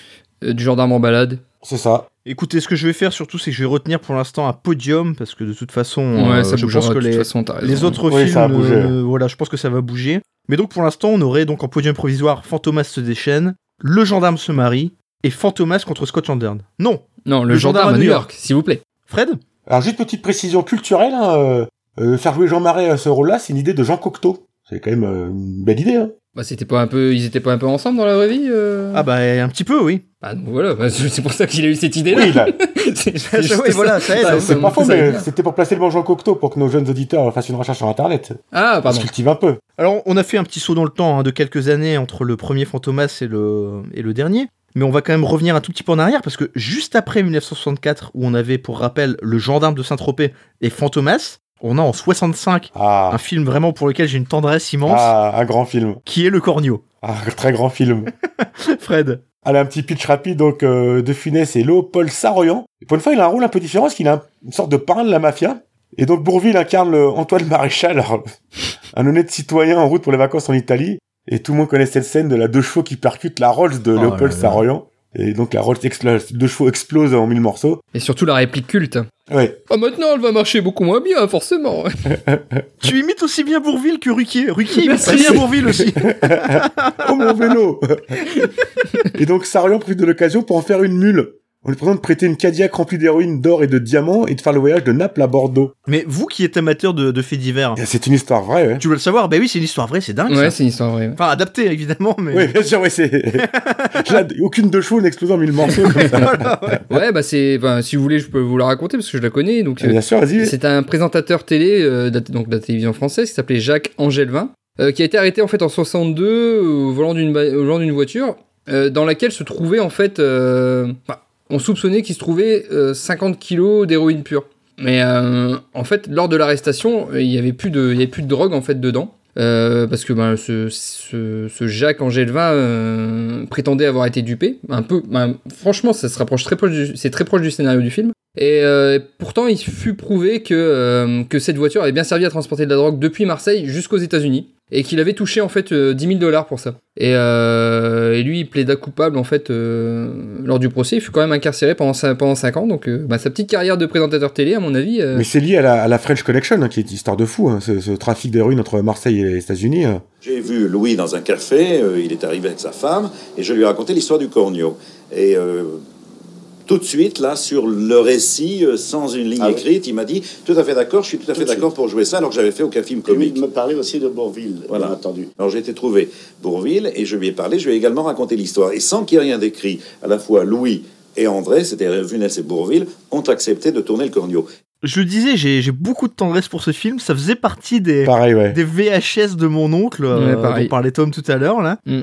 [SPEAKER 3] euh, du gendarme en balade.
[SPEAKER 2] C'est ça.
[SPEAKER 1] Écoutez, ce que je vais faire surtout, c'est que je vais retenir pour l'instant un podium, parce que de toute façon,
[SPEAKER 3] ouais,
[SPEAKER 1] euh,
[SPEAKER 3] ça
[SPEAKER 1] je
[SPEAKER 3] bougera
[SPEAKER 1] pense que
[SPEAKER 3] de
[SPEAKER 1] les,
[SPEAKER 3] toute façon, t'as raison.
[SPEAKER 1] Les autres
[SPEAKER 2] Oui,
[SPEAKER 1] films,
[SPEAKER 2] ça va bouger.
[SPEAKER 1] euh, voilà, je pense que ça va bouger. Mais donc pour l'instant, on aurait donc en podium provisoire Fantomas se déchaîne, Le Gendarme se marie et Fantomas contre Scotland Yard. Non,
[SPEAKER 3] Non, le,
[SPEAKER 1] le
[SPEAKER 3] gendarme, à New York, s'il vous plaît.
[SPEAKER 1] Fred
[SPEAKER 2] Alors, juste petite précision culturelle, hein, euh, euh, faire jouer Jean Marais à ce rôle-là, c'est une idée de Jean Cocteau. C'est quand même euh, une belle idée, hein.
[SPEAKER 3] Bah, c'était pas un peu, ils étaient pas un peu ensemble dans la vraie vie euh
[SPEAKER 1] Ah bah un petit peu, oui.
[SPEAKER 3] Bah, donc voilà, (laughs) bah, c'est pour ça qu'il a eu cette idée-là.
[SPEAKER 2] Oui, là,
[SPEAKER 3] C'est- c'est
[SPEAKER 1] Oui,
[SPEAKER 3] juste
[SPEAKER 1] voilà, ça aide, hein,
[SPEAKER 2] c'est
[SPEAKER 3] ça-
[SPEAKER 2] pas faux,
[SPEAKER 3] ça aide
[SPEAKER 2] mais
[SPEAKER 3] bien.
[SPEAKER 2] c'était pour placer le bon Jean Cocteau, pour que nos jeunes auditeurs fassent une recherche sur Internet.
[SPEAKER 3] Ah,
[SPEAKER 2] On se
[SPEAKER 3] pardon.
[SPEAKER 2] cultive un peu.
[SPEAKER 1] Alors on a fait un petit saut dans le temps hein, de quelques années entre le premier Fantomas et le, et le dernier. Mais on va quand même revenir un tout petit peu en arrière parce que juste après 1964, où on avait pour rappel le gendarme de Saint-Tropez et Fantomas, on a en 65
[SPEAKER 2] Ah,
[SPEAKER 1] un film vraiment pour lequel j'ai une tendresse immense,
[SPEAKER 2] ah, un grand film.
[SPEAKER 1] qui est Le Cornio.
[SPEAKER 2] Ah, un très grand film.
[SPEAKER 1] (laughs) Fred
[SPEAKER 2] Allez, un petit pitch rapide, donc euh, de Funès et Léopold Saroyan. Et pour une fois, il a un rôle un peu différent, parce qu'il a un- une sorte de parrain de la mafia. Et donc Bourville incarne le Antoine Maréchal, alors, (laughs) un honnête citoyen en route pour les vacances en Italie. Et tout le monde connaît cette scène de la deux chevaux qui percute la Rolls de
[SPEAKER 1] Oh, là
[SPEAKER 2] Léopold
[SPEAKER 1] là.
[SPEAKER 2] Saroyan. Et donc la Rolls, ex- la deux chevaux explose en mille morceaux.
[SPEAKER 3] Et surtout la réplique culte.
[SPEAKER 2] Ouais,
[SPEAKER 3] Ah, maintenant, elle va marcher beaucoup moins bien, forcément.
[SPEAKER 1] Tu imites aussi bien Bourville que Ruquier. Ruquier imite
[SPEAKER 3] Merci.
[SPEAKER 1] très bien Bourville aussi.
[SPEAKER 3] (laughs)
[SPEAKER 2] oh mon vélo (laughs) Et donc Saroyan profite de l'occasion pour en faire une mule. On lui présente prêter une Cadillac remplie d'héroïne, d'or et de diamants et de faire le voyage de Naples à Bordeaux.
[SPEAKER 1] Mais vous qui êtes amateur de, de faits divers,
[SPEAKER 2] Et C'est une histoire vraie, ouais.
[SPEAKER 1] tu veux le savoir Ben oui, c'est une histoire vraie, c'est dingue.
[SPEAKER 3] ouais,
[SPEAKER 1] ça.
[SPEAKER 3] c'est une histoire vraie. ouais.
[SPEAKER 1] Enfin, adapté évidemment, mais.
[SPEAKER 2] Oui, bien sûr, oui, c'est.
[SPEAKER 1] (laughs)
[SPEAKER 2] Là, aucune de chevaux n'explose en mille morceaux comme ça.
[SPEAKER 1] Voilà, ouais.
[SPEAKER 3] Ouais, bah, c'est, bah, si vous voulez, je peux vous la raconter parce que je la connais, donc. euh,
[SPEAKER 2] bien sûr, vas-y.
[SPEAKER 3] C'est un présentateur télé euh, de, donc de la télévision française qui s'appelait Jacques Angelvin, euh, qui a été arrêté en fait en 62 au volant d'une ba- au volant d'une voiture euh, dans laquelle se trouvait en fait, euh, enfin, on soupçonnait qu'il se trouvait euh, 50 kilos d'héroïne pure. Mais euh, en fait, lors de l'arrestation, euh, il y avait plus de, il y avait plus de drogue en fait dedans. Euh, parce que ben, ce, ce, ce Jacques Angelvin euh, prétendait avoir été dupé, un peu, ben, franchement ça se rapproche très proche, du- c'est très proche du scénario du film. Et euh, pourtant, il fut prouvé que, euh, que cette voiture avait bien servi à transporter de la drogue depuis Marseille jusqu'aux États-Unis et qu'il avait touché en fait euh, 10 000 dollars pour ça. Et, euh, et lui, il plaida coupable en fait euh, lors du procès. Il fut quand même incarcéré pendant 5, pendant cinq ans. Donc, euh, bah, sa petite carrière de présentateur télé, à mon avis. euh,
[SPEAKER 2] Mais c'est lié à la, à la French Connection, hein, qui est une histoire de fou, hein, ce, ce trafic d'héroïne entre Marseille et les États-Unis. hein.
[SPEAKER 9] J'ai vu Louis dans un café, euh, il est arrivé avec sa femme, et je lui ai raconté l'histoire du corneau. Et euh, tout de suite, là, sur le récit, euh, sans une ligne
[SPEAKER 7] Ah oui.
[SPEAKER 9] écrite, il m'a dit Tout à fait d'accord, je suis tout à
[SPEAKER 7] Tout
[SPEAKER 9] fait
[SPEAKER 7] de suite.
[SPEAKER 9] d'accord pour jouer ça, alors que j'avais fait aucun film
[SPEAKER 7] Et lui,
[SPEAKER 9] comique.
[SPEAKER 7] il me parlait aussi de Bourville,
[SPEAKER 9] Voilà.
[SPEAKER 7] bien entendu.
[SPEAKER 9] Alors j'ai été trouvé Bourville et je lui ai parlé, je lui ai également raconté l'histoire. Et sans qu'il y ait rien d'écrit, à la fois Louis et André, c'est-à-dire Vunès et Bourville, ont accepté de tourner le corneau.
[SPEAKER 1] Je le disais, j'ai j'ai beaucoup de tendresse pour ce film. Ça faisait partie des,
[SPEAKER 2] Pareil, ouais.
[SPEAKER 1] des VHS de mon oncle, euh,
[SPEAKER 3] Ouais, pareil.
[SPEAKER 1] dont parlait Tom tout à l'heure, là.
[SPEAKER 3] Mm.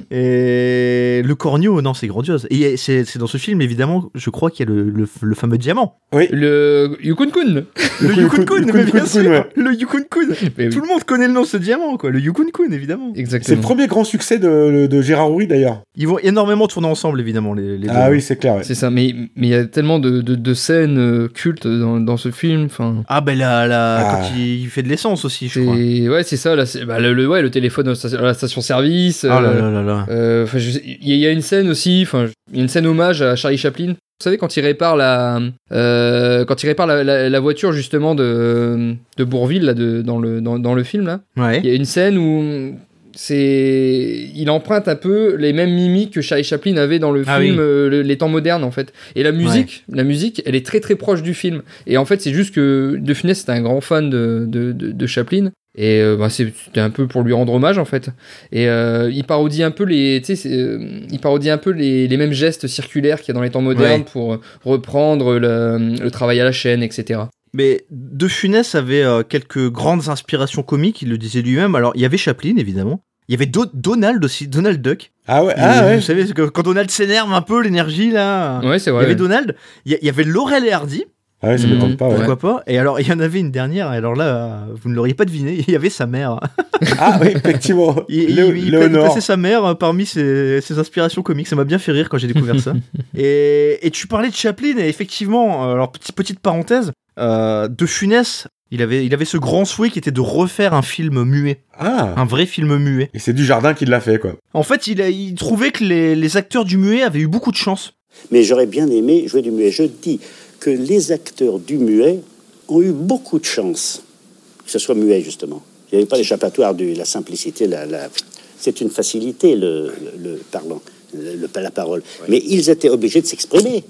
[SPEAKER 1] Et le corneau, non, c'est grandiose. Et c'est c'est dans ce film, évidemment, je crois qu'il y a le, le- le fameux diamant.
[SPEAKER 3] Le Yukon Kun
[SPEAKER 1] Le
[SPEAKER 2] Yukon
[SPEAKER 1] Yukon Kun,
[SPEAKER 2] Kun,
[SPEAKER 1] mais
[SPEAKER 2] Yukon
[SPEAKER 1] bien
[SPEAKER 2] Kun,
[SPEAKER 1] sûr.
[SPEAKER 2] ouais.
[SPEAKER 1] Le Yukon Kun.
[SPEAKER 3] Mais oui,
[SPEAKER 1] Tout le monde connaît le nom de ce diamant, quoi. Le Yukon Kun, évidemment.
[SPEAKER 2] C'est le
[SPEAKER 3] Exactement.
[SPEAKER 2] premier grand succès de, de Gérard Houry, d'ailleurs.
[SPEAKER 1] Ils vont énormément tourner ensemble, évidemment, les, les
[SPEAKER 2] Ah
[SPEAKER 1] deux.
[SPEAKER 2] oui, c'est clair. ouais.
[SPEAKER 3] C'est ça, mais mais il y a tellement de, de, de scènes euh, cultes dans, dans ce film. Enfin,
[SPEAKER 1] Ah, ben là, là
[SPEAKER 2] Ah.
[SPEAKER 1] quand il, il fait de l'essence aussi, je crois.
[SPEAKER 3] c'est- ouais, c'est ça. Là, c'est- bah, le, le- ouais, le téléphone à la station- à la station-service.
[SPEAKER 1] Ah
[SPEAKER 3] euh,
[SPEAKER 1] là là là là.
[SPEAKER 3] Euh, enfin, je sais- Il y, a- il y a une scène aussi, enfin, je- il y a une scène hommage à Charlie Chaplin. Vous savez quand il répare la, euh, quand il répare la, la- la voiture justement de, de Bourville là, de, dans le dans, dans le film là,
[SPEAKER 1] Ouais.
[SPEAKER 3] il y a une scène où c'est, il emprunte un peu les mêmes mimiques que Charlie Chaplin avait dans le
[SPEAKER 1] Ah
[SPEAKER 3] film
[SPEAKER 1] oui.
[SPEAKER 3] euh, le- les temps modernes en fait. Et la musique, la musique, elle est très très proche du film. Et en fait, c'est juste que De Funès c'était un grand fan de de, de, de Chaplin. Et euh, bah, c'est- c'était un peu pour lui rendre hommage en fait. Et euh, il parodie un peu les, tu sais, c'est, euh, il parodie un peu les, les mêmes gestes circulaires qu'il y a dans les temps modernes
[SPEAKER 1] Ouais.
[SPEAKER 3] pour euh, reprendre le, le travail à la chaîne, etc.
[SPEAKER 1] Mais De Funès avait euh, quelques grandes inspirations comiques, il le disait lui-même. Alors, il y avait Chaplin, évidemment. Il y avait Do- Donald aussi, Donald Duck.
[SPEAKER 2] Ah ouais,
[SPEAKER 1] Il-
[SPEAKER 2] ah ouais.
[SPEAKER 1] Vous savez, c'est que quand Donald s'énerve un peu, l'énergie, là.
[SPEAKER 3] Ouais, c'est
[SPEAKER 1] il y
[SPEAKER 3] vrai.
[SPEAKER 1] avait
[SPEAKER 3] ouais.
[SPEAKER 1] Donald, il y, a- il y avait Laurel et Hardy,
[SPEAKER 2] Ah ouais, ça
[SPEAKER 1] Mm.
[SPEAKER 3] Mhm.
[SPEAKER 2] m'étonne pas. ouais.
[SPEAKER 1] pourquoi pas. Et alors, il y en avait une dernière, et alors là, euh, vous ne l'auriez pas deviné, (laughs) il y avait sa mère.
[SPEAKER 2] Ah oui, effectivement.
[SPEAKER 1] (laughs) Il, il-
[SPEAKER 2] Léo-
[SPEAKER 1] il pla- il
[SPEAKER 2] Léonore.
[SPEAKER 1] plaçait sa mère euh, parmi ses, ses inspirations comiques. Ça m'a bien fait rire quand j'ai découvert
[SPEAKER 2] (laughs)
[SPEAKER 1] ça. Et, et tu parlais de Chaplin, et effectivement, euh, alors petite, petite parenthèse, euh, de Funès, il avait, il avait ce grand souhait qui était de refaire un film muet,
[SPEAKER 2] Ah.
[SPEAKER 1] un vrai film muet.
[SPEAKER 2] Et c'est du jardin qui l'a fait, quoi.
[SPEAKER 1] En fait, il, a- il trouvait que les, les acteurs du muet avaient eu beaucoup de chance.
[SPEAKER 10] Mais j'aurais bien aimé jouer du muet. Je dis que les acteurs du muet ont eu beaucoup de chance que ce soit muet, justement. Il n'y avait pas l'échappatoire de la simplicité. La, la- C'est une facilité, le, le, le parlant, le, le- la parole. Mais ils étaient obligés de s'exprimer.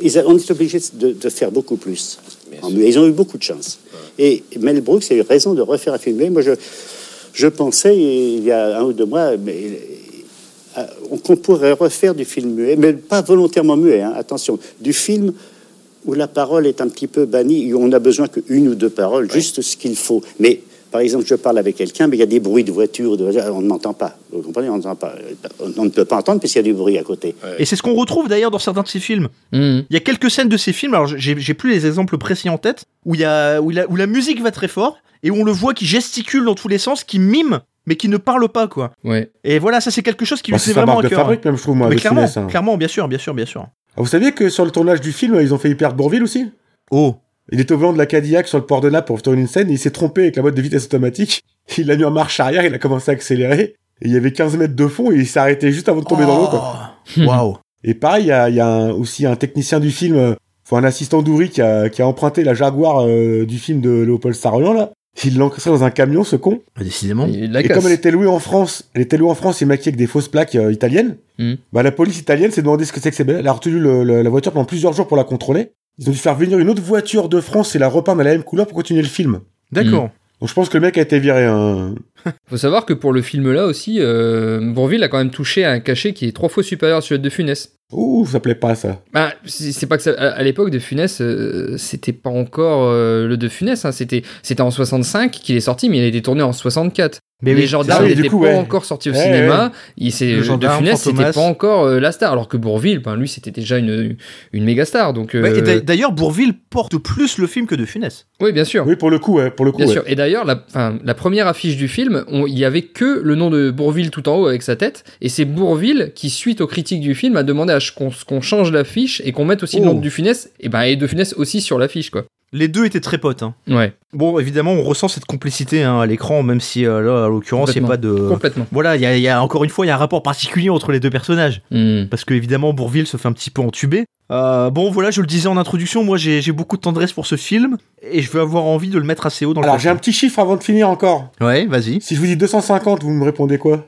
[SPEAKER 10] Ils a- on est obligé de, de faire beaucoup plus. En muet. Ils ont eu beaucoup de chance. Et Mel Brooks a eu raison de refaire un film muet. Moi, je, je pensais, il y a un ou deux mois, mais euh, qu'on pourrait refaire du film muet, mais pas volontairement muet, hein, attention, du film où la parole est un petit peu bannie, où on n'a besoin qu'une ou deux paroles, juste ce qu'il faut. Mais par exemple, je parle avec quelqu'un, mais il y a des bruits de voiture, de... on ne m'entend pas. Vous comprenez, on n'entend pas. On on ne peut pas entendre puisqu'il y a du bruit à côté.
[SPEAKER 1] Et c'est ce qu'on retrouve d'ailleurs dans certains de ses films.
[SPEAKER 3] Mhm.
[SPEAKER 1] Il y a quelques scènes de ces films, alors j'ai j'ai plus les exemples précis en tête, où, il y a, où, la, où la musique va très fort, et où on le voit qui gesticule dans tous les sens, qui mime, mais qui ne parle pas, quoi.
[SPEAKER 3] Ouais.
[SPEAKER 1] Et voilà, ça c'est quelque chose qui
[SPEAKER 2] Bah,
[SPEAKER 1] lui
[SPEAKER 2] c'est
[SPEAKER 1] fait
[SPEAKER 2] sa
[SPEAKER 1] vraiment
[SPEAKER 2] marque
[SPEAKER 1] à
[SPEAKER 2] de
[SPEAKER 1] cœur. hein.
[SPEAKER 2] fabrique, même, je trouve, moi,
[SPEAKER 1] mais
[SPEAKER 2] de
[SPEAKER 1] clairement,
[SPEAKER 2] Funès, hein.
[SPEAKER 1] clairement, bien sûr, bien sûr, bien sûr.
[SPEAKER 2] Ah, Vous saviez que sur le tournage du film, ils ont failli perdre Bourville aussi
[SPEAKER 1] Oh,
[SPEAKER 2] Il était au volant de la Cadillac sur le port de Naples pour tourner une scène, et il s'est trompé avec la mode de vitesse automatique. (laughs) Il l'a mis en marche arrière, il a commencé à accélérer. Et il y avait 15 mètres de fond et il s'est arrêté juste avant de tomber dans l'eau.
[SPEAKER 1] Oh.
[SPEAKER 2] quoi.
[SPEAKER 1] l'eau. Waouh.
[SPEAKER 2] Et pareil, il y a, il y a un- aussi un technicien du film, euh, enfin un assistant d'Ouri qui a, qui a emprunté la Jaguar euh, du film de Léopold Saroyan là. Il l'a encastré dans un camion, ce con.
[SPEAKER 1] Bah, Décidément.
[SPEAKER 3] Il la
[SPEAKER 2] et
[SPEAKER 3] casse.
[SPEAKER 2] comme elle était louée en France, elle était louée en France et maquillée avec des fausses plaques euh, italiennes,
[SPEAKER 3] Mm.
[SPEAKER 2] bah, la police italienne s'est demandé ce que c'est que ces belles. Elle a retenu le- le- la voiture pendant plusieurs jours pour la contrôler. Ils ont dû faire venir une autre voiture de France et la repeindre à la même couleur pour continuer le film.
[SPEAKER 1] D'accord.
[SPEAKER 2] Donc je pense que le mec a été viré. hein.
[SPEAKER 3] Faut savoir que pour le film là aussi, euh, Bourville a quand même touché à un cachet qui est trois fois supérieur à celui de Funès.
[SPEAKER 2] Ouh, ça plaît pas ça.
[SPEAKER 3] Bah, c'est c'est pas que ça, à, à l'époque de Funès, euh, c'était pas encore euh, le de Funès, hein, c'était c'était en 65 qu'il est sorti, mais il a été tourné en 64.
[SPEAKER 1] Mais
[SPEAKER 3] les
[SPEAKER 1] Eh oui,
[SPEAKER 3] gendarmes
[SPEAKER 1] c'est ça.
[SPEAKER 3] n'étaient
[SPEAKER 1] Du
[SPEAKER 3] pas
[SPEAKER 1] coup, ouais.
[SPEAKER 3] encore sortis au
[SPEAKER 1] Ouais,
[SPEAKER 3] cinéma.
[SPEAKER 1] ouais.
[SPEAKER 3] Il s'est,
[SPEAKER 1] Le
[SPEAKER 3] de
[SPEAKER 1] gendarme,
[SPEAKER 3] Funès, c'était
[SPEAKER 1] Fantomas.
[SPEAKER 3] pas encore euh, la star. Alors que Bourville, ben, lui, c'était déjà une, une méga star. Donc, euh,
[SPEAKER 1] Ouais, Bah, et d'a- D'ailleurs, Bourville porte plus le film que de Funès.
[SPEAKER 3] oui, bien sûr.
[SPEAKER 2] Oui, pour le coup, ouais, pour le coup.
[SPEAKER 3] Oh. Bien
[SPEAKER 2] ouais.
[SPEAKER 3] sûr. Et d'ailleurs, la, enfin, la première affiche du film, on- il y avait que le nom de Bourville tout en haut avec sa tête. Et c'est Bourville qui, suite aux critiques du film, a demandé à ch- qu'on qu'on change l'affiche et qu'on mette aussi le nom
[SPEAKER 1] Oh.
[SPEAKER 3] de Du Funès. Et ben, et De Funès aussi sur l'affiche, quoi.
[SPEAKER 1] Les deux étaient très potes. hein.
[SPEAKER 3] Ouais,
[SPEAKER 1] Bon, évidemment, on ressent cette complicité hein, à l'écran, même si euh, là, à l'occurrence, il n'y a pas de.
[SPEAKER 3] complètement.
[SPEAKER 1] Voilà, il y a- il y a encore une fois, il y a un rapport particulier entre les deux personnages.
[SPEAKER 3] Hmm.
[SPEAKER 1] parce que évidemment Bourville se fait un petit peu entuber. Euh, bon voilà, je le disais en introduction, moi j'ai j'ai beaucoup de tendresse pour ce film et je veux avoir envie de le mettre assez haut dans
[SPEAKER 2] Alors,
[SPEAKER 1] le
[SPEAKER 2] j'ai un petit chiffre avant de finir encore.
[SPEAKER 1] classement. Ouais, vas-y.
[SPEAKER 2] Si je vous dis 250, vous me répondez quoi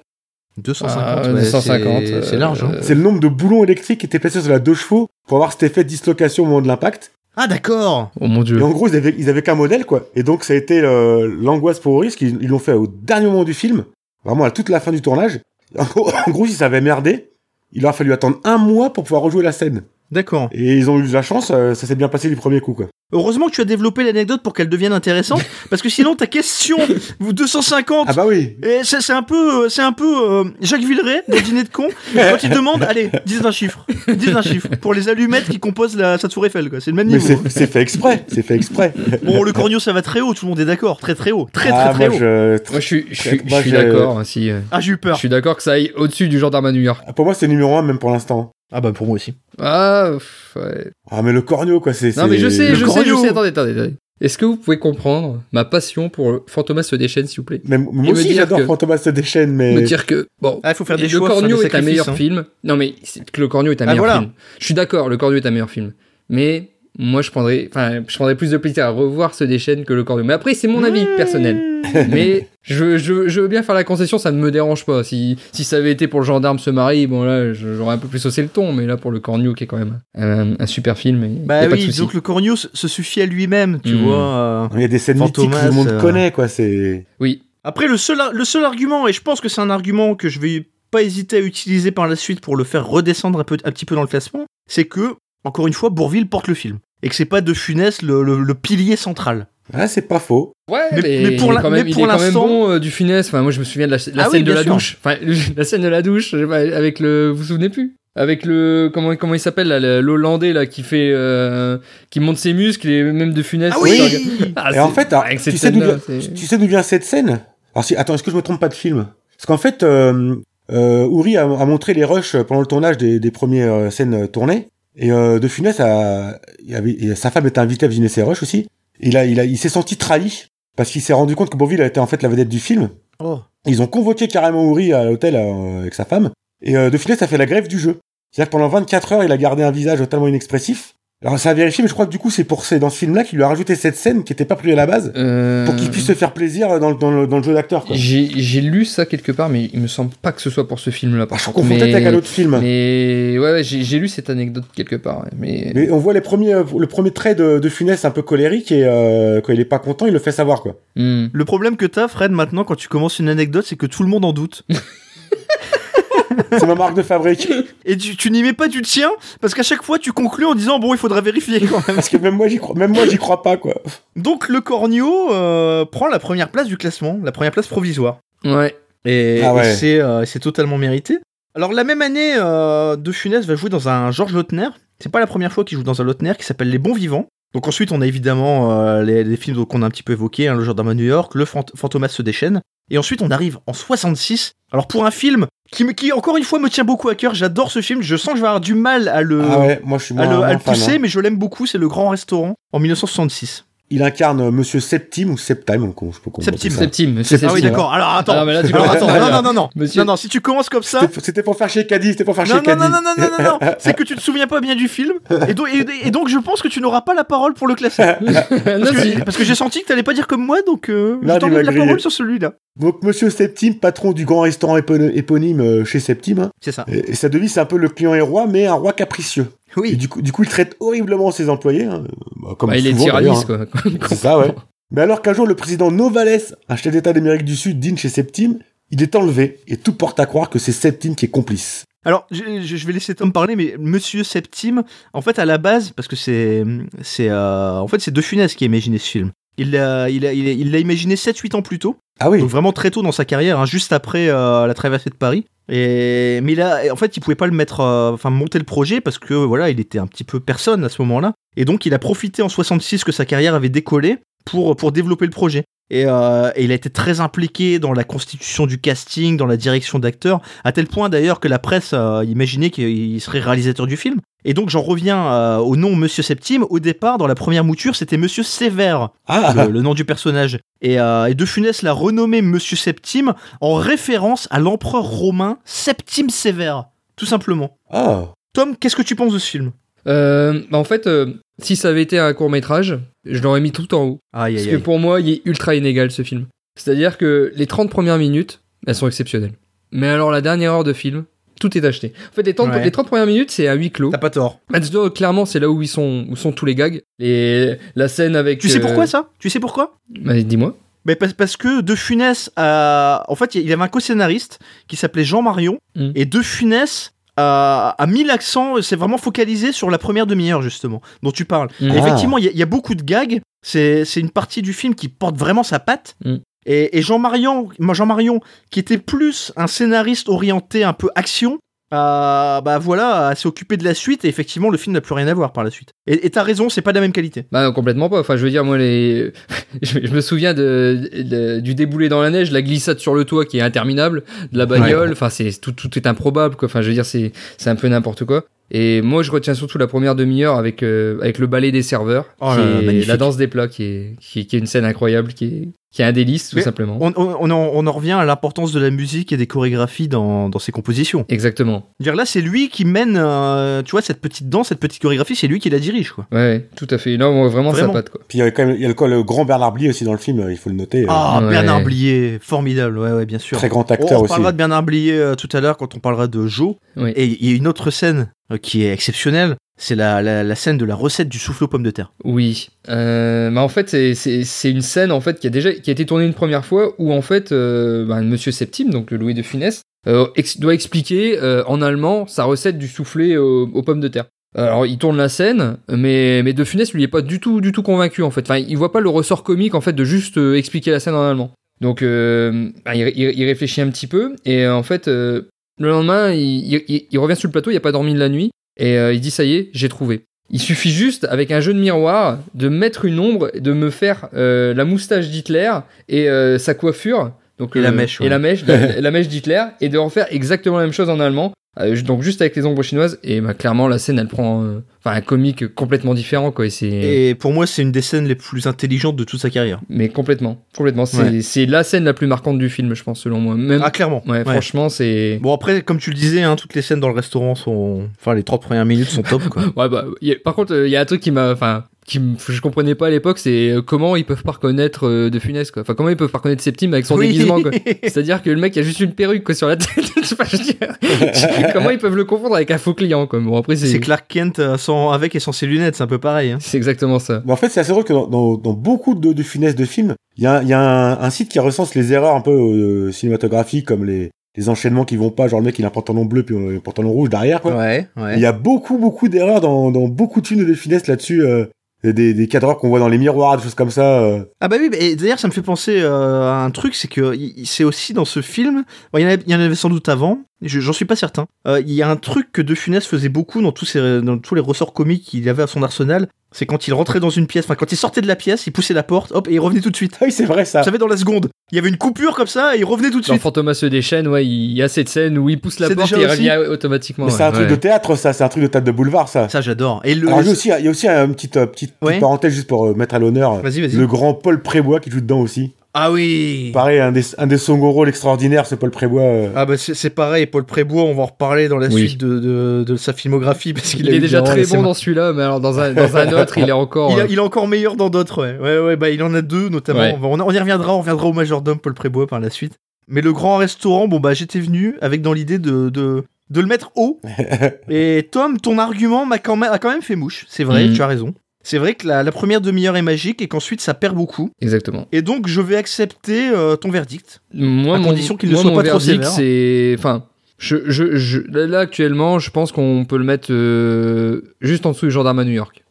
[SPEAKER 1] 250,
[SPEAKER 3] Ah,
[SPEAKER 1] ouais,
[SPEAKER 3] 250,
[SPEAKER 1] c'est-
[SPEAKER 3] euh,
[SPEAKER 1] c'est large. hein.
[SPEAKER 3] euh,
[SPEAKER 2] C'est le nombre de boulons électriques qui étaient placés sur la deux chevaux pour avoir cet effet de dislocation au moment de l'impact.
[SPEAKER 1] Ah d'accord.
[SPEAKER 3] Oh mon dieu.
[SPEAKER 2] Et en gros, ils avaient, ils avaient qu'un modèle, quoi. Et donc, ça a été euh, l'angoisse pour Horis, qu'ils ils l'ont fait au dernier moment du film, vraiment à toute la fin du tournage. (laughs) En gros, en gros, ils avaient merdé. Il leur a fallu attendre un mois pour pouvoir rejouer la scène.
[SPEAKER 1] D'accord.
[SPEAKER 2] Et ils ont eu de la chance, euh, ça s'est bien passé du premier coup, quoi.
[SPEAKER 1] Heureusement que tu as développé l'anecdote pour qu'elle devienne intéressante parce que sinon ta question vous 250
[SPEAKER 2] Ah bah oui
[SPEAKER 1] et c'est c'est un peu, euh, c'est un peu euh, Jacques Villeray dans Dîner de con. Quand il demande, allez, dis un chiffre, dis un chiffre pour les allumettes qui composent la, ça Eiffel, quoi. C'est le même
[SPEAKER 2] Mais
[SPEAKER 1] niveau. hein.
[SPEAKER 2] c'est c'est fait exprès, c'est fait
[SPEAKER 3] (laughs)
[SPEAKER 2] exprès.
[SPEAKER 1] Bon, le corneau, ça va très haut, tout le monde est d'accord. Très très haut. Très très
[SPEAKER 2] ah,
[SPEAKER 1] très
[SPEAKER 2] moi,
[SPEAKER 1] haut.
[SPEAKER 2] je-
[SPEAKER 3] Moi, je suis, je suis, je
[SPEAKER 2] Moi,
[SPEAKER 3] suis
[SPEAKER 2] j'ai-
[SPEAKER 3] d'accord. hein, si, euh,
[SPEAKER 1] Ah, j'ai eu
[SPEAKER 3] je
[SPEAKER 1] peur.
[SPEAKER 3] suis d'accord que ça aille au-dessus du gendarme à New York.
[SPEAKER 2] ah, Pour moi, c'est numéro un, même pour l'instant.
[SPEAKER 1] Ah, bah pour moi aussi.
[SPEAKER 3] Ah, pff, ouais.
[SPEAKER 2] Ah, mais le corneau, quoi, c'est...
[SPEAKER 3] Non, mais je
[SPEAKER 2] c'est-
[SPEAKER 3] sais, je
[SPEAKER 1] Le
[SPEAKER 3] sais, je
[SPEAKER 1] corneau.
[SPEAKER 3] sais. Attendez, attendez, attendez. Est-ce que vous pouvez comprendre ma passion pour le Fantomas se déchaîne, s'il vous plaît
[SPEAKER 2] Mais
[SPEAKER 3] Il
[SPEAKER 2] moi
[SPEAKER 3] me
[SPEAKER 2] aussi,
[SPEAKER 3] dire
[SPEAKER 2] j'adore
[SPEAKER 3] que-
[SPEAKER 2] Fantomas se déchaîne,
[SPEAKER 1] Euh.
[SPEAKER 2] mais...
[SPEAKER 3] Me dire que. Bon.
[SPEAKER 1] Ah, il faut faire des
[SPEAKER 3] le
[SPEAKER 1] choix.
[SPEAKER 3] Cornio
[SPEAKER 1] faire des
[SPEAKER 3] est un meilleur
[SPEAKER 1] sacrifices, hein.
[SPEAKER 3] film. Non, mais c'est que le Cornio est un
[SPEAKER 1] Ah,
[SPEAKER 3] meilleur
[SPEAKER 1] voilà.
[SPEAKER 3] film. Je suis d'accord, le Cornio est un meilleur film. Mais moi, je prendrais, enfin, je prendrais plus de plaisir à revoir ce déchaîne que le Cornio. Mais après, c'est mon avis
[SPEAKER 1] Mmh. (laughs)
[SPEAKER 3] personnel. mais je, je, je veux bien faire la concession, ça ne me dérange pas. Si, si ça avait été pour le gendarme se marier, bon là, je- j'aurais un peu plus saucé le ton. Mais là, pour le Cornio, qui est quand même un, un super film, il y a
[SPEAKER 1] Bah
[SPEAKER 3] pas de
[SPEAKER 1] oui,
[SPEAKER 3] souci.
[SPEAKER 1] donc le Cornio se- se suffit à lui-même, tu
[SPEAKER 3] Mm.
[SPEAKER 1] vois. euh.
[SPEAKER 2] Il y a des scènes mythiques que tout le
[SPEAKER 1] Fantomas,
[SPEAKER 2] monde
[SPEAKER 1] euh,
[SPEAKER 2] connaît, quoi, c'est...
[SPEAKER 3] Oui,
[SPEAKER 1] Après, le seul, ar- le seul argument, et je pense que c'est un argument que je vais pas hésiter à utiliser par la suite pour le faire redescendre un, peu, un petit peu dans le classement, c'est que, encore une fois, Bourville porte le film. Et que c'est pas de funès le, le- le pilier central.
[SPEAKER 2] Ah, c'est pas faux.
[SPEAKER 3] Ouais, mais,
[SPEAKER 1] Mais- mais
[SPEAKER 3] pour
[SPEAKER 1] pour
[SPEAKER 3] il est
[SPEAKER 1] la-
[SPEAKER 3] quand même,
[SPEAKER 1] mais
[SPEAKER 3] il
[SPEAKER 1] pour
[SPEAKER 3] est quand même
[SPEAKER 1] l'instant-
[SPEAKER 3] bon euh, du funeste. Enfin, moi, je me souviens de la, la
[SPEAKER 1] Ah oui,
[SPEAKER 3] scène de
[SPEAKER 1] bien
[SPEAKER 3] la
[SPEAKER 1] sûr.
[SPEAKER 3] douche. Enfin, (laughs) la scène de la douche, je sais pas, avec le. Vous vous souvenez plus Avec le. Comment, comment il s'appelle là, le- L'Hollandais, là, qui fait. euh, qui monte ses muscles et même de funeste. Ah,
[SPEAKER 2] Et
[SPEAKER 3] c'est-
[SPEAKER 2] en fait, alors,
[SPEAKER 3] avec cette
[SPEAKER 2] tu, sais d'où
[SPEAKER 3] scène-là,
[SPEAKER 2] vient-
[SPEAKER 3] c'est-
[SPEAKER 2] tu sais d'où vient cette scène Alors, si, Attends, est-ce que je me trompe pas de film Parce qu'en fait, euh, euh, Uri a, a montré les rushs pendant le tournage des, des premières euh, scènes euh, tournées. Et euh, De Funès, a, il avait- et sa femme était invitée à visionner ces rushs aussi. Et là, il, a, il s'est senti trahi parce qu'il s'est rendu compte que Bourville a été en fait la vedette du film.
[SPEAKER 1] Oh.
[SPEAKER 2] Ils ont convoqué carrément Uri à l'hôtel euh, avec sa femme. Et euh, De Funès a fait la grève du jeu. C'est-à-dire que pendant 24 heures, il a gardé un visage totalement inexpressif. Alors ça a vérifié, mais je crois que du coup, c'est pour c'est dans ce film-là qu'il lui a rajouté cette scène qui n'était pas prévue à la base
[SPEAKER 3] Euh,
[SPEAKER 2] pour qu'il puisse se faire plaisir dans, le- dans le, dans le jeu d'acteur. quoi.
[SPEAKER 3] J'ai j'ai lu ça quelque part, mais il me semble pas que ce soit pour ce film-là.
[SPEAKER 2] Ah,
[SPEAKER 3] par
[SPEAKER 2] je
[SPEAKER 3] contre.
[SPEAKER 2] confonds
[SPEAKER 3] mais...
[SPEAKER 2] peut-être avec un autre film. Mais...
[SPEAKER 3] Mais ouais, ouais, j'ai j'ai lu cette anecdote quelque part. ouais, Mais,
[SPEAKER 2] on voit les premiers, euh, le premier trait de, de Funès un peu colérique et euh, quand il est pas content, il le fait savoir quoi.
[SPEAKER 3] Hmm.
[SPEAKER 1] Le problème que t'as, Fred, maintenant, quand tu commences une anecdote, c'est que tout le monde en doute.
[SPEAKER 2] C'est ma marque
[SPEAKER 1] (laughs)
[SPEAKER 2] de fabrique.
[SPEAKER 1] Et tu, tu n'y mets pas du tien, parce qu'à chaque fois, tu conclus en disant, bon, il faudra vérifier quand même.
[SPEAKER 2] Parce que même moi, j'y crois, même moi, j'y crois pas quoi.
[SPEAKER 1] Donc, le Cornio euh, prend la première place du classement, la première place provisoire.
[SPEAKER 3] Ouais.
[SPEAKER 1] Et,
[SPEAKER 2] Ah
[SPEAKER 1] et
[SPEAKER 2] ouais.
[SPEAKER 1] c'est, euh, c'est totalement mérité. Alors, la même année, euh, De Funès va jouer dans un Georges Lautner. C'est pas la première fois qu'il joue dans un Lautner qui s'appelle Les Bons Vivants. Donc, ensuite, on a évidemment euh, les, les films qu'on a un petit peu évoqués hein, Le Gendarme à New York, Le Fant- Fantomas se déchaîne. Et ensuite, on arrive en 66. Alors, pour un film qui, me- qui, encore une fois, me tient beaucoup à cœur, j'adore ce film. Je sens que je vais avoir du mal à le,
[SPEAKER 2] ah ouais, moi je suis
[SPEAKER 1] à
[SPEAKER 2] moins,
[SPEAKER 1] le, à
[SPEAKER 2] moins
[SPEAKER 1] le
[SPEAKER 2] fan,
[SPEAKER 1] pousser,
[SPEAKER 2] hein.
[SPEAKER 1] mais je l'aime beaucoup. C'est Le Grand Restaurant en 1966.
[SPEAKER 2] Il incarne euh, Monsieur Septime ou Septime, on- je peux comprendre.
[SPEAKER 1] Septime.
[SPEAKER 2] ça.
[SPEAKER 3] Septime. monsieur
[SPEAKER 1] Ah oui,
[SPEAKER 3] Septime.
[SPEAKER 1] d'accord. Alors, attends.
[SPEAKER 3] Ah, mais là, tu
[SPEAKER 1] Alors,
[SPEAKER 3] comprends
[SPEAKER 1] attends.
[SPEAKER 3] pas,
[SPEAKER 1] Non,
[SPEAKER 3] là.
[SPEAKER 1] non, non, non.
[SPEAKER 3] Monsieur-
[SPEAKER 1] Non, non, si tu commences comme ça.
[SPEAKER 2] C'était- C'était pour faire chez Caddy, c'était pour faire
[SPEAKER 1] Non,
[SPEAKER 2] Ah, chez
[SPEAKER 1] non,
[SPEAKER 2] Caddy.
[SPEAKER 1] non, non, non, non, non, non.
[SPEAKER 2] (laughs)
[SPEAKER 1] c'est que tu te souviens pas bien du film, et, do- et- et donc je pense que tu n'auras pas la parole pour le
[SPEAKER 2] (laughs)
[SPEAKER 1] classer.
[SPEAKER 3] (laughs) Non,
[SPEAKER 1] Parce
[SPEAKER 3] si.
[SPEAKER 1] que, parce que j'ai senti que t'allais pas dire comme moi, donc euh,
[SPEAKER 2] Non,
[SPEAKER 1] je t'enlève
[SPEAKER 2] il m'a
[SPEAKER 1] la
[SPEAKER 2] grillé.
[SPEAKER 1] parole sur celui-là.
[SPEAKER 2] Donc Monsieur Septime, patron du grand restaurant épo- éponyme euh, chez Septime, hein.
[SPEAKER 1] C'est ça.
[SPEAKER 2] et, et sa devise c'est un peu le client est roi, mais un roi capricieux. Et
[SPEAKER 1] Oui.
[SPEAKER 2] du coup, du coup, il traite horriblement ses employés, hein, bah, comme
[SPEAKER 3] Bah, il est
[SPEAKER 2] souvent, d'ailleurs, hein.
[SPEAKER 3] tyranniste, quoi.
[SPEAKER 2] C'est ça, ouais. Mais alors qu'un jour, le président Novales, un chef d'État d'Amérique du Sud, dîne chez Septime, il est enlevé et tout porte à croire que c'est Septime qui est complice.
[SPEAKER 1] Alors, je, je- je vais laisser Tom parler, mais Monsieur Septime, en fait, à la base, parce que c'est, c'est, euh, en fait, c'est De Funès qui a imaginé ce film. Il l'a, il a- il a- il l'a imaginé 7-8 ans plus tôt.
[SPEAKER 2] Ah oui.
[SPEAKER 1] Donc vraiment très tôt dans sa carrière, hein, juste après euh, la traversée de Paris. Et mais là, en fait, il pouvait pas le mettre, euh, enfin monter le projet parce que voilà, il était un petit peu personne à ce moment-là. Et donc, il a profité en 66 que sa carrière avait décollé pour pour développer le projet. Et, euh, et il a été très impliqué dans la constitution du casting, dans la direction d'acteurs, à tel point d'ailleurs que la presse euh, imaginait qu'il serait réalisateur du film. Et donc j'en reviens euh, au nom Monsieur Septime. Au départ, dans la première mouture, c'était Monsieur Sévère,
[SPEAKER 2] Ah.
[SPEAKER 1] le, le nom du personnage. Et, euh, et De Funès l'a renommé Monsieur Septime en référence à l'empereur romain Septime Sévère, tout simplement.
[SPEAKER 2] Ah.
[SPEAKER 1] Tom, qu'est-ce que tu penses de ce film
[SPEAKER 3] Euh, bah, en fait, euh, si ça avait été un court métrage, je l'aurais mis tout en haut.
[SPEAKER 1] Aïe,
[SPEAKER 3] Parce
[SPEAKER 1] aïe,
[SPEAKER 3] que
[SPEAKER 1] aïe.
[SPEAKER 3] pour moi, il est ultra inégal ce film. C'est-à-dire que les 30 premières minutes, elles sont exceptionnelles. Mais alors la dernière heure de film, tout est acheté. En fait, les 30,
[SPEAKER 1] Ouais.
[SPEAKER 3] les 30 premières minutes, c'est à huis clos.
[SPEAKER 1] T'as pas tort.
[SPEAKER 3] Mads Dore, clairement, c'est là où, ils sont, où sont tous les gags. Et la scène avec...
[SPEAKER 1] Tu sais
[SPEAKER 3] euh,
[SPEAKER 1] pourquoi ça Tu sais pourquoi
[SPEAKER 3] bah, Dis-moi.
[SPEAKER 1] Mais parce, parce que De Funès a. En fait, il y avait un co-scénariste qui s'appelait Jean Marion.
[SPEAKER 3] Mm.
[SPEAKER 1] Et De Funès a, a mis l'accent, s'est vraiment focalisé sur la première demi-heure, justement, dont tu parles.
[SPEAKER 3] Mm.
[SPEAKER 1] Et
[SPEAKER 2] Ah.
[SPEAKER 1] effectivement, il y, a- il y a beaucoup de gags. C'est c'est une partie du film qui porte vraiment sa patte.
[SPEAKER 3] Mm.
[SPEAKER 1] Et, et Jean Marion, moi, Jean Marion, qui était plus un scénariste orienté un peu action, euh, bah voilà, à s'est occupé de la suite. Et effectivement, le film n'a plus rien à voir par la suite. Et et t'as raison, c'est pas de la même qualité.
[SPEAKER 3] Bah non, complètement pas. Enfin, je veux dire, moi, les... (laughs) je, je me souviens de, de- du déboulé dans la neige, la glissade sur le toit qui est interminable, de la bagnole. Enfin, c'est tout, tout est improbable. Quoi. Enfin, je veux dire, c'est c'est un peu n'importe quoi. Et moi, je retiens surtout la première demi-heure avec euh, avec le ballet des serveurs,
[SPEAKER 1] Oh
[SPEAKER 3] qui
[SPEAKER 1] là là,
[SPEAKER 3] est-
[SPEAKER 1] magnifique.
[SPEAKER 3] la danse des plats, qui est qui, qui est une scène incroyable, qui est qui est un délice tout
[SPEAKER 1] Mais
[SPEAKER 3] simplement.
[SPEAKER 1] On, on- on en, on en revient à l'importance de la musique et des chorégraphies dans, dans ses compositions.
[SPEAKER 3] Exactement.
[SPEAKER 1] Je veux Dire là, c'est lui qui mène, euh, tu vois, cette petite danse, cette petite chorégraphie, c'est lui qui la dirige, quoi.
[SPEAKER 3] Ouais, Ouais, tout à fait. Là, on voit vraiment, sa
[SPEAKER 1] Vraiment.
[SPEAKER 3] patte, quoi.
[SPEAKER 2] Puis il y a quand même il y a le, le grand Bernard Blier aussi dans le film, euh, il faut le noter. euh,
[SPEAKER 1] Ah,
[SPEAKER 3] Ouais.
[SPEAKER 1] Bernard Blier, formidable, ouais, ouais, bien sûr.
[SPEAKER 2] très grand
[SPEAKER 1] On-
[SPEAKER 2] acteur
[SPEAKER 1] on
[SPEAKER 2] aussi.
[SPEAKER 1] parlera de Bernard Blier euh, tout à l'heure quand on parlera de Joe.
[SPEAKER 3] Oui.
[SPEAKER 1] Et il y a une autre scène euh, qui est exceptionnelle, c'est la, la- la scène de la recette du souffle aux pommes de terre.
[SPEAKER 3] Oui, euh, bah en fait c'est- c'est c'est une scène en fait qui a déjà qui a été tournée une première fois où en fait euh, bah, Monsieur Septime donc le Louis de Funès euh, ex- doit expliquer euh, en allemand sa recette du soufflé aux, aux pommes de terre. Alors il tourne la scène, mais mais de Funès lui est pas du tout du tout convaincu en fait. Enfin il voit pas le ressort comique en fait de juste euh, expliquer la scène en allemand. Donc euh, bah, il, ré- il ré- il réfléchit un petit peu et euh, en fait euh, le lendemain il, il- il- il revient sur le plateau, il a pas dormi de la nuit et euh, il dit ça y est j'ai trouvé. Il suffit juste, avec un jeu de miroir, de mettre une ombre, de me faire euh, la moustache d'Hitler et euh, sa coiffure. Donc, euh,
[SPEAKER 1] Et la mèche, ouais.
[SPEAKER 3] Et la mèche,
[SPEAKER 1] (laughs)
[SPEAKER 3] la, la mèche d'Hitler, et de refaire exactement la même chose en allemand. euh, ju- donc juste avec les ombres chinoises. Et bah, clairement, la scène, elle prend euh, enfin un comique complètement différent. Quoi, et c'est-
[SPEAKER 1] Et pour moi, c'est une des scènes les plus intelligentes de toute sa carrière.
[SPEAKER 3] Mais complètement. complètement. C'est
[SPEAKER 1] Ouais.
[SPEAKER 3] c'est la scène la plus marquante du film, je pense, selon moi. Même,
[SPEAKER 1] Ah, clairement.
[SPEAKER 3] ouais,
[SPEAKER 1] Ouais.
[SPEAKER 3] Franchement, c'est...
[SPEAKER 1] Bon, après, comme tu le disais, hein, toutes les scènes dans le restaurant sont. Enfin, les trois premières minutes sont top, quoi.
[SPEAKER 3] Ouais, bah, y a- par contre, il y a un truc qui m'a, enfin, qui m- je comprenais pas à l'époque, c'est euh, comment ils peuvent pas reconnaître euh, De Funès, quoi. Enfin, comment ils peuvent pas reconnaître Septime avec (laughs) son
[SPEAKER 1] Oui. (laughs)
[SPEAKER 3] déguisement, quoi. C'est-à-dire que le mec il a juste une perruque, quoi, sur la tête. (laughs) Enfin, je
[SPEAKER 1] (laughs)
[SPEAKER 3] veux dire, comment ils peuvent le confondre avec un faux client, quoi. Bon, après,
[SPEAKER 1] C'est
[SPEAKER 3] c'est,
[SPEAKER 1] Clark Kent euh, sans, avec et sans ses lunettes, c'est un peu pareil. hein.
[SPEAKER 3] c'est exactement ça.
[SPEAKER 2] Mais en fait, c'est assez drôle que dans, dans- dans beaucoup de, de finesses de films, il y a, un- il y a un, un site qui recense les erreurs un peu euh, cinématographiques, comme les, les enchaînements qui vont pas, genre le mec il a un pantalon bleu puis euh, un pantalon rouge derrière. Quoi.
[SPEAKER 1] Ouais, ouais.
[SPEAKER 2] Il y a beaucoup, beaucoup d'erreurs dans, dans beaucoup de films de De Funès là-dessus. euh, et des, des cadreurs qu'on voit dans les miroirs, des choses comme ça. euh. (laughs)
[SPEAKER 1] Ah bah oui, bah, et d'ailleurs ça me fait penser euh, à un truc, c'est que il- il- c'est aussi dans ce film, bon, il y, en avait- il y en avait sans doute avant, je- j'en suis pas certain, Euh, il y a un truc que De Funès faisait beaucoup dans tous, ses- dans tous les ressorts comiques qu'il avait à son arsenal, c'est quand il rentrait dans une pièce, enfin quand il sortait de la pièce, il poussait la porte, hop, et il revenait tout de suite.
[SPEAKER 2] Ah oui, c'est vrai ça.
[SPEAKER 1] Vous savez, dans la seconde, il y avait une coupure comme ça, et il revenait tout de
[SPEAKER 3] Dans
[SPEAKER 1] suite.
[SPEAKER 3] Fantomas se déchaîne, ouais, il y a cette scène où il pousse la
[SPEAKER 1] C'est
[SPEAKER 3] porte et
[SPEAKER 1] déjà
[SPEAKER 3] il
[SPEAKER 1] aussi-
[SPEAKER 3] revient automatiquement.
[SPEAKER 2] Mais c'est
[SPEAKER 3] ouais,
[SPEAKER 2] un truc
[SPEAKER 3] ouais.
[SPEAKER 2] de théâtre, ça. C'est un truc de théâtre de boulevard, ça.
[SPEAKER 1] Ça j'adore. Et le...
[SPEAKER 2] Alors, il y a aussi, il y a aussi un petit, euh, petit, petite
[SPEAKER 1] Ouais.
[SPEAKER 2] parenthèse juste pour euh, mettre à l'honneur euh,
[SPEAKER 1] Vas-y, vas-y.
[SPEAKER 2] le grand Paul Prébois qui joue dedans aussi.
[SPEAKER 1] Ah oui
[SPEAKER 2] Pareil, un des, un des second rôles extraordinaires, ce Paul Prébois. euh.
[SPEAKER 1] Ah bah c'est c'est pareil, Paul Prébois, on va en reparler dans la
[SPEAKER 3] Oui.
[SPEAKER 1] suite de, de- de sa filmographie, parce qu'il
[SPEAKER 3] Il
[SPEAKER 1] a eu des
[SPEAKER 3] est déjà
[SPEAKER 1] rôles
[SPEAKER 3] très
[SPEAKER 1] assez
[SPEAKER 3] bon dans celui-là, mais alors dans un, dans un autre, il est
[SPEAKER 1] (laughs)
[SPEAKER 3] encore.
[SPEAKER 1] Il, a-
[SPEAKER 3] euh,
[SPEAKER 1] il est encore meilleur dans d'autres, ouais. Ouais, ouais, bah il en a deux notamment.
[SPEAKER 3] Ouais.
[SPEAKER 1] On, on y reviendra, on reviendra au majordome Paul Prébois par la suite. Mais le grand restaurant, bon bah j'étais venu avec dans l'idée de, de, de le mettre
[SPEAKER 3] (laughs)
[SPEAKER 1] haut. Et Tom, ton argument m'a quand même, a quand même fait mouche. C'est vrai,
[SPEAKER 3] Mhm.
[SPEAKER 1] tu as raison. C'est vrai que la, la première demi-heure est magique et qu'ensuite ça perd beaucoup.
[SPEAKER 3] Exactement.
[SPEAKER 1] Et donc je vais accepter euh, ton verdict. (laughs)
[SPEAKER 3] Moi,
[SPEAKER 1] À
[SPEAKER 3] mon,
[SPEAKER 1] condition qu'il ne
[SPEAKER 3] moi,
[SPEAKER 1] soit
[SPEAKER 3] mon
[SPEAKER 1] pas trop
[SPEAKER 3] verdict,
[SPEAKER 1] sévère.
[SPEAKER 3] c'est, enfin, je, je, je- là, là, actuellement, je pense qu'on peut le mettre euh, juste en dessous du gendarme à New York.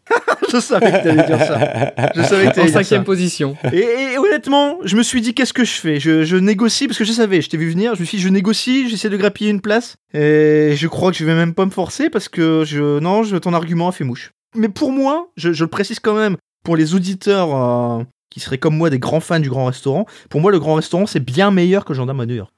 [SPEAKER 1] Je savais que t'allais dire ça. Je savais que t'allais
[SPEAKER 3] En
[SPEAKER 1] dire
[SPEAKER 3] cinquième
[SPEAKER 1] ça.
[SPEAKER 3] position.
[SPEAKER 1] Et, et honnêtement, je me suis dit qu'est-ce que je fais je, je négocie parce que je savais, je t'ai vu venir, je me suis dit je négocie, j'essaie de grappiller une place. Et je crois que je vais même pas me forcer parce que je non, je, ton argument a fait mouche. Mais pour moi, je, je le précise quand même, pour les auditeurs euh, qui seraient comme moi des grands fans du grand restaurant, pour moi le grand restaurant c'est bien meilleur que Gendarme à New
[SPEAKER 3] (laughs)
[SPEAKER 1] York.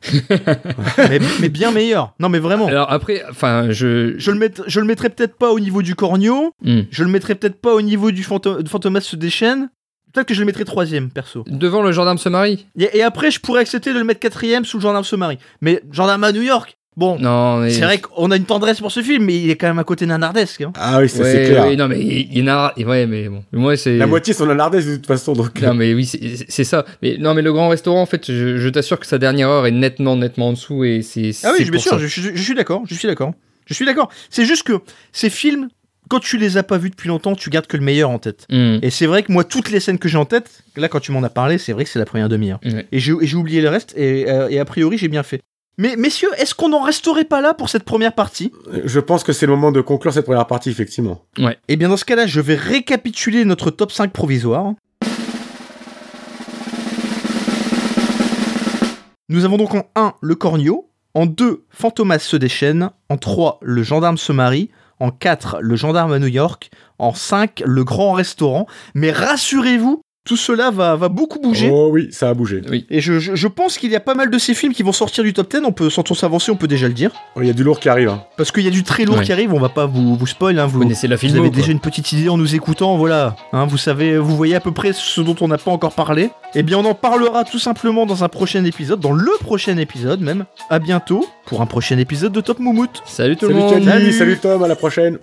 [SPEAKER 1] mais, mais bien meilleur. Non mais vraiment.
[SPEAKER 3] Alors après, enfin, je.
[SPEAKER 1] Oh. Je le, mettrai- je le mettrais peut-être pas au niveau du cornio,
[SPEAKER 3] Hmm.
[SPEAKER 1] je le mettrais peut-être pas au niveau du fantôme Fantomas se déchaîne. Peut-être que je le mettrais troisième, perso.
[SPEAKER 3] Devant le gendarme se marie
[SPEAKER 1] Et, et après, je pourrais accepter de le mettre quatrième sous Gendarme se marie. Mais Gendarme à New York, bon,
[SPEAKER 3] Non, mais.
[SPEAKER 1] c'est vrai qu'on a une tendresse pour ce film, mais il est quand même à côté nanardesque. hein.
[SPEAKER 2] Ah oui, ça,
[SPEAKER 3] Ouais,
[SPEAKER 2] c'est clair.
[SPEAKER 3] ouais, non, mais il y en a. Ouais, mais bon. Moi, c'est.
[SPEAKER 2] La moitié sont nanardaises de toute façon, donc.
[SPEAKER 3] Non mais oui c'est c'est ça. Mais non mais le grand restaurant en fait, je, je t'assure que sa dernière heure est nettement nettement en dessous et c'est.
[SPEAKER 1] Ah
[SPEAKER 3] c'est
[SPEAKER 1] oui, je- bien
[SPEAKER 3] pour
[SPEAKER 1] sûr,
[SPEAKER 3] ça.
[SPEAKER 1] je, je- je suis d'accord, je suis d'accord. Je suis d'accord. C'est juste que ces films, quand tu les as pas vus depuis longtemps, tu gardes que le meilleur en tête.
[SPEAKER 3] Hmm.
[SPEAKER 1] Et c'est vrai que moi, toutes les scènes que j'ai en tête, là, quand tu m'en as parlé, c'est vrai que c'est la première demi-heure.
[SPEAKER 3] Ouais.
[SPEAKER 1] Et j'ai et j'ai oublié le reste, et, euh, et a priori, j'ai bien fait. Mais messieurs, est-ce qu'on n'en resterait pas là pour cette première partie
[SPEAKER 2] euh, Je pense que c'est le moment de conclure cette première partie, effectivement.
[SPEAKER 1] Eh bien, dans ce cas-là, je vais récapituler notre top 5 provisoire. Nous avons donc en 1 le cornio, en 2 Fantomas se déchaîne, en 3 le gendarme se marie, en 4 le gendarme à New York, en 5 le grand restaurant. Mais rassurez-vous, tout cela va, va beaucoup bouger.
[SPEAKER 2] Oh oui, ça a bougé.
[SPEAKER 1] Et je, je- je pense qu'il y a pas mal de ces films qui vont sortir du top 10, on peut, sans trop s'avancer, on peut déjà le dire.
[SPEAKER 2] Oh, Il y a du lourd qui arrive. hein.
[SPEAKER 1] Parce qu'il y a du très lourd
[SPEAKER 3] Ouais.
[SPEAKER 1] qui arrive, on va pas vous, vous spoil, hein,
[SPEAKER 3] Vous
[SPEAKER 1] vous,
[SPEAKER 3] connaissez la
[SPEAKER 1] vous
[SPEAKER 3] film
[SPEAKER 1] avez déjà une petite idée en nous écoutant, voilà. Hein, vous savez, vous voyez à peu près ce dont on n'a pas encore parlé. Eh bien, on en parlera tout simplement dans un prochain épisode, dans le prochain épisode même. À bientôt pour un prochain épisode de Top Moumout.
[SPEAKER 3] Salut tout
[SPEAKER 2] Salut
[SPEAKER 3] le monde.
[SPEAKER 2] Camille, salut. Tom, à la prochaine.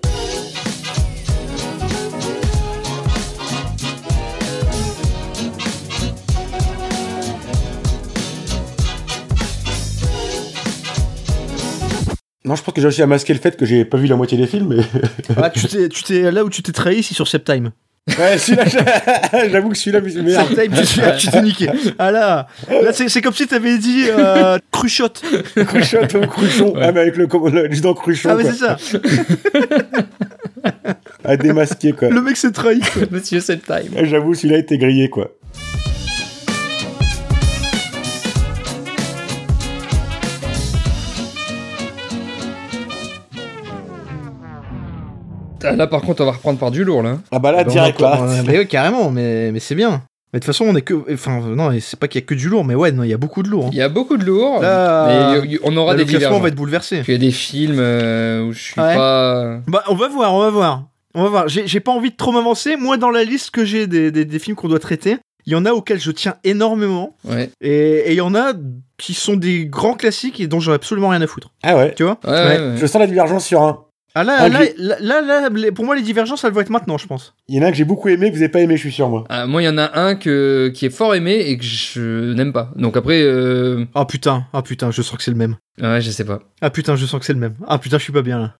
[SPEAKER 2] Non, je pense que j'ai réussi à masquer le fait que j'ai pas vu la moitié des films, mais.
[SPEAKER 3] (laughs)
[SPEAKER 1] Ah, tu t'es, tu t'es là où tu t'es trahi, c'est sur Septime.
[SPEAKER 2] Ouais, celui-là, (laughs) j'avoue que celui-là, mais merde.
[SPEAKER 1] Septime, tu t'es, tu t'es niqué. Ah là, là c'est, c'est comme si t'avais dit euh, cruchotte.
[SPEAKER 2] Cruchot, Tom Cruchon. Ah, mais avec le, le, le dans Cruchon,
[SPEAKER 1] Ah mais
[SPEAKER 2] quoi.
[SPEAKER 1] c'est ça,
[SPEAKER 2] À démasquer, quoi.
[SPEAKER 1] le mec s'est trahi.
[SPEAKER 3] (laughs) Monsieur Septime.
[SPEAKER 2] Ah, J'avoue, celui-là était grillé, quoi.
[SPEAKER 3] Ah, Là par contre on va reprendre par du lourd là.
[SPEAKER 2] Ah, bah là,
[SPEAKER 1] Bah, on
[SPEAKER 2] direct,
[SPEAKER 1] en-
[SPEAKER 2] là.
[SPEAKER 1] on- Mais oui, carrément, mais, mais c'est bien. Mais de toute façon, on est que. Enfin, non, et c'est pas qu'il y a que du lourd, mais ouais, non, il y a beaucoup de lourd. hein.
[SPEAKER 3] Il y a beaucoup de lourd.
[SPEAKER 1] Là,
[SPEAKER 3] mais y- y- on aura
[SPEAKER 1] Là,
[SPEAKER 3] des
[SPEAKER 1] Ah. Bah, le classement
[SPEAKER 3] divergences.
[SPEAKER 1] va être bouleversé.
[SPEAKER 3] Puis il y a des films euh, où je suis
[SPEAKER 1] Ouais.
[SPEAKER 3] pas. euh,
[SPEAKER 1] Bah, on va voir, on va voir. On va voir. J'ai j'ai pas envie de trop m'avancer. Moi, dans la liste que j'ai des, des- des films qu'on doit traiter, il y en a auxquels je tiens énormément.
[SPEAKER 3] Ouais.
[SPEAKER 1] Et et il y en a qui sont des grands classiques et dont j'ai absolument rien à foutre.
[SPEAKER 2] Ah ouais.
[SPEAKER 1] Tu vois
[SPEAKER 3] Ouais, ouais, ouais.
[SPEAKER 2] Je sens la divergence sur un.
[SPEAKER 1] Ah là,
[SPEAKER 2] Ah,
[SPEAKER 1] là,
[SPEAKER 2] j'ai-
[SPEAKER 1] là, là, là, les- pour moi, les divergences, elles vont être maintenant, je pense.
[SPEAKER 2] Il y en a un que j'ai beaucoup aimé, que vous avez pas aimé, je suis sûr, moi.
[SPEAKER 3] Ah, moi il y en a un que qui est fort aimé et que je n'aime pas. Donc après euh...
[SPEAKER 1] Ah putain, ah putain, je sens que c'est le même.
[SPEAKER 3] ouais je sais pas.
[SPEAKER 1] Ah putain, je sens que c'est le même. Ah putain, je suis pas bien là.